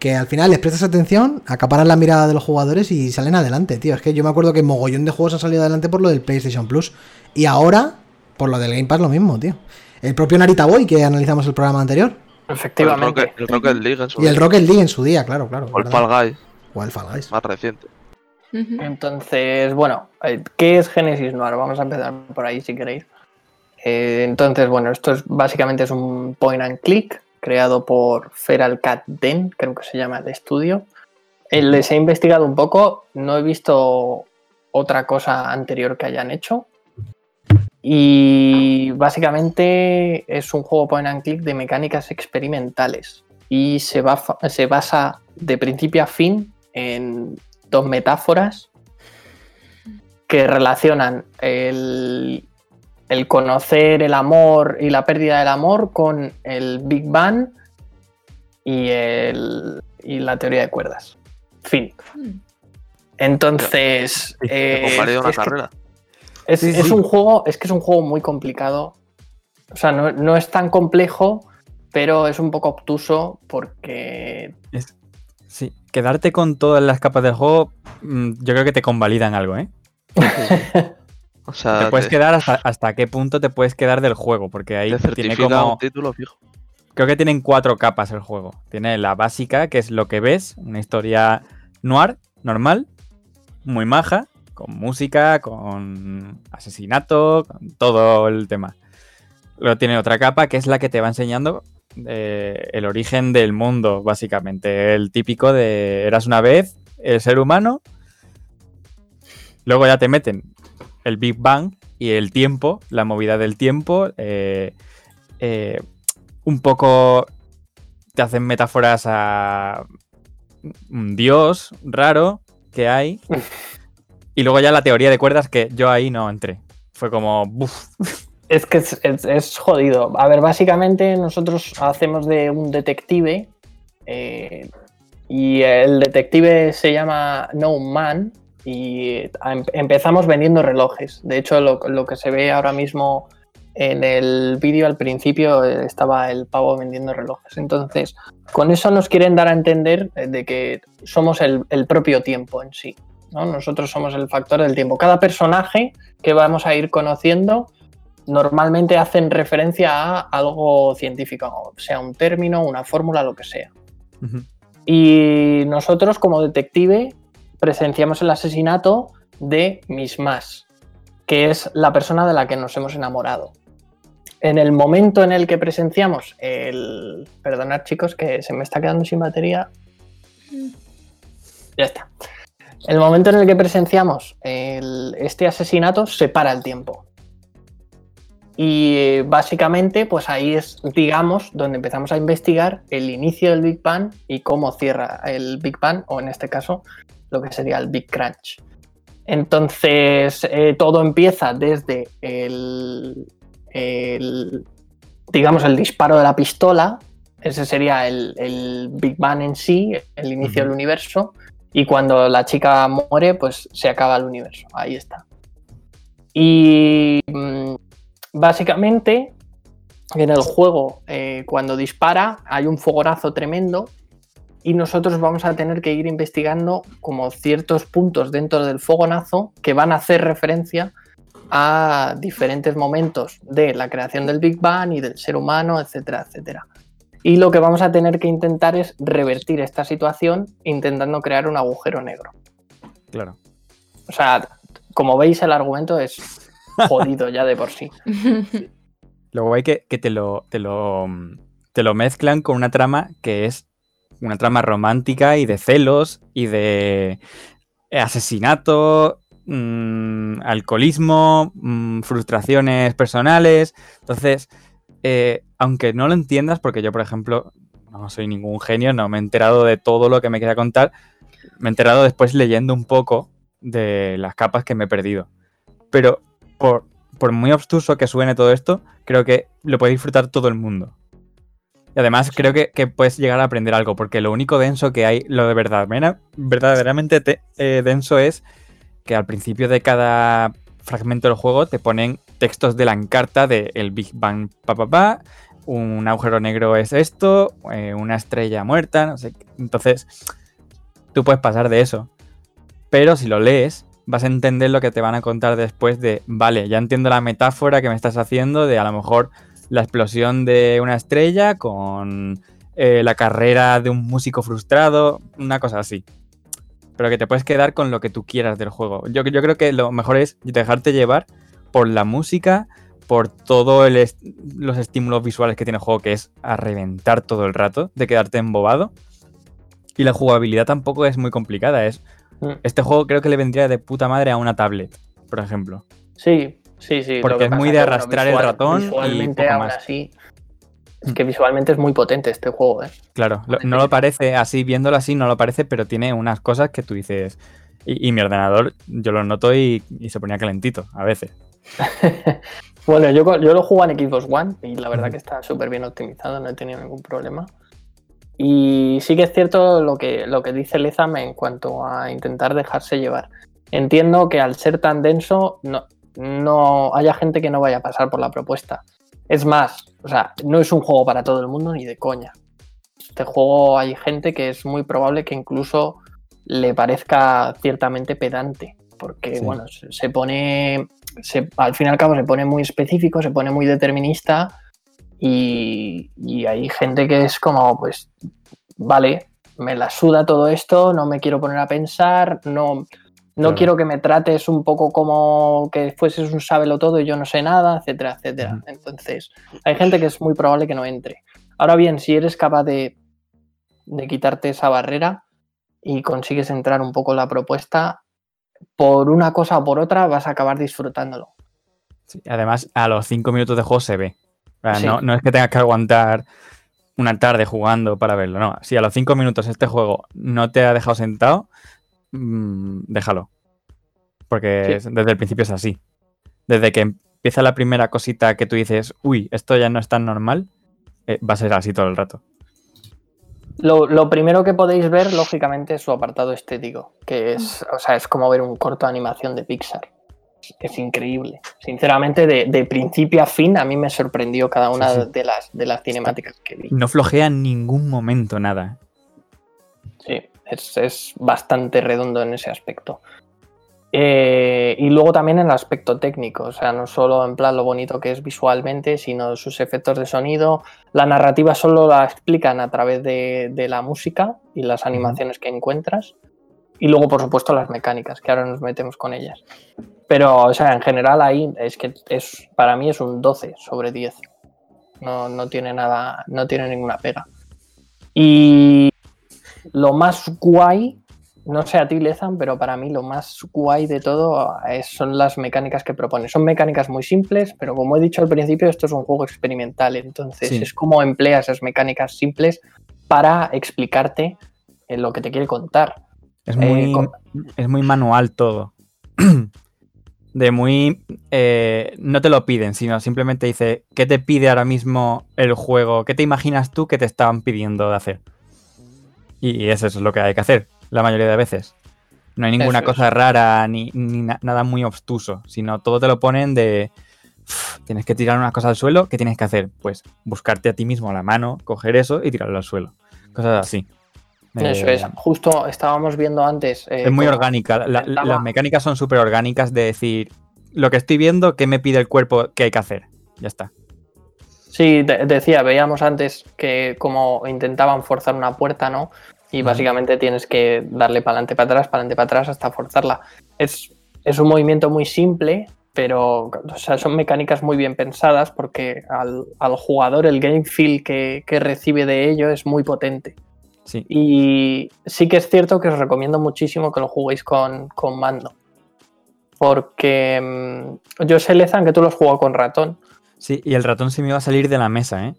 Speaker 1: que al final les prestas atención, acaparan la mirada de los jugadores y salen adelante, tío. Es que yo me acuerdo que mogollón de juegos han salido adelante por lo del PlayStation Plus. Y ahora, por lo del Game Pass, lo mismo, tío. El propio Narita Boy, que analizamos el programa anterior.
Speaker 2: El
Speaker 5: Efectivamente.
Speaker 2: Rocket, el Rocket League en su
Speaker 1: Y el Rocket League en su día, claro, claro.
Speaker 2: O el
Speaker 1: ¿verdad?
Speaker 2: Fall Guys,
Speaker 1: O el Fall Guys.
Speaker 2: más reciente.
Speaker 4: [LAUGHS] Ujú.
Speaker 5: Entonces, bueno, eh, ¿qué es Genesis Noir? Vamos a empezar por ahí si queréis. Eh, entonces, bueno, esto es básicamente es un point and click creado por Feral Cat Den, creo que se llama el estudio. Eh, les he investigado un poco, no he visto otra cosa anterior que hayan hecho. Y básicamente es un juego point and click de mecánicas experimentales y se, va- se basa de principio a fin en dos metáforas que relacionan el, el conocer el amor y la pérdida del amor con el Big Bang y, el- y la teoría de cuerdas. Fin. Entonces,
Speaker 2: Me
Speaker 5: eh,
Speaker 2: comparía una
Speaker 5: es que-
Speaker 2: carrera.
Speaker 5: es,
Speaker 6: Sí,
Speaker 5: es
Speaker 6: sí.
Speaker 5: un juego, es que es un juego muy complicado. O sea, no, no es tan complejo, pero es un poco obtuso porque
Speaker 6: Sí, quedarte con todas las capas del juego, mm, yo creo que te convalidan algo, ¿eh?
Speaker 2: O sea,
Speaker 6: Te puedes
Speaker 2: que
Speaker 6: quedar hasta, hasta qué punto te puedes quedar del juego, porque ahí
Speaker 2: te
Speaker 6: tiene
Speaker 2: certifica
Speaker 6: como...
Speaker 2: un título fijo.
Speaker 6: Creo que tienen cuatro capas el juego. Tiene la básica, que es lo que ves, una historia noir, normal, muy maja, con música, con asesinato, con todo el tema. Luego tiene otra capa, que es la que te va enseñando eh, el origen del mundo, básicamente. El típico de eras una vez el ser humano. Luego ya te meten el Big Bang y el tiempo, la movida del tiempo. eh, eh, un poco te hacen metáforas a un dios raro que hay. Y luego ya la teoría de cuerdas que yo ahí no entré. Fue como, buf,
Speaker 5: Es que es, es- es jodido. A ver, básicamente nosotros hacemos de un detective eh, y el detective se llama No Man y em- empezamos vendiendo relojes. De hecho, lo, lo que se ve ahora mismo en el vídeo al principio eh, estaba el pavo vendiendo relojes. Entonces, con eso nos quieren dar a entender eh, de que somos el, el propio tiempo en sí. ¿no? Nosotros somos el factor del tiempo. Cada personaje que vamos a ir conociendo normalmente hacen referencia a algo científico, sea un término, una fórmula, lo que sea.
Speaker 6: Ujú.
Speaker 5: Y nosotros, como detective, presenciamos el asesinato de Miss Mas, que es la persona de la que nos hemos enamorado. En el momento en el que presenciamos el. Perdonad, chicos, que se me está quedando sin batería. Ya está. El momento en el que presenciamos el- este asesinato se para el tiempo. Y eh, básicamente, pues ahí es, digamos, donde empezamos a investigar el inicio del Big Bang y cómo cierra el Big Bang, o en este caso, lo que sería el Big Crunch. Entonces, eh, todo empieza desde el, el, digamos, el disparo de la pistola. Ese sería el, el Big Bang en sí, el inicio
Speaker 6: Ujú.
Speaker 5: del universo. Y cuando la chica muere, pues se acaba el universo. Ahí está. Y mm, básicamente en el juego eh, cuando dispara hay un fogonazo tremendo y nosotros vamos a tener que ir investigando como ciertos puntos dentro del fogonazo que van a hacer referencia a diferentes momentos de la creación del Big Bang y del ser humano, etcétera, etcétera. Y lo que vamos a tener que intentar es revertir esta situación intentando crear un agujero negro.
Speaker 6: Claro.
Speaker 5: O sea, como veis el argumento es jodido ya de por sí.
Speaker 6: Luego hay que, que te, lo, te, lo, mm, te lo mezclan con una trama que es una trama romántica y de celos y de asesinato, mm, alcoholismo, mm, frustraciones personales. Entonces, eh, aunque no lo entiendas, porque yo, por ejemplo, no soy ningún genio, no me he enterado de todo lo que me quería contar, me he enterado después leyendo un poco de las capas que me he perdido. Pero por, por muy obstuso que suene todo esto, creo que lo puede disfrutar todo el mundo. Y además creo que, que puedes llegar a aprender algo, porque lo único denso que hay, lo de verdad, mena- verdaderamente te- eh, denso es que al principio de cada fragmento del juego te ponen textos de la encarta de el Big Bang pa pa pa, un agujero negro es esto, eh, una estrella muerta, no sé. qué. Entonces, tú puedes pasar de eso. Pero si lo lees, vas a entender lo que te van a contar después de, vale, ya entiendo la metáfora que me estás haciendo de a lo mejor la explosión de una estrella con eh, la carrera de un músico frustrado, una cosa así. Pero que te puedes quedar con lo que tú quieras del juego. Yo, yo creo que lo mejor es dejarte llevar por la música, por todos los estímulos visuales que tiene el juego, que es a reventar todo el rato, de quedarte embobado. Y la jugabilidad tampoco es muy complicada, es este juego creo que le vendría de puta madre a una tablet, por ejemplo.
Speaker 5: Sí, sí, sí. lo
Speaker 6: Porque
Speaker 5: que
Speaker 6: es muy
Speaker 5: pasa
Speaker 6: de
Speaker 5: que, bueno,
Speaker 6: arrastrar el ratón y
Speaker 5: Visualmente,
Speaker 6: poco
Speaker 5: aún
Speaker 6: más.
Speaker 5: así. Es que visualmente es muy potente este juego, ¿eh?
Speaker 6: Claro, lo- no lo parece así, viéndolo así, no lo parece, pero tiene unas cosas que tú dices. Y, y mi ordenador, yo lo noto y, y se ponía calentito a veces.
Speaker 5: [LAUGHS] bueno, yo, co- yo lo juego en Xbox One y la verdad
Speaker 6: Ujú.
Speaker 5: que está súper bien optimizado, no he tenido ningún problema. Y sí que es cierto lo que, lo que dice Lezame en cuanto a intentar dejarse llevar. Entiendo que al ser tan denso, no, no haya gente que no vaya a pasar por la propuesta. Es más, o sea, no es un juego para todo el mundo ni de coña. Este juego hay gente que es muy probable que incluso le parezca ciertamente pedante, porque
Speaker 6: Sí.
Speaker 5: bueno, se- se pone se- al fin y al cabo se pone muy específico, se pone muy determinista y, y hay gente que es como, pues, vale, me la suda todo esto, no me quiero poner a pensar, no, no
Speaker 6: Claro.
Speaker 5: quiero que me trates un poco como que fueses un sábelo todo y yo no sé nada, etcétera, etcétera.
Speaker 6: Ujú.
Speaker 5: Entonces, hay gente que es muy probable que no entre. Ahora bien, si eres capaz de, de quitarte esa barrera y consigues entrar un poco en la propuesta, por una cosa o por otra vas a acabar disfrutándolo.
Speaker 6: Sí, Además, a los cinco minutos de juego se ve. O sea,
Speaker 5: Sí.
Speaker 6: no, no es que tengas que aguantar una tarde jugando para verlo, no. Si a los cinco minutos este juego no te ha dejado sentado, mm, déjalo. Porque
Speaker 5: Sí.
Speaker 6: es- desde el principio es así. Desde que empieza la primera cosita que tú dices, uy, esto ya no es tan normal, eh, va a ser así todo el rato.
Speaker 5: Lo, lo primero que podéis ver,
Speaker 6: Mm.
Speaker 5: lógicamente, es su apartado estético, que es, o sea, es como ver un corto de animación de Pixar. que es increíble. Sinceramente, de, de principio a fin, a mí me sorprendió cada una
Speaker 6: Sí, sí.
Speaker 5: De, las, de las cinemáticas que vi.
Speaker 6: No flojea en ningún momento nada.
Speaker 5: Sí, es, es bastante redondo en ese aspecto. Eh, y luego también en el aspecto técnico, o sea, no solo en plan lo bonito que es visualmente, sino sus efectos de sonido. La narrativa solo la explican a través de, de la música y las animaciones que encuentras. Y luego, por supuesto, las mecánicas, que ahora nos metemos con ellas. Pero, o sea, en general ahí es que es, para mí es un 12 sobre 10. No, no tiene nada, no tiene ninguna pega. Y lo más guay, no sé a ti, Lezan, pero para mí lo más guay de todo es- son las mecánicas que propone. Son mecánicas muy simples, pero como he dicho al principio, esto es un juego experimental, entonces
Speaker 6: Sí.
Speaker 5: es como emplea esas mecánicas simples para explicarte eh, lo que te quiere contar.
Speaker 6: Es
Speaker 5: Eh,
Speaker 6: muy,
Speaker 5: con-
Speaker 6: es muy manual todo. [CLEARS THROAT] De muy. eh, no te lo piden, sino simplemente dice qué te pide ahora mismo el juego, qué te imaginas tú que te estaban pidiendo de hacer. Y eso es lo que hay que hacer, la mayoría de veces. No hay ninguna
Speaker 5: Eso es.
Speaker 6: cosa rara ni, ni na- nada muy obstuso, sino todo te lo ponen de. "Uf, Tienes que tirar una cosa al suelo, ¿qué tienes que hacer? Pues buscarte a ti mismo la mano, coger eso y tirarlo al suelo. Cosas así.
Speaker 5: Eso
Speaker 6: Eh,
Speaker 5: es, justo estábamos viendo antes. eh,
Speaker 6: es muy
Speaker 5: como-
Speaker 6: orgánica. la- la-
Speaker 5: comentaba-
Speaker 6: las mecánicas son súper orgánicas de decir lo que estoy viendo, qué me pide el cuerpo, qué hay que hacer. Ya está.
Speaker 5: Sí, de- decía, veíamos antes que como intentaban forzar una puerta, ¿no? Y
Speaker 6: Ujú.
Speaker 5: básicamente tienes que darle para adelante, para atrás, para adelante, para atrás hasta forzarla. Es, es un movimiento muy simple, pero o sea, son mecánicas muy bien pensadas porque al, al jugador el game feel que, que recibe de ello es muy potente.
Speaker 6: Sí.
Speaker 5: Y sí que es cierto que os recomiendo muchísimo que lo juguéis con, con mando. Porque mm, yo sé, Lezan, que tú lo has jugado con ratón.
Speaker 6: Sí, y el ratón se me iba a salir de la mesa, ¿eh?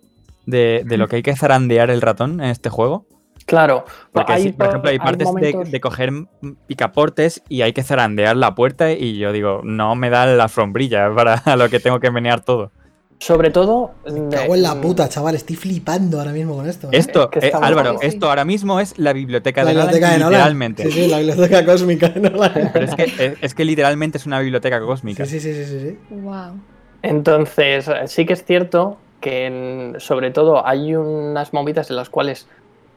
Speaker 6: De,
Speaker 5: Mm.
Speaker 6: de lo que hay que zarandear el ratón en este juego.
Speaker 5: Claro,
Speaker 6: Porque,
Speaker 5: hay
Speaker 6: sí, por
Speaker 5: to-
Speaker 6: ejemplo, hay partes de- de,
Speaker 5: momentos-
Speaker 6: coger m- picaportes y hay que zarandear la puerta y yo digo, no me da la sombrilla para [LAUGHS] lo que tengo que menear todo.
Speaker 5: Sobre todo.
Speaker 1: Me cago
Speaker 5: Mm.
Speaker 1: en la puta, chaval. Estoy flipando ahora mismo con esto. ¿eh?
Speaker 6: Esto,
Speaker 5: Pues que
Speaker 6: eh,
Speaker 5: está muy
Speaker 6: Álvaro,
Speaker 4: guay, sí.
Speaker 6: esto ahora mismo es la biblioteca
Speaker 1: La
Speaker 6: de Nolan,
Speaker 1: biblioteca de Nolan.
Speaker 6: literalmente.
Speaker 1: Sí, sí, la biblioteca cósmica de Nolan.
Speaker 6: Pero es que, es- es que literalmente es una biblioteca [LAUGHS] cósmica.
Speaker 1: Sí, sí, sí, sí, sí, sí.
Speaker 4: Wow.
Speaker 5: Entonces, eh, sí que es cierto que, en- sobre todo, hay unas movidas en las cuales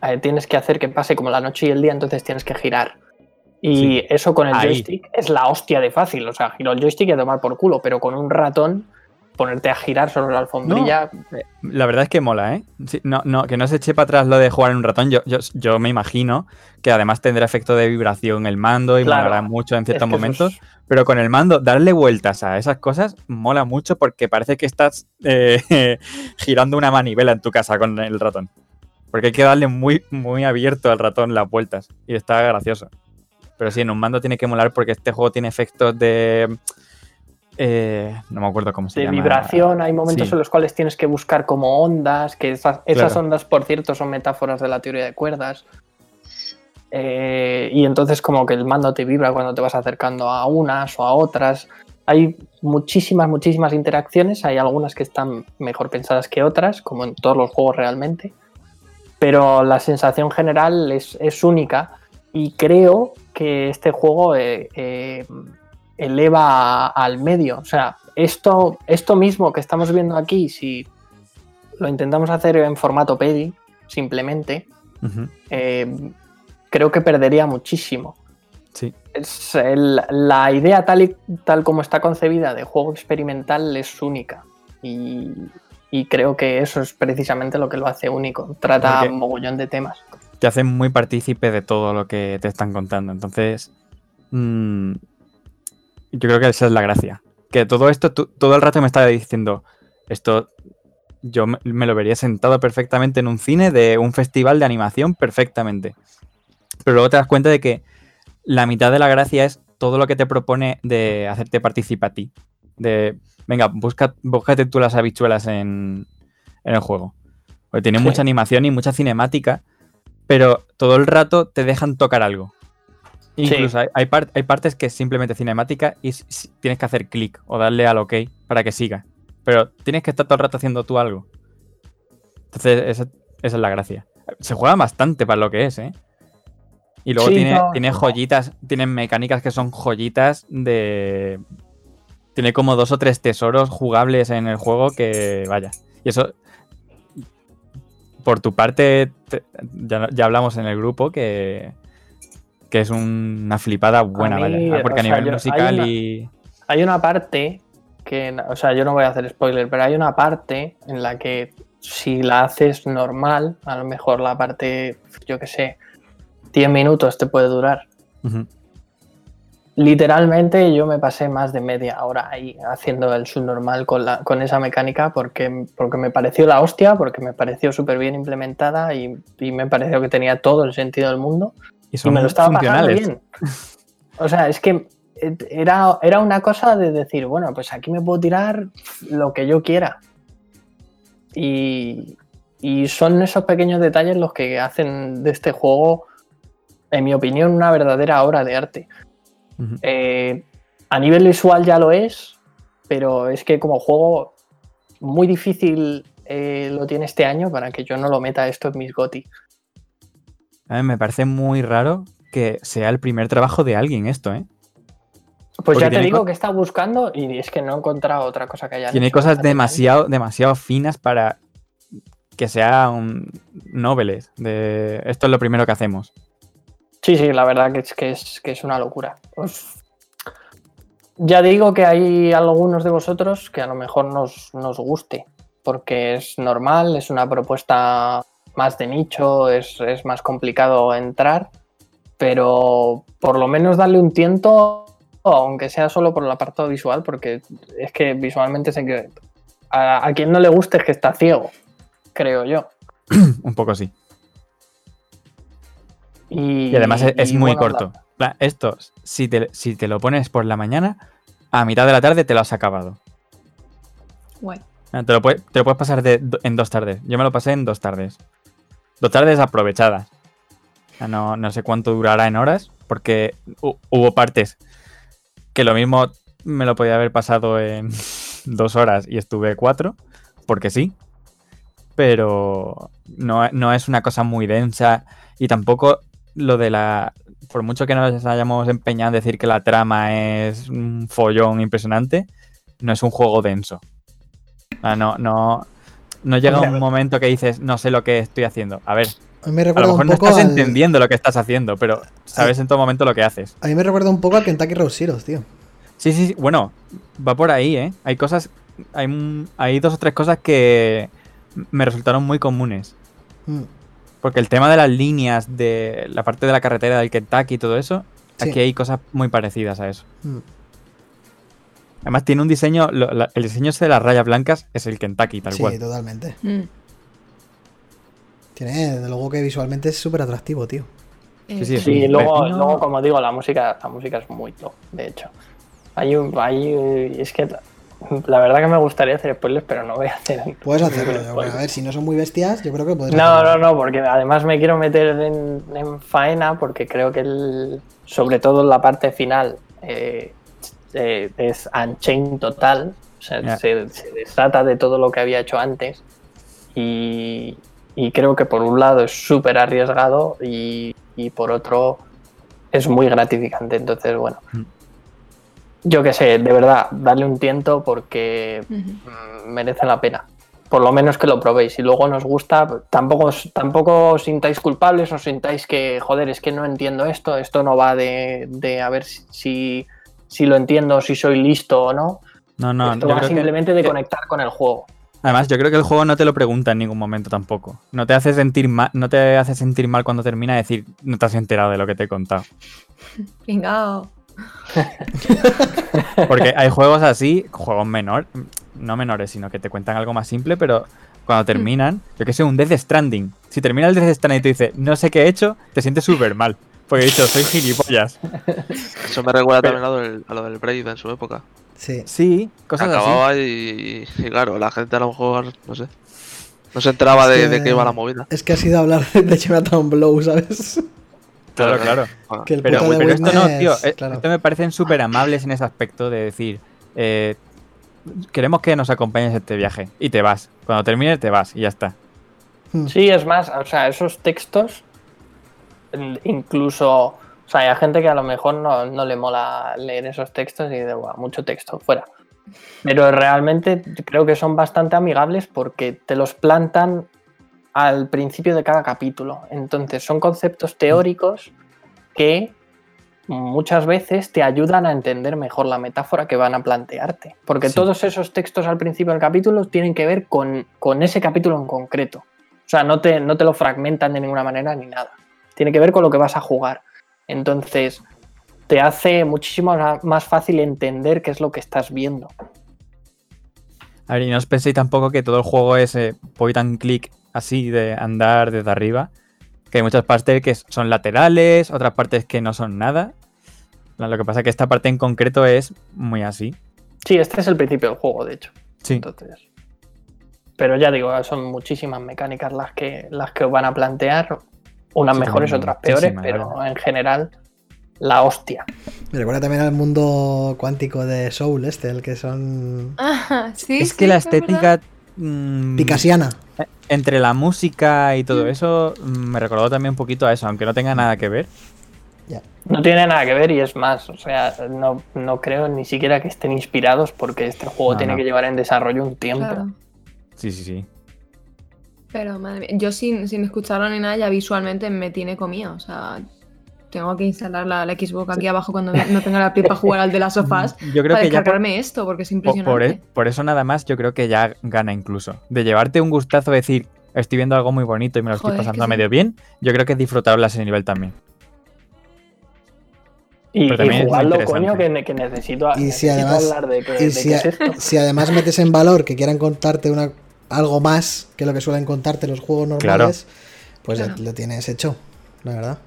Speaker 5: eh, tienes que hacer que pase como la noche y el día, entonces tienes que girar. Y
Speaker 6: Sí.
Speaker 5: eso con el
Speaker 6: Ahí.
Speaker 5: joystick es la hostia de fácil. O sea, giro el joystick y a tomar por culo, pero con un ratón, ponerte a girar sobre la alfombrilla.
Speaker 6: La verdad es que mola, ¿eh? Sí, no, no, que no se eche para atrás lo de jugar en un ratón. Yo, yo, yo me imagino que además tendrá efecto de vibración el mando y
Speaker 5: Claro.
Speaker 6: molará mucho en
Speaker 5: es
Speaker 6: ciertos
Speaker 5: que eso
Speaker 6: momentos.
Speaker 5: es-
Speaker 6: Pero con el mando, darle vueltas a esas cosas mola mucho porque parece que estás eh, [LAUGHS] girando una manivela en tu casa con el ratón. Porque hay que darle muy, muy abierto al ratón las vueltas. Y está gracioso. Pero sí, en un mando tiene que molar porque este juego tiene efectos de. eh, no me acuerdo cómo se
Speaker 5: de
Speaker 6: llama.
Speaker 5: vibración, hay momentos
Speaker 6: sí.
Speaker 5: en los cuales tienes que buscar como ondas, que esas, esas
Speaker 6: Claro.
Speaker 5: ondas, por cierto, son metáforas de la teoría de cuerdas. Eh, y entonces como que el mando te vibra cuando te vas acercando a unas o a otras. Hay muchísimas, muchísimas interacciones, hay algunas que están mejor pensadas que otras, como en todos los juegos realmente, pero la sensación general es, es única y creo que este juego eh, eh, eleva a- al medio. O sea, esto, esto mismo que estamos viendo aquí, si lo intentamos hacer en formato PEDI, simplemente,
Speaker 6: Ujú.
Speaker 5: eh, creo que perdería muchísimo.
Speaker 6: Sí.
Speaker 5: Es el- la idea tal, y, tal como está concebida de juego experimental es única. Y, y creo que eso es precisamente lo que lo hace único. Trata
Speaker 6: Porque-
Speaker 5: mogollón de temas.
Speaker 6: te hacen muy partícipe de todo lo que te están contando. Entonces, mm, yo creo que esa es la gracia. Que todo esto, tú- todo el rato me estaba diciendo, esto yo me, me lo vería sentado perfectamente en un cine de un festival de animación perfectamente. Pero luego te das cuenta de que la mitad de la gracia es todo lo que te propone de hacerte participar a ti. De, venga, busca, búscate tú las habichuelas en, en el juego. Porque tiene
Speaker 5: Sí.
Speaker 6: mucha animación y mucha cinemática pero todo el rato te dejan tocar algo. Incluso hay, hay par- hay partes que es simplemente cinemática y s- s- tienes que hacer clic o darle al OK para que siga. Pero tienes que estar todo el rato haciendo tú algo. Entonces, esa, esa es la gracia. Se juega bastante para lo que es, ¿eh? Y luego
Speaker 5: Sí,
Speaker 6: tiene,
Speaker 5: no,
Speaker 6: tiene
Speaker 5: no.
Speaker 6: joyitas, tienen mecánicas que son joyitas de, tiene como dos o tres tesoros jugables en el juego que, vaya. Y eso, por tu parte, te- ya, ya hablamos en el grupo que, que es un- una flipada buena,
Speaker 5: mí,
Speaker 6: vaya. Ah,
Speaker 5: o
Speaker 6: Porque a
Speaker 5: sea,
Speaker 6: nivel
Speaker 5: yo- hay
Speaker 6: musical
Speaker 5: una-
Speaker 6: y...
Speaker 5: Hay una parte que, o sea, yo no voy a hacer spoiler, pero hay una parte en la que si la haces normal, a lo mejor la parte, yo qué sé, 10 minutos te puede durar.
Speaker 6: Ujú.
Speaker 5: Literalmente yo me pasé más de media hora ahí haciendo el subnormal con, la, con esa mecánica porque, porque me pareció la hostia, porque me pareció súper bien implementada y, y me pareció que tenía todo el sentido del mundo.
Speaker 6: Y
Speaker 5: Y
Speaker 6: son
Speaker 5: me lo estaba pasando
Speaker 6: funcionales.
Speaker 5: bien. O sea, es que eh, era, era una cosa de decir, bueno, pues aquí me puedo tirar lo que yo quiera. Y, y son esos pequeños detalles los que hacen de este juego, en mi opinión, una verdadera obra de arte.
Speaker 6: Ujú.
Speaker 5: Eh, a nivel visual ya lo es, pero es que como juego muy difícil eh, lo tiene este año para que yo no lo meta esto en mis GOTI.
Speaker 6: A mí me parece muy raro que sea el primer trabajo de alguien esto, ¿eh?
Speaker 5: Pues
Speaker 6: Porque
Speaker 5: ya te
Speaker 6: tiene
Speaker 5: digo
Speaker 6: co-
Speaker 5: que está buscando y es que no he encontrado otra cosa que haya.
Speaker 6: Tiene cosas demasiado, demasiado finas para que sea un noveles. De esto es lo primero que hacemos.
Speaker 5: Sí, sí, la verdad que es, que es, que es una locura. Os- Ya digo que hay algunos de vosotros que a lo mejor nos, nos guste, porque es normal, es una propuesta más de nicho, es, es más complicado entrar, pero por lo menos darle un tiento, aunque sea solo por el apartado visual, porque es que visualmente sé que a, a quien no le guste es que está ciego, creo yo.
Speaker 6: Un poco así.
Speaker 5: Y,
Speaker 6: Y además es, es
Speaker 5: y
Speaker 6: muy
Speaker 5: bueno,
Speaker 6: corto.
Speaker 5: la-
Speaker 6: En plan, Esto, si te, si te lo pones por la mañana, a mitad de la tarde te lo has acabado.
Speaker 4: Guay.
Speaker 6: Ah, Te lo, pue- te lo puedes pasar de do- en dos tardes. Yo me lo pasé en dos tardes. Dos tardes aprovechadas. Ah, No, no sé cuánto durará en horas, porque hu- hubo partes que lo mismo me lo podía haber pasado en [LAUGHS] dos horas y estuve cuatro, porque sí. Pero no, no es una cosa muy densa y tampoco lo de la... Por mucho que nos hayamos empeñado en decir que la trama es un follón impresionante, no es un juego denso. Ah, no, no, no llega
Speaker 1: Hombre, a
Speaker 6: un
Speaker 1: ver.
Speaker 6: momento que dices, no sé lo que estoy haciendo. A ver,
Speaker 1: A mí me
Speaker 6: a lo
Speaker 1: recuerda
Speaker 6: mejor
Speaker 1: un
Speaker 6: no
Speaker 1: poco
Speaker 6: estás
Speaker 1: al-
Speaker 6: entendiendo lo que estás haciendo, pero sabes en todo momento lo que haces.
Speaker 1: A mí me recuerda un poco al Kentucky Road Zeroes, tío.
Speaker 6: Sí, sí, sí, bueno, va por ahí, ¿eh? Hay cosas, hay, un- hay dos o tres cosas que me resultaron muy comunes.
Speaker 1: Mm.
Speaker 6: Porque el tema de las líneas, de la parte de la carretera del Kentucky y todo eso,
Speaker 1: Sí.
Speaker 6: aquí hay cosas muy parecidas a eso.
Speaker 1: Mm.
Speaker 6: Además tiene un diseño, lo- la- el diseño ese de las rayas blancas es el Kentucky, tal
Speaker 1: Sí,
Speaker 6: cual.
Speaker 1: totalmente.
Speaker 4: Mm.
Speaker 1: Tiene, desde luego que visualmente es súper atractivo, tío.
Speaker 4: Eh,
Speaker 6: sí, es
Speaker 5: Sí,
Speaker 6: un
Speaker 5: luego,
Speaker 6: pepino.
Speaker 5: luego, como digo, la música, la música es muy top, de hecho. Hay un, hay, eh, es que la verdad que me gustaría hacer spoilers, pero no voy a hacer. [LAUGHS]
Speaker 1: Puedes hacerlo,
Speaker 5: ningún
Speaker 1: yo creo.
Speaker 5: spoiler.
Speaker 1: A ver, si no son muy bestias, yo creo que podrías.
Speaker 5: No,
Speaker 1: hacerlo.
Speaker 5: no, no, porque además me quiero meter en, en faena, porque creo que el, sobre todo en la parte final eh, eh, es unchain total. O sea,
Speaker 6: Ya.
Speaker 5: se, se desata de todo lo que había hecho antes. Y, y creo que por un lado es súper arriesgado y, y por otro es muy gratificante. Entonces, bueno.
Speaker 6: Mm.
Speaker 5: Yo qué sé, de verdad, darle un tiento porque
Speaker 4: ujú.
Speaker 5: mm, merece la pena. Por lo menos que lo probéis. Si luego nos gusta, tampoco, os- tampoco os sintáis culpables o sintáis que, joder, es que no entiendo esto, esto no va de, de a ver si, si lo entiendo, si soy listo o no.
Speaker 6: No, no,
Speaker 5: esto
Speaker 6: yo
Speaker 5: va
Speaker 6: creo que-
Speaker 5: simplemente de
Speaker 6: que-
Speaker 5: conectar con el juego.
Speaker 6: Además, yo creo que el juego no te lo pregunta en ningún momento tampoco. No te hace sentir mal, no te hace sentir mal cuando termina decir, no te has enterado de lo que te he contado.
Speaker 4: Pringao.
Speaker 6: Porque hay juegos así, juegos menor, no menores, sino que te cuentan algo más simple, pero cuando terminan, yo que sé, un Death Stranding. Si termina el Death Stranding y te dice, no sé qué he hecho, te sientes súper mal. Porque he dicho, soy gilipollas.
Speaker 2: Eso me recuerda también a lo del, a lo del Braid en su época.
Speaker 1: Sí.
Speaker 6: Sí, cosas así.
Speaker 2: Acababa y, y claro, la gente a lo mejor, no sé, no se enteraba
Speaker 1: Es
Speaker 2: de,
Speaker 1: que-
Speaker 2: de qué iba la movida.
Speaker 1: Es que ha sido hablar de Jonathan Blow, ¿sabes? [LAUGHS]
Speaker 6: Claro, claro.
Speaker 2: Bueno,
Speaker 1: Que el
Speaker 6: Pero,
Speaker 1: puto de
Speaker 6: pero esto no,
Speaker 1: Witness,
Speaker 6: tío. eh,
Speaker 1: claro.
Speaker 6: Esto me parecen súper amables en ese aspecto de decir, eh, queremos que nos acompañes en este viaje. Y te vas. Cuando termines, te vas y ya está.
Speaker 1: Mm.
Speaker 5: Sí, es más, o sea, esos textos, el- incluso, o sea, hay gente que a lo mejor no, no le mola leer esos textos y de, "Buah, mucho texto, fuera. Pero realmente creo que son bastante amigables porque te los plantan al principio de cada capítulo. Entonces son conceptos teóricos que muchas veces te ayudan a entender mejor la metáfora que van a plantearte. Porque
Speaker 6: Sí.
Speaker 5: todos esos textos al principio del capítulo tienen que ver con, con ese capítulo en concreto. O sea, no te, no te lo fragmentan de ninguna manera ni nada. Tiene que ver con lo que vas a jugar. Entonces, te hace muchísimo ma- más fácil entender qué es lo que estás viendo.
Speaker 6: A ver, y no os penséis tampoco que todo el juego es eh, point and click así de andar desde arriba. Que hay muchas partes que son laterales, otras partes que no son nada. Lo que pasa es que esta parte en concreto es muy así.
Speaker 5: Sí, este es el principio del juego, de hecho.
Speaker 6: Sí.
Speaker 5: Entonces. Pero ya digo, son muchísimas mecánicas las que, las que os van a plantear. Unas
Speaker 6: Sí,
Speaker 5: mejores,
Speaker 6: también
Speaker 5: otras peores,
Speaker 6: muchísimas, la
Speaker 5: pero en general, la hostia.
Speaker 1: Me recuerda también al mundo cuántico de Soul, este, el que son.
Speaker 4: Ah, sí,
Speaker 6: es que
Speaker 4: sí,
Speaker 6: la
Speaker 4: es verdad.
Speaker 6: estética mm,
Speaker 1: Picasiana.
Speaker 6: entre la música y todo eso mm, me recordó también un poquito a eso, aunque no tenga nada que ver.
Speaker 5: No tiene nada que ver y es más, o sea, no, no creo ni siquiera que estén inspirados porque este juego
Speaker 6: No,
Speaker 5: tiene
Speaker 6: no.
Speaker 5: que llevar en desarrollo un tiempo.
Speaker 4: Claro.
Speaker 6: Sí, sí, sí.
Speaker 4: Pero madre mía, yo sin, sin escucharlo ni nada, ya visualmente me tiene comida. O sea, tengo que instalar la, la Xbox aquí abajo cuando no tenga la Play para jugar al de las sofás. para
Speaker 6: Yo [LAUGHS] creo que ya por-
Speaker 4: descargarme esto, porque es
Speaker 6: Po- Por,
Speaker 4: impresionante.
Speaker 6: e- por eso nada más yo creo que ya gana incluso. De llevarte un gustazo, de decir, estoy viendo algo muy bonito y me
Speaker 4: Joder,
Speaker 6: lo
Speaker 4: es
Speaker 6: estoy
Speaker 4: que
Speaker 6: pasando a
Speaker 4: sí.
Speaker 6: medio bien, yo creo que es disfrutable a ese nivel también.
Speaker 5: Y,
Speaker 6: Pero también
Speaker 5: y
Speaker 6: es muy
Speaker 5: jugarlo, coño,
Speaker 6: interesante.
Speaker 5: que, ne- que necesito,
Speaker 1: Y si
Speaker 5: necesito
Speaker 1: además-
Speaker 5: hablar de, que,
Speaker 1: y
Speaker 5: de
Speaker 1: si
Speaker 5: qué
Speaker 1: a-
Speaker 5: es esto.
Speaker 1: Si además metes en valor que quieran contarte una, algo más que lo que suelen contarte los juegos normales, pues ya
Speaker 4: Claro.
Speaker 1: lo tienes hecho, la verdad.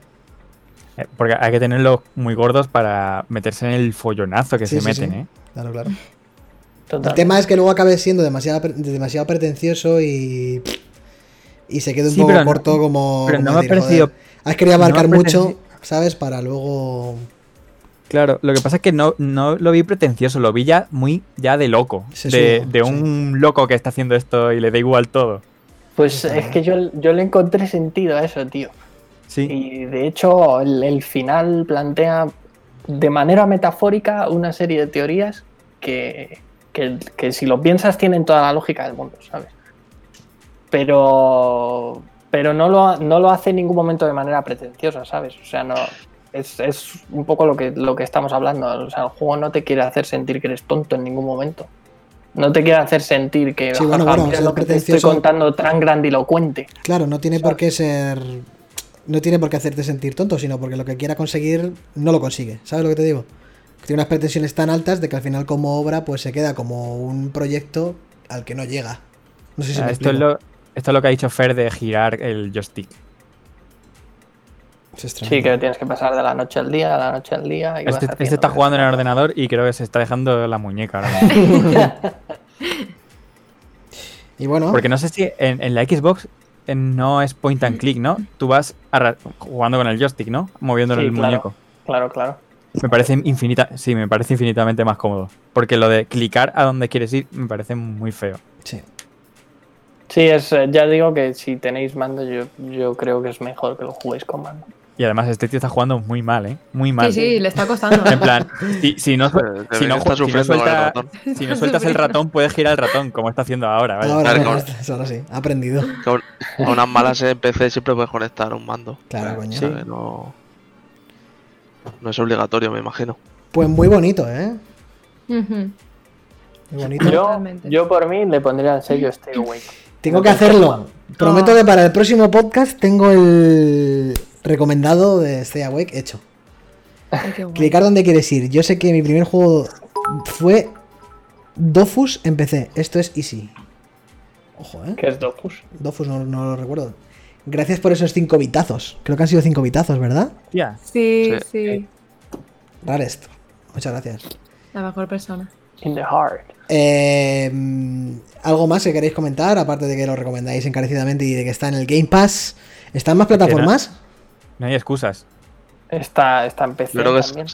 Speaker 6: Eh, Porque hay que tenerlos muy gordos para meterse en el follonazo que
Speaker 1: Sí,
Speaker 6: se
Speaker 1: sí,
Speaker 6: meten,
Speaker 1: sí.
Speaker 6: ¿eh?
Speaker 1: Claro, claro. El
Speaker 5: Total.
Speaker 1: tema es que luego acabe siendo demasiado, pre- demasiado pretencioso y. Y se quede un
Speaker 6: Sí,
Speaker 1: poco
Speaker 6: pero no-
Speaker 1: corto como.
Speaker 6: Pero
Speaker 1: como
Speaker 6: no me ha
Speaker 1: decir,
Speaker 6: parecido...
Speaker 1: "Joder, Has querido
Speaker 6: no me ha
Speaker 1: abarcar mucho,
Speaker 6: parecido-
Speaker 1: ¿sabes? Para luego.
Speaker 6: Claro, lo que pasa es que no, no lo vi pretencioso, lo vi ya muy ya de loco.
Speaker 1: Se
Speaker 6: de
Speaker 1: sube,
Speaker 6: de un loco que está haciendo esto y le da igual todo.
Speaker 5: Pues es que yo, yo le encontré sentido a eso, tío.
Speaker 6: Sí.
Speaker 5: Y de hecho, el, el final plantea de manera metafórica una serie de teorías que, que- que si lo piensas tienen toda la lógica del mundo, ¿sabes? Pero, pero no, lo, no lo hace en ningún momento de manera pretenciosa, ¿sabes? O sea, no. Es, es un poco lo que, lo que estamos hablando. O sea, el juego no te quiere hacer sentir que eres tonto en ningún momento. No te quiere hacer sentir que,
Speaker 1: Sí, bueno,
Speaker 5: "Jaja,
Speaker 1: bueno,
Speaker 5: mira
Speaker 1: ser
Speaker 5: lo que te estoy
Speaker 1: pretencioso-
Speaker 5: contando tan grandilocuente.
Speaker 1: Claro, no tiene por qué ser. No tiene por qué hacerte sentir tonto, sino porque lo que quiera conseguir no lo consigue. ¿Sabes lo que te digo? Tiene unas pretensiones tan altas de que al final, como obra, pues se queda como un proyecto al que no llega. No sé si me
Speaker 6: Ah, esto, es
Speaker 1: explico.
Speaker 6: lo, esto es lo que ha dicho Fer de girar el joystick.
Speaker 1: Es extraño.
Speaker 5: Sí, que tienes que pasar de la noche al día, de la noche al día. Y vas
Speaker 6: Este, este
Speaker 5: haciendo
Speaker 6: está
Speaker 5: eso.
Speaker 6: jugando en el ordenador y creo que se está dejando la muñeca ahora mismo.
Speaker 1: Y bueno,
Speaker 6: Porque no sé si en, en la Xbox eh, no es point and click, ¿no? Tú vas arra- jugando con el joystick, ¿no? Moviéndolo
Speaker 5: Sí,
Speaker 6: el
Speaker 5: claro.
Speaker 6: muñeco.
Speaker 5: Claro, claro.
Speaker 6: Me parece infinita, sí, me parece infinitamente más cómodo. Porque lo de clicar a donde quieres ir me parece muy feo.
Speaker 1: sí.
Speaker 5: Sí, es, eh, ya digo que si tenéis mando, yo, yo creo que es mejor que lo juguéis con mando.
Speaker 6: Y además este tío está jugando muy mal, ¿eh? Muy mal.
Speaker 4: Sí, sí, le está costando.
Speaker 6: [LAUGHS] En plan, si, si no,
Speaker 2: Eh,
Speaker 6: si no,
Speaker 2: está
Speaker 6: ju- si no
Speaker 2: sufriendo con el
Speaker 6: suelta-
Speaker 2: ratón.
Speaker 6: si no sueltas el ratón, puedes girar el ratón, como está haciendo ahora. ¿vale?
Speaker 1: ahora,
Speaker 2: Claro,
Speaker 1: ahora, [LAUGHS]
Speaker 2: claro.
Speaker 1: eso ahora sí, ha aprendido.
Speaker 2: Que a-
Speaker 1: [LAUGHS]
Speaker 2: a unas malas en PC siempre puedes conectar un mando.
Speaker 1: Claro, coño.
Speaker 2: O sea, que no, no es obligatorio, me imagino.
Speaker 1: Pues muy bonito, ¿eh?
Speaker 4: Ujú.
Speaker 1: Muy bonito.
Speaker 5: Yo,
Speaker 4: Totalmente.
Speaker 5: yo por mí le pondría el sello Stay Awake.
Speaker 1: Tengo que hacerlo. Prometo que para el próximo podcast tengo el recomendado de Stay Awake hecho.
Speaker 4: Ay, qué guay.
Speaker 1: Clicar donde quieres ir. Yo sé que mi primer juego fue Dofus en PC. Esto es easy. Ojo, ¿eh?
Speaker 5: Que es Docus.
Speaker 1: Dofus no, no lo recuerdo. Gracias por esos cinco bitazos. Creo que han sido cinco bitazos, ¿verdad?
Speaker 6: Hostia,
Speaker 4: Sí,
Speaker 2: Sí.
Speaker 4: sí,
Speaker 1: Rarest. Muchas gracias.
Speaker 4: La mejor persona.
Speaker 5: In the Heart.
Speaker 1: Eh, mm, ¿Algo más que queréis comentar? Aparte de que lo recomendáis encarecidamente y de que está en el Game Pass. ¿Está en más plataformas?
Speaker 6: no hay excusas.
Speaker 5: Está, está en PC
Speaker 2: Yo creo que es-
Speaker 5: también.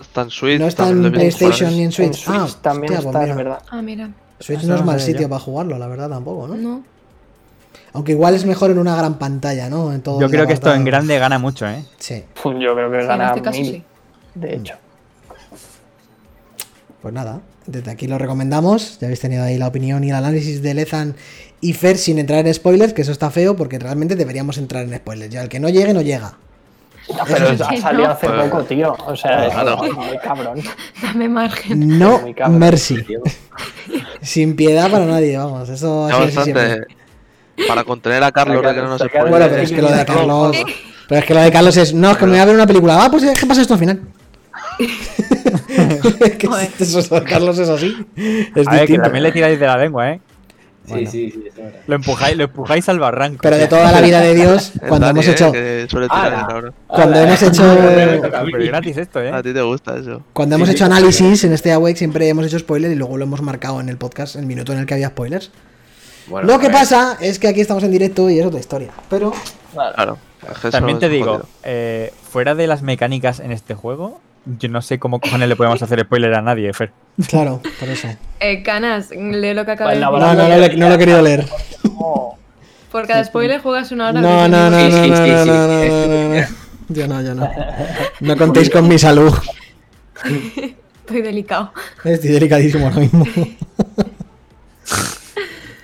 Speaker 2: está en Switch.
Speaker 1: No está
Speaker 2: también
Speaker 1: en
Speaker 2: lo he visto
Speaker 1: PlayStation ni
Speaker 2: jugar.
Speaker 1: en Switch. ah,
Speaker 5: también
Speaker 1: hostia, pues
Speaker 5: está, es
Speaker 1: mira.
Speaker 5: verdad.
Speaker 4: Ah, mira.
Speaker 1: Switch
Speaker 6: Eso
Speaker 1: no es
Speaker 6: no
Speaker 1: mal
Speaker 6: sabía
Speaker 1: sitio
Speaker 6: yo.
Speaker 1: para jugarlo, la verdad, tampoco, ¿no?
Speaker 4: No. [LAUGHS]
Speaker 1: Aunque igual es mejor en una gran pantalla, ¿no? En todo
Speaker 6: Yo
Speaker 1: el
Speaker 6: creo que esto en
Speaker 1: apartado.
Speaker 6: grande gana mucho, ¿eh?
Speaker 1: Sí. este
Speaker 5: Pf, Yo creo que
Speaker 4: Sí, en
Speaker 5: gana
Speaker 1: Mm.
Speaker 4: este caso
Speaker 5: mil,
Speaker 4: sí.
Speaker 5: de hecho.
Speaker 1: Pues nada, desde aquí lo recomendamos. Ya habéis tenido ahí la opinión y el análisis de Lezan y Fer sin entrar en spoilers, que eso está feo porque realmente deberíamos entrar en spoilers. Ya el que no llegue, no llega.
Speaker 5: No, pero ha salido hace
Speaker 2: Pues-
Speaker 5: poco, tío. O sea, es
Speaker 2: Claro.
Speaker 5: muy cabrón.
Speaker 4: Dame margen.
Speaker 1: [LAUGHS] No
Speaker 5: Muy cabrón,
Speaker 1: mercy.
Speaker 3: tío.
Speaker 1: [LAUGHS] Sin piedad para nadie, vamos. Eso
Speaker 2: Ya
Speaker 1: así, así siempre.
Speaker 2: bastante. Para contener a Carlos de que no nos
Speaker 5: Sacar-
Speaker 1: Bueno,
Speaker 2: spoile.
Speaker 1: pero es que [LAUGHS] lo de
Speaker 5: Sacar-
Speaker 1: Carlos. Pero es que lo de Carlos es. No, es que me voy a ver una película. Ah, pues ¿qué pasa esto al [LAUGHS] final? Es que
Speaker 4: Joder.
Speaker 1: eso, eso de Carlos es así. Es
Speaker 6: a ver, que
Speaker 1: distinto.
Speaker 6: también le tiráis de la lengua, ¿eh?
Speaker 3: Sí, sí, sí, eso era.
Speaker 6: Lo empujáis, lo empujáis al barranco.
Speaker 1: Pero de toda la vida de
Speaker 6: [LAUGHS]
Speaker 1: Dios,
Speaker 2: El
Speaker 1: cuando
Speaker 2: Dani,
Speaker 1: hemos
Speaker 2: eh,
Speaker 1: hecho.
Speaker 2: que suele tirar
Speaker 3: Ala.
Speaker 2: cabrón.
Speaker 1: Cuando
Speaker 3: Ala,
Speaker 1: hemos hecho- [LAUGHS]
Speaker 3: me toca a mí.
Speaker 6: Eh, Pero es gratis esto, ¿eh?
Speaker 2: A ti te gusta eso.
Speaker 1: Cuando
Speaker 3: Sí,
Speaker 1: hemos
Speaker 3: sí,
Speaker 1: hecho
Speaker 3: sí.
Speaker 1: análisis en este Awake siempre hemos hecho spoilers y luego lo hemos marcado en el podcast el minuto en el que había spoilers.
Speaker 3: Bueno,
Speaker 1: lo que
Speaker 3: a ver.
Speaker 1: pasa es que aquí estamos en directo y es otra historia.
Speaker 3: [LAUGHS]
Speaker 1: Pero
Speaker 2: [LAUGHS] Claro. es que eso
Speaker 6: También
Speaker 2: es
Speaker 6: te digo,
Speaker 2: jodido.
Speaker 6: eh, fuera de las mecánicas en este juego, yo no sé cómo cojones le podemos hacer spoiler a nadie, Fer.
Speaker 1: claro, por eso.
Speaker 4: Eh, Canas, lee lo que acaba
Speaker 5: Pues
Speaker 4: de
Speaker 5: la
Speaker 1: No,
Speaker 4: decir.
Speaker 1: no, no, le- no lo he querido leer.
Speaker 5: Oh,
Speaker 4: Por cada spoiler juegas una
Speaker 1: No, no,
Speaker 4: hora.
Speaker 1: no, no,
Speaker 4: de-
Speaker 1: no,
Speaker 3: Sí, sí,
Speaker 1: no,
Speaker 3: sí,
Speaker 1: no,
Speaker 3: sí.
Speaker 1: no, no,
Speaker 3: [LAUGHS]
Speaker 1: no. Yo no, yo no. No contéis con mi salud.
Speaker 4: Estoy delicado.
Speaker 1: Estoy delicadísimo ahora
Speaker 3: [LAUGHS]
Speaker 1: mismo.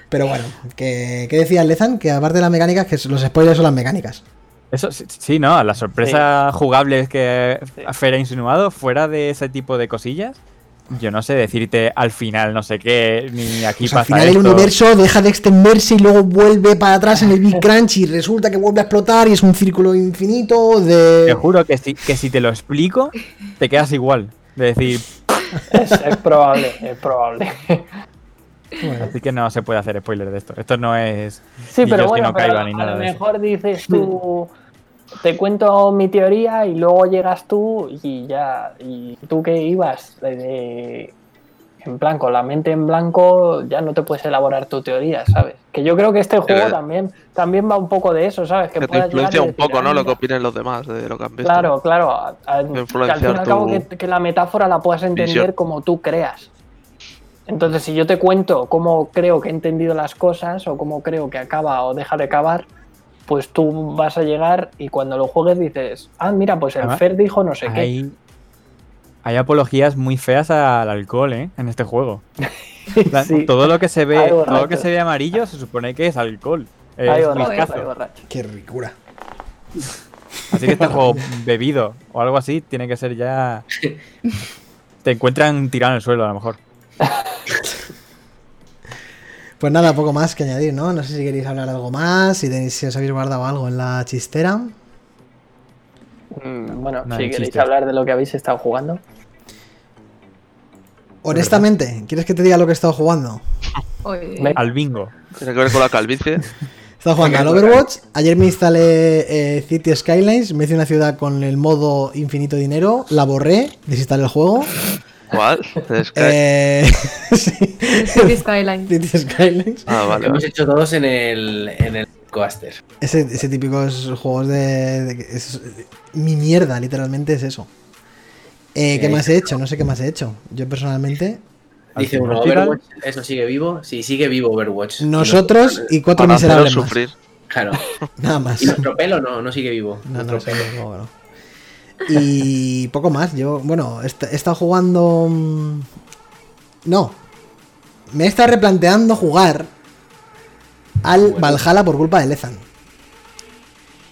Speaker 1: Pero bueno, ¿qué, qué decía Lezan? Que aparte de las mecánicas, que los spoilers son las mecánicas.
Speaker 6: Eso sí, sí, ¿no? Las sorpresas jugables que Fer ha insinuado, fuera de ese tipo de cosillas, yo no sé decirte al final no sé qué, ni aquí
Speaker 1: Pues
Speaker 6: pasa
Speaker 1: al final el
Speaker 6: esto.
Speaker 1: universo deja de extenderse y luego vuelve para atrás en el Big Crunch y resulta que vuelve a explotar y es un círculo infinito
Speaker 6: Te
Speaker 1: de...
Speaker 6: juro que si, que si te lo explico, te quedas igual. De decir,
Speaker 5: es, es probable, es probable.
Speaker 1: Bueno,
Speaker 6: así que no se puede hacer spoiler de esto. Esto no es.
Speaker 5: Sí,
Speaker 6: Ni
Speaker 5: pero
Speaker 6: Dios que
Speaker 5: bueno,
Speaker 6: no
Speaker 5: pero
Speaker 6: caiga
Speaker 5: a-
Speaker 6: ni
Speaker 5: a
Speaker 6: nada
Speaker 5: lo
Speaker 6: de eso.
Speaker 5: mejor dices tú, te cuento mi teoría y luego llegas tú y ya, y tú que ibas de- de- en plan, con la mente en blanco, ya no te puedes elaborar tu teoría, ¿sabes? Que yo creo que este juego
Speaker 2: Eh,
Speaker 5: también, también va un poco de eso, ¿sabes?
Speaker 2: Que te
Speaker 5: puedas llegar y
Speaker 2: influencia un
Speaker 5: decir,
Speaker 2: poco,
Speaker 5: "Ah,
Speaker 2: ¿no? Lo que
Speaker 5: mira".
Speaker 2: opinen los demás de lo que han visto.
Speaker 5: Claro, claro. a- a- que al fin y
Speaker 2: influenciar
Speaker 5: al cabo que,
Speaker 2: tu
Speaker 5: que la metáfora la puedas entender
Speaker 2: visión.
Speaker 5: como tú creas. Entonces, si yo te cuento cómo creo que he entendido las cosas o cómo creo que acaba o deja de acabar, pues tú vas a llegar y cuando lo juegues dices, ah, mira, pues el
Speaker 6: Además,
Speaker 5: Fer dijo no sé [LAUGHS] qué.
Speaker 6: Hay, hay apologías muy feas al alcohol, ¿eh? En este juego. En plan,
Speaker 5: Sí, [LAUGHS]
Speaker 6: Todo lo que se ve,
Speaker 5: Hay
Speaker 6: todo lo que
Speaker 5: borrachos.
Speaker 6: se ve amarillo se supone que es alcohol. Es
Speaker 5: hay borrachos,
Speaker 6: whiskazo.
Speaker 5: hay borrachos.
Speaker 1: qué ricura.
Speaker 6: Así que este juego bebido o algo así tiene que
Speaker 1: [LAUGHS]
Speaker 6: ser ya. Te encuentran tirado en el suelo a lo mejor.
Speaker 1: Pues nada, poco más que añadir, ¿no? No sé si queréis hablar algo más, si, tenéis, si os habéis guardado algo en la chistera.
Speaker 5: Mm, bueno,
Speaker 6: No
Speaker 5: si
Speaker 6: hay
Speaker 5: queréis
Speaker 6: chiste.
Speaker 5: hablar de lo que habéis estado jugando.
Speaker 1: Honestamente, ¿quieres que te diga lo que he estado jugando?
Speaker 4: Oye,
Speaker 1: Eh,
Speaker 5: Venga.
Speaker 6: Al bingo.
Speaker 2: Tiene que ver con la
Speaker 5: [LAUGHS]
Speaker 2: calvicie.
Speaker 1: He estado jugando al Overwatch. Ayer me instalé eh, City Skylines, me hice una ciudad con el modo infinito dinero, la borré, desinstalé el juego.
Speaker 2: ¿Cuál? Es que-
Speaker 1: Eh, [LAUGHS] sí,
Speaker 4: City Skyline.
Speaker 1: City Skylines.
Speaker 2: Ah, vale.
Speaker 3: Hemos
Speaker 2: vale.
Speaker 3: hecho todos en el, en el coaster.
Speaker 1: Ese, ese típicos juegos de, de que es- mi mierda, literalmente es eso. Eh, ¿Qué
Speaker 3: Eh.
Speaker 1: más he hecho? No sé qué más he hecho. Yo personalmente.
Speaker 3: Dice
Speaker 6: Al
Speaker 3: uno,
Speaker 6: final-
Speaker 3: Overwatch, ¿eso sigue vivo? Sí, sigue vivo Overwatch. Y
Speaker 1: Nosotros
Speaker 3: nuestro-
Speaker 1: y cuatro
Speaker 2: Para haceros
Speaker 1: miserables más.
Speaker 2: sufrir.
Speaker 3: Claro.
Speaker 1: Nada más.
Speaker 3: [LAUGHS] ¿Y nuestro pelo no? No sigue vivo.
Speaker 1: No, no,
Speaker 3: Nuestro
Speaker 1: sí,
Speaker 3: pelo.
Speaker 1: no, no. Y poco más. Yo, bueno, est- he estado jugando. mm, No. Me he estado replanteando jugar al
Speaker 3: Bueno.
Speaker 1: Valhalla por culpa de Lezan.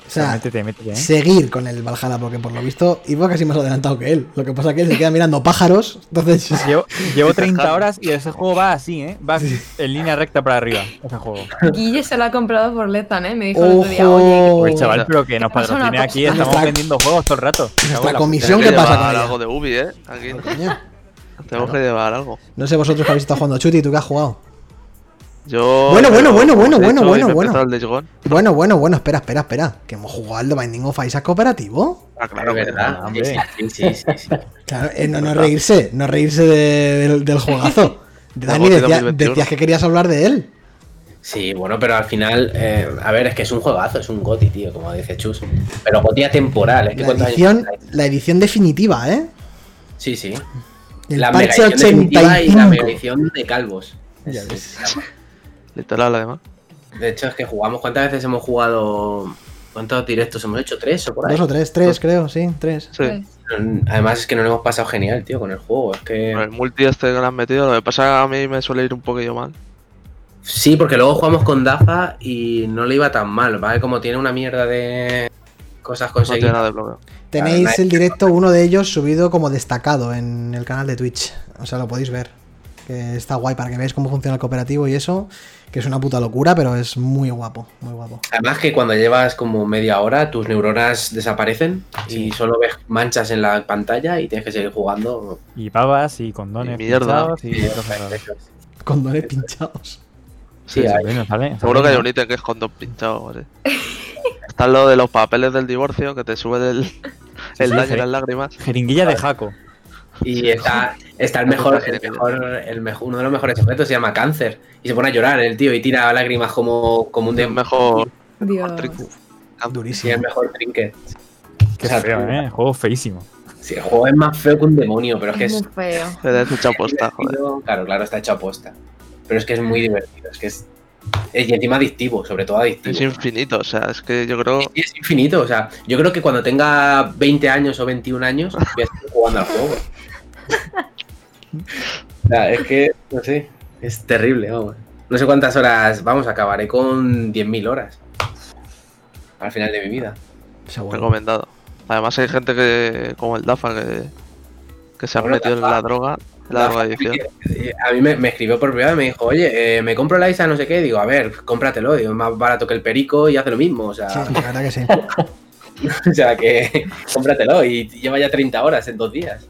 Speaker 1: O sea,
Speaker 6: Realmente te metes, ¿eh?
Speaker 1: seguir con el Valhalla, porque por lo visto iba casi más adelantado que él. Lo que pasa que él se queda mirando pájaros, entonces
Speaker 3: [LAUGHS]
Speaker 6: Llevo,
Speaker 1: [LAUGHS]
Speaker 6: llevo 30
Speaker 2: Ajá.
Speaker 6: horas y ese juego va así, ¿eh? Va en línea recta para arriba, ese juego.
Speaker 4: Guille se lo ha comprado por Lezan, ¿eh? Me dijo el otro día, oye.
Speaker 1: ¡Ojo!
Speaker 6: Oye, chaval, pero que nos
Speaker 4: Te pasa una
Speaker 6: patrocine aquí,
Speaker 4: cosa.
Speaker 6: estamos
Speaker 1: Oh. Nuestra-
Speaker 6: vendiendo juegos todo el rato. Me cago en
Speaker 1: Nuestra
Speaker 6: la
Speaker 1: comisión,
Speaker 2: Tenemos
Speaker 1: ¿qué
Speaker 2: que
Speaker 1: pasa
Speaker 2: llevar
Speaker 1: con ella?
Speaker 2: algo de Ubi, ¿eh? Aquí
Speaker 1: Coño,
Speaker 2: tenemos que llevar algo.
Speaker 1: No sé vosotros que habéis estado jugando Chuti, ¿tú qué has jugado?
Speaker 2: Yo.
Speaker 1: Bueno, bueno,
Speaker 2: como
Speaker 1: bueno,
Speaker 2: os he
Speaker 1: bueno,
Speaker 2: dicho,
Speaker 1: bueno, bueno,
Speaker 2: hoy me he
Speaker 1: bueno.
Speaker 2: empezado el Days Gone.
Speaker 1: Bueno, bueno, bueno, espera, espera, espera. Que hemos jugado al The Binding of Isaac cooperativo.
Speaker 2: Ah, claro,
Speaker 3: Es
Speaker 2: verdad.
Speaker 3: verdad.
Speaker 6: hombre.
Speaker 3: Sí, sí, sí, sí, sí.
Speaker 1: Claro, eh, no, no reírse, no reírse de- del, del juegazo.
Speaker 3: [LAUGHS]
Speaker 1: Dani,
Speaker 2: Agote
Speaker 1: decía-
Speaker 2: 2021.
Speaker 1: decías que querías hablar de él.
Speaker 3: Sí, bueno, pero al final, eh, a ver, es que es un juegazo, es un goti, tío, como dice Chus. Pero goti atemporal, es que
Speaker 1: La
Speaker 3: cuántos años
Speaker 1: edición,
Speaker 3: tiene?
Speaker 1: la edición definitiva, ¿eh?
Speaker 3: Sí, sí.
Speaker 1: El
Speaker 3: la mega
Speaker 1: parche
Speaker 3: edición definitiva y la mega
Speaker 1: 85.
Speaker 3: edición de calvos.
Speaker 1: Ya
Speaker 3: Es-
Speaker 1: ves.
Speaker 2: Literal, además.
Speaker 3: De hecho, es que jugamos, ¿cuántas veces hemos jugado? ¿Cuántos directos hemos hecho? ¿Tres o por ahí?
Speaker 1: Dos o tres, tres, creo, sí, tres.
Speaker 2: Sí.
Speaker 4: pues,
Speaker 3: Además es que nos lo hemos pasado genial, tío, con el juego. Es que...
Speaker 2: Con el multi este que le han metido, lo que pasa es que a mí me suele ir un poquillo mal.
Speaker 3: Sí, porque luego jugamos con Dafa y no le iba tan mal, ¿vale? Como tiene una mierda de cosas
Speaker 6: Pues
Speaker 2: No tiene
Speaker 3: conseguidas.
Speaker 2: nada de bloqueo.
Speaker 1: Tenéis
Speaker 3: nadie-
Speaker 1: el directo, uno de ellos, subido como destacado en el canal de Twitch. O sea, lo podéis ver. Que está guay para que veáis cómo funciona el cooperativo y eso. Que es una puta locura, pero es muy guapo, muy guapo.
Speaker 3: Además que cuando llevas como media hora tus neuronas desaparecen y solo ves manchas en la pantalla y tienes que seguir jugando.
Speaker 6: Y babas y condones.
Speaker 2: Y mierda.
Speaker 6: pinchados Y
Speaker 3: Sí,
Speaker 6: cosas raras.
Speaker 1: Condones pinchados.
Speaker 3: Sí, hay-
Speaker 6: bueno, sale-
Speaker 2: Seguro que hay
Speaker 6: sale-
Speaker 2: un ítem que es con dos pinchados.
Speaker 5: [LAUGHS]
Speaker 2: ¿vale? Está lo de los papeles del divorcio, que te sube del- el
Speaker 6: sí,
Speaker 2: daño
Speaker 6: sí.
Speaker 2: y las lágrimas.
Speaker 6: Jeringuilla de jaco.
Speaker 3: y
Speaker 2: Pues
Speaker 3: está, está el mejor, el mejor, el mejor, uno de los mejores objetos se llama cáncer. Y se pone a llorar el tío y tira lágrimas como, como un
Speaker 2: Es
Speaker 3: demonio.
Speaker 2: mejor
Speaker 4: Dios.
Speaker 2: trick.
Speaker 3: Sí, el
Speaker 1: Durísimo.
Speaker 3: mejor trinket.
Speaker 6: Qué
Speaker 3: O sea,
Speaker 6: feo,
Speaker 3: tú-
Speaker 6: ¿eh? El juego feísimo.
Speaker 3: Sí, el juego es más feo que un demonio, pero es que
Speaker 4: Es
Speaker 3: es
Speaker 4: muy feo.
Speaker 2: Te des mucha aposta,
Speaker 3: [LAUGHS]
Speaker 2: joder.
Speaker 3: divertido. Claro, claro, está hecho aposta. Pero es que es muy divertido, es que es. Y encima adictivo, sobre todo adictivo.
Speaker 2: Es infinito, o sea, es que yo creo.
Speaker 3: Y Es infinito, o sea, yo creo que cuando tenga 20 años o 21 años voy a estar jugando al juego. O sea, es que, no sé, es terrible, vamos. No sé cuántas horas, vamos, acabaré con 10.000 horas al final de mi vida.
Speaker 1: Seguro.
Speaker 2: Recomendado. Además hay gente que, como el Dafa, que, que se ha
Speaker 3: Bueno,
Speaker 2: metido en
Speaker 3: Dafa-
Speaker 2: la droga, en la drogadicción.
Speaker 3: Ah, eh, A mí me, me escribió por privado y me dijo, oye, eh, me compro la ISA, no sé qué, digo, a ver, cómpratelo, digo, es más barato que el perico y hace lo mismo, o sea, [LAUGHS]
Speaker 1: Sí, la verdad que sí.
Speaker 3: o sea que [LAUGHS] cómpratelo y lleva ya 30 horas en dos días.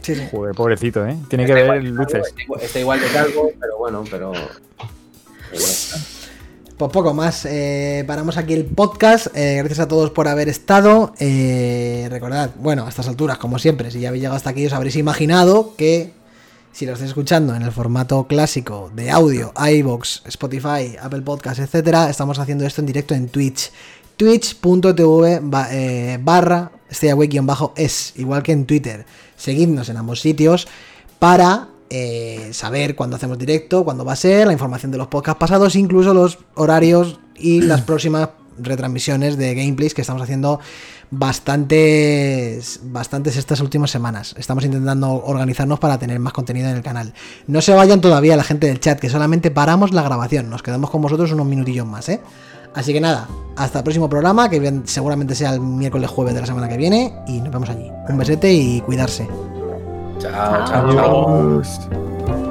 Speaker 1: Sí, sí.
Speaker 6: Joder, pobrecito, ¿eh? Tiene que ver luces.
Speaker 3: Está igual- Está igual de calvo, pero bueno, pero. pero bueno, está.
Speaker 1: Pues poco más. eh, paramos aquí el podcast. eh, gracias a todos por haber estado. eh, recordad, bueno, a estas alturas, como siempre, si ya habéis llegado hasta aquí, os habréis imaginado que si lo estáis escuchando en el formato clásico de audio, iBox, Spotify, Apple Podcast, etcétera, estamos haciendo esto en directo en Twitch. Twitch.tv ba- eh, barra stayaway-es, igual que en Twitter. Seguidnos en ambos sitios para eh, saber cuándo hacemos directo, cuándo va a ser, la información de los podcasts pasados, incluso los horarios y las próximas retransmisiones de gameplays que estamos haciendo bastantes bastantes estas últimas semanas. Estamos intentando organizarnos para tener más contenido en el canal. No se vayan todavía la gente del chat, que solamente paramos la grabación. Nos quedamos con vosotros unos minutillos más, ¿eh? Así que nada, hasta el próximo programa, que bien- seguramente sea el miércoles jueves de la semana que viene, y nos vemos allí. Un besete y cuidarse.
Speaker 3: Chao, chao.
Speaker 4: Adiós.
Speaker 3: chao.
Speaker 6: Adiós.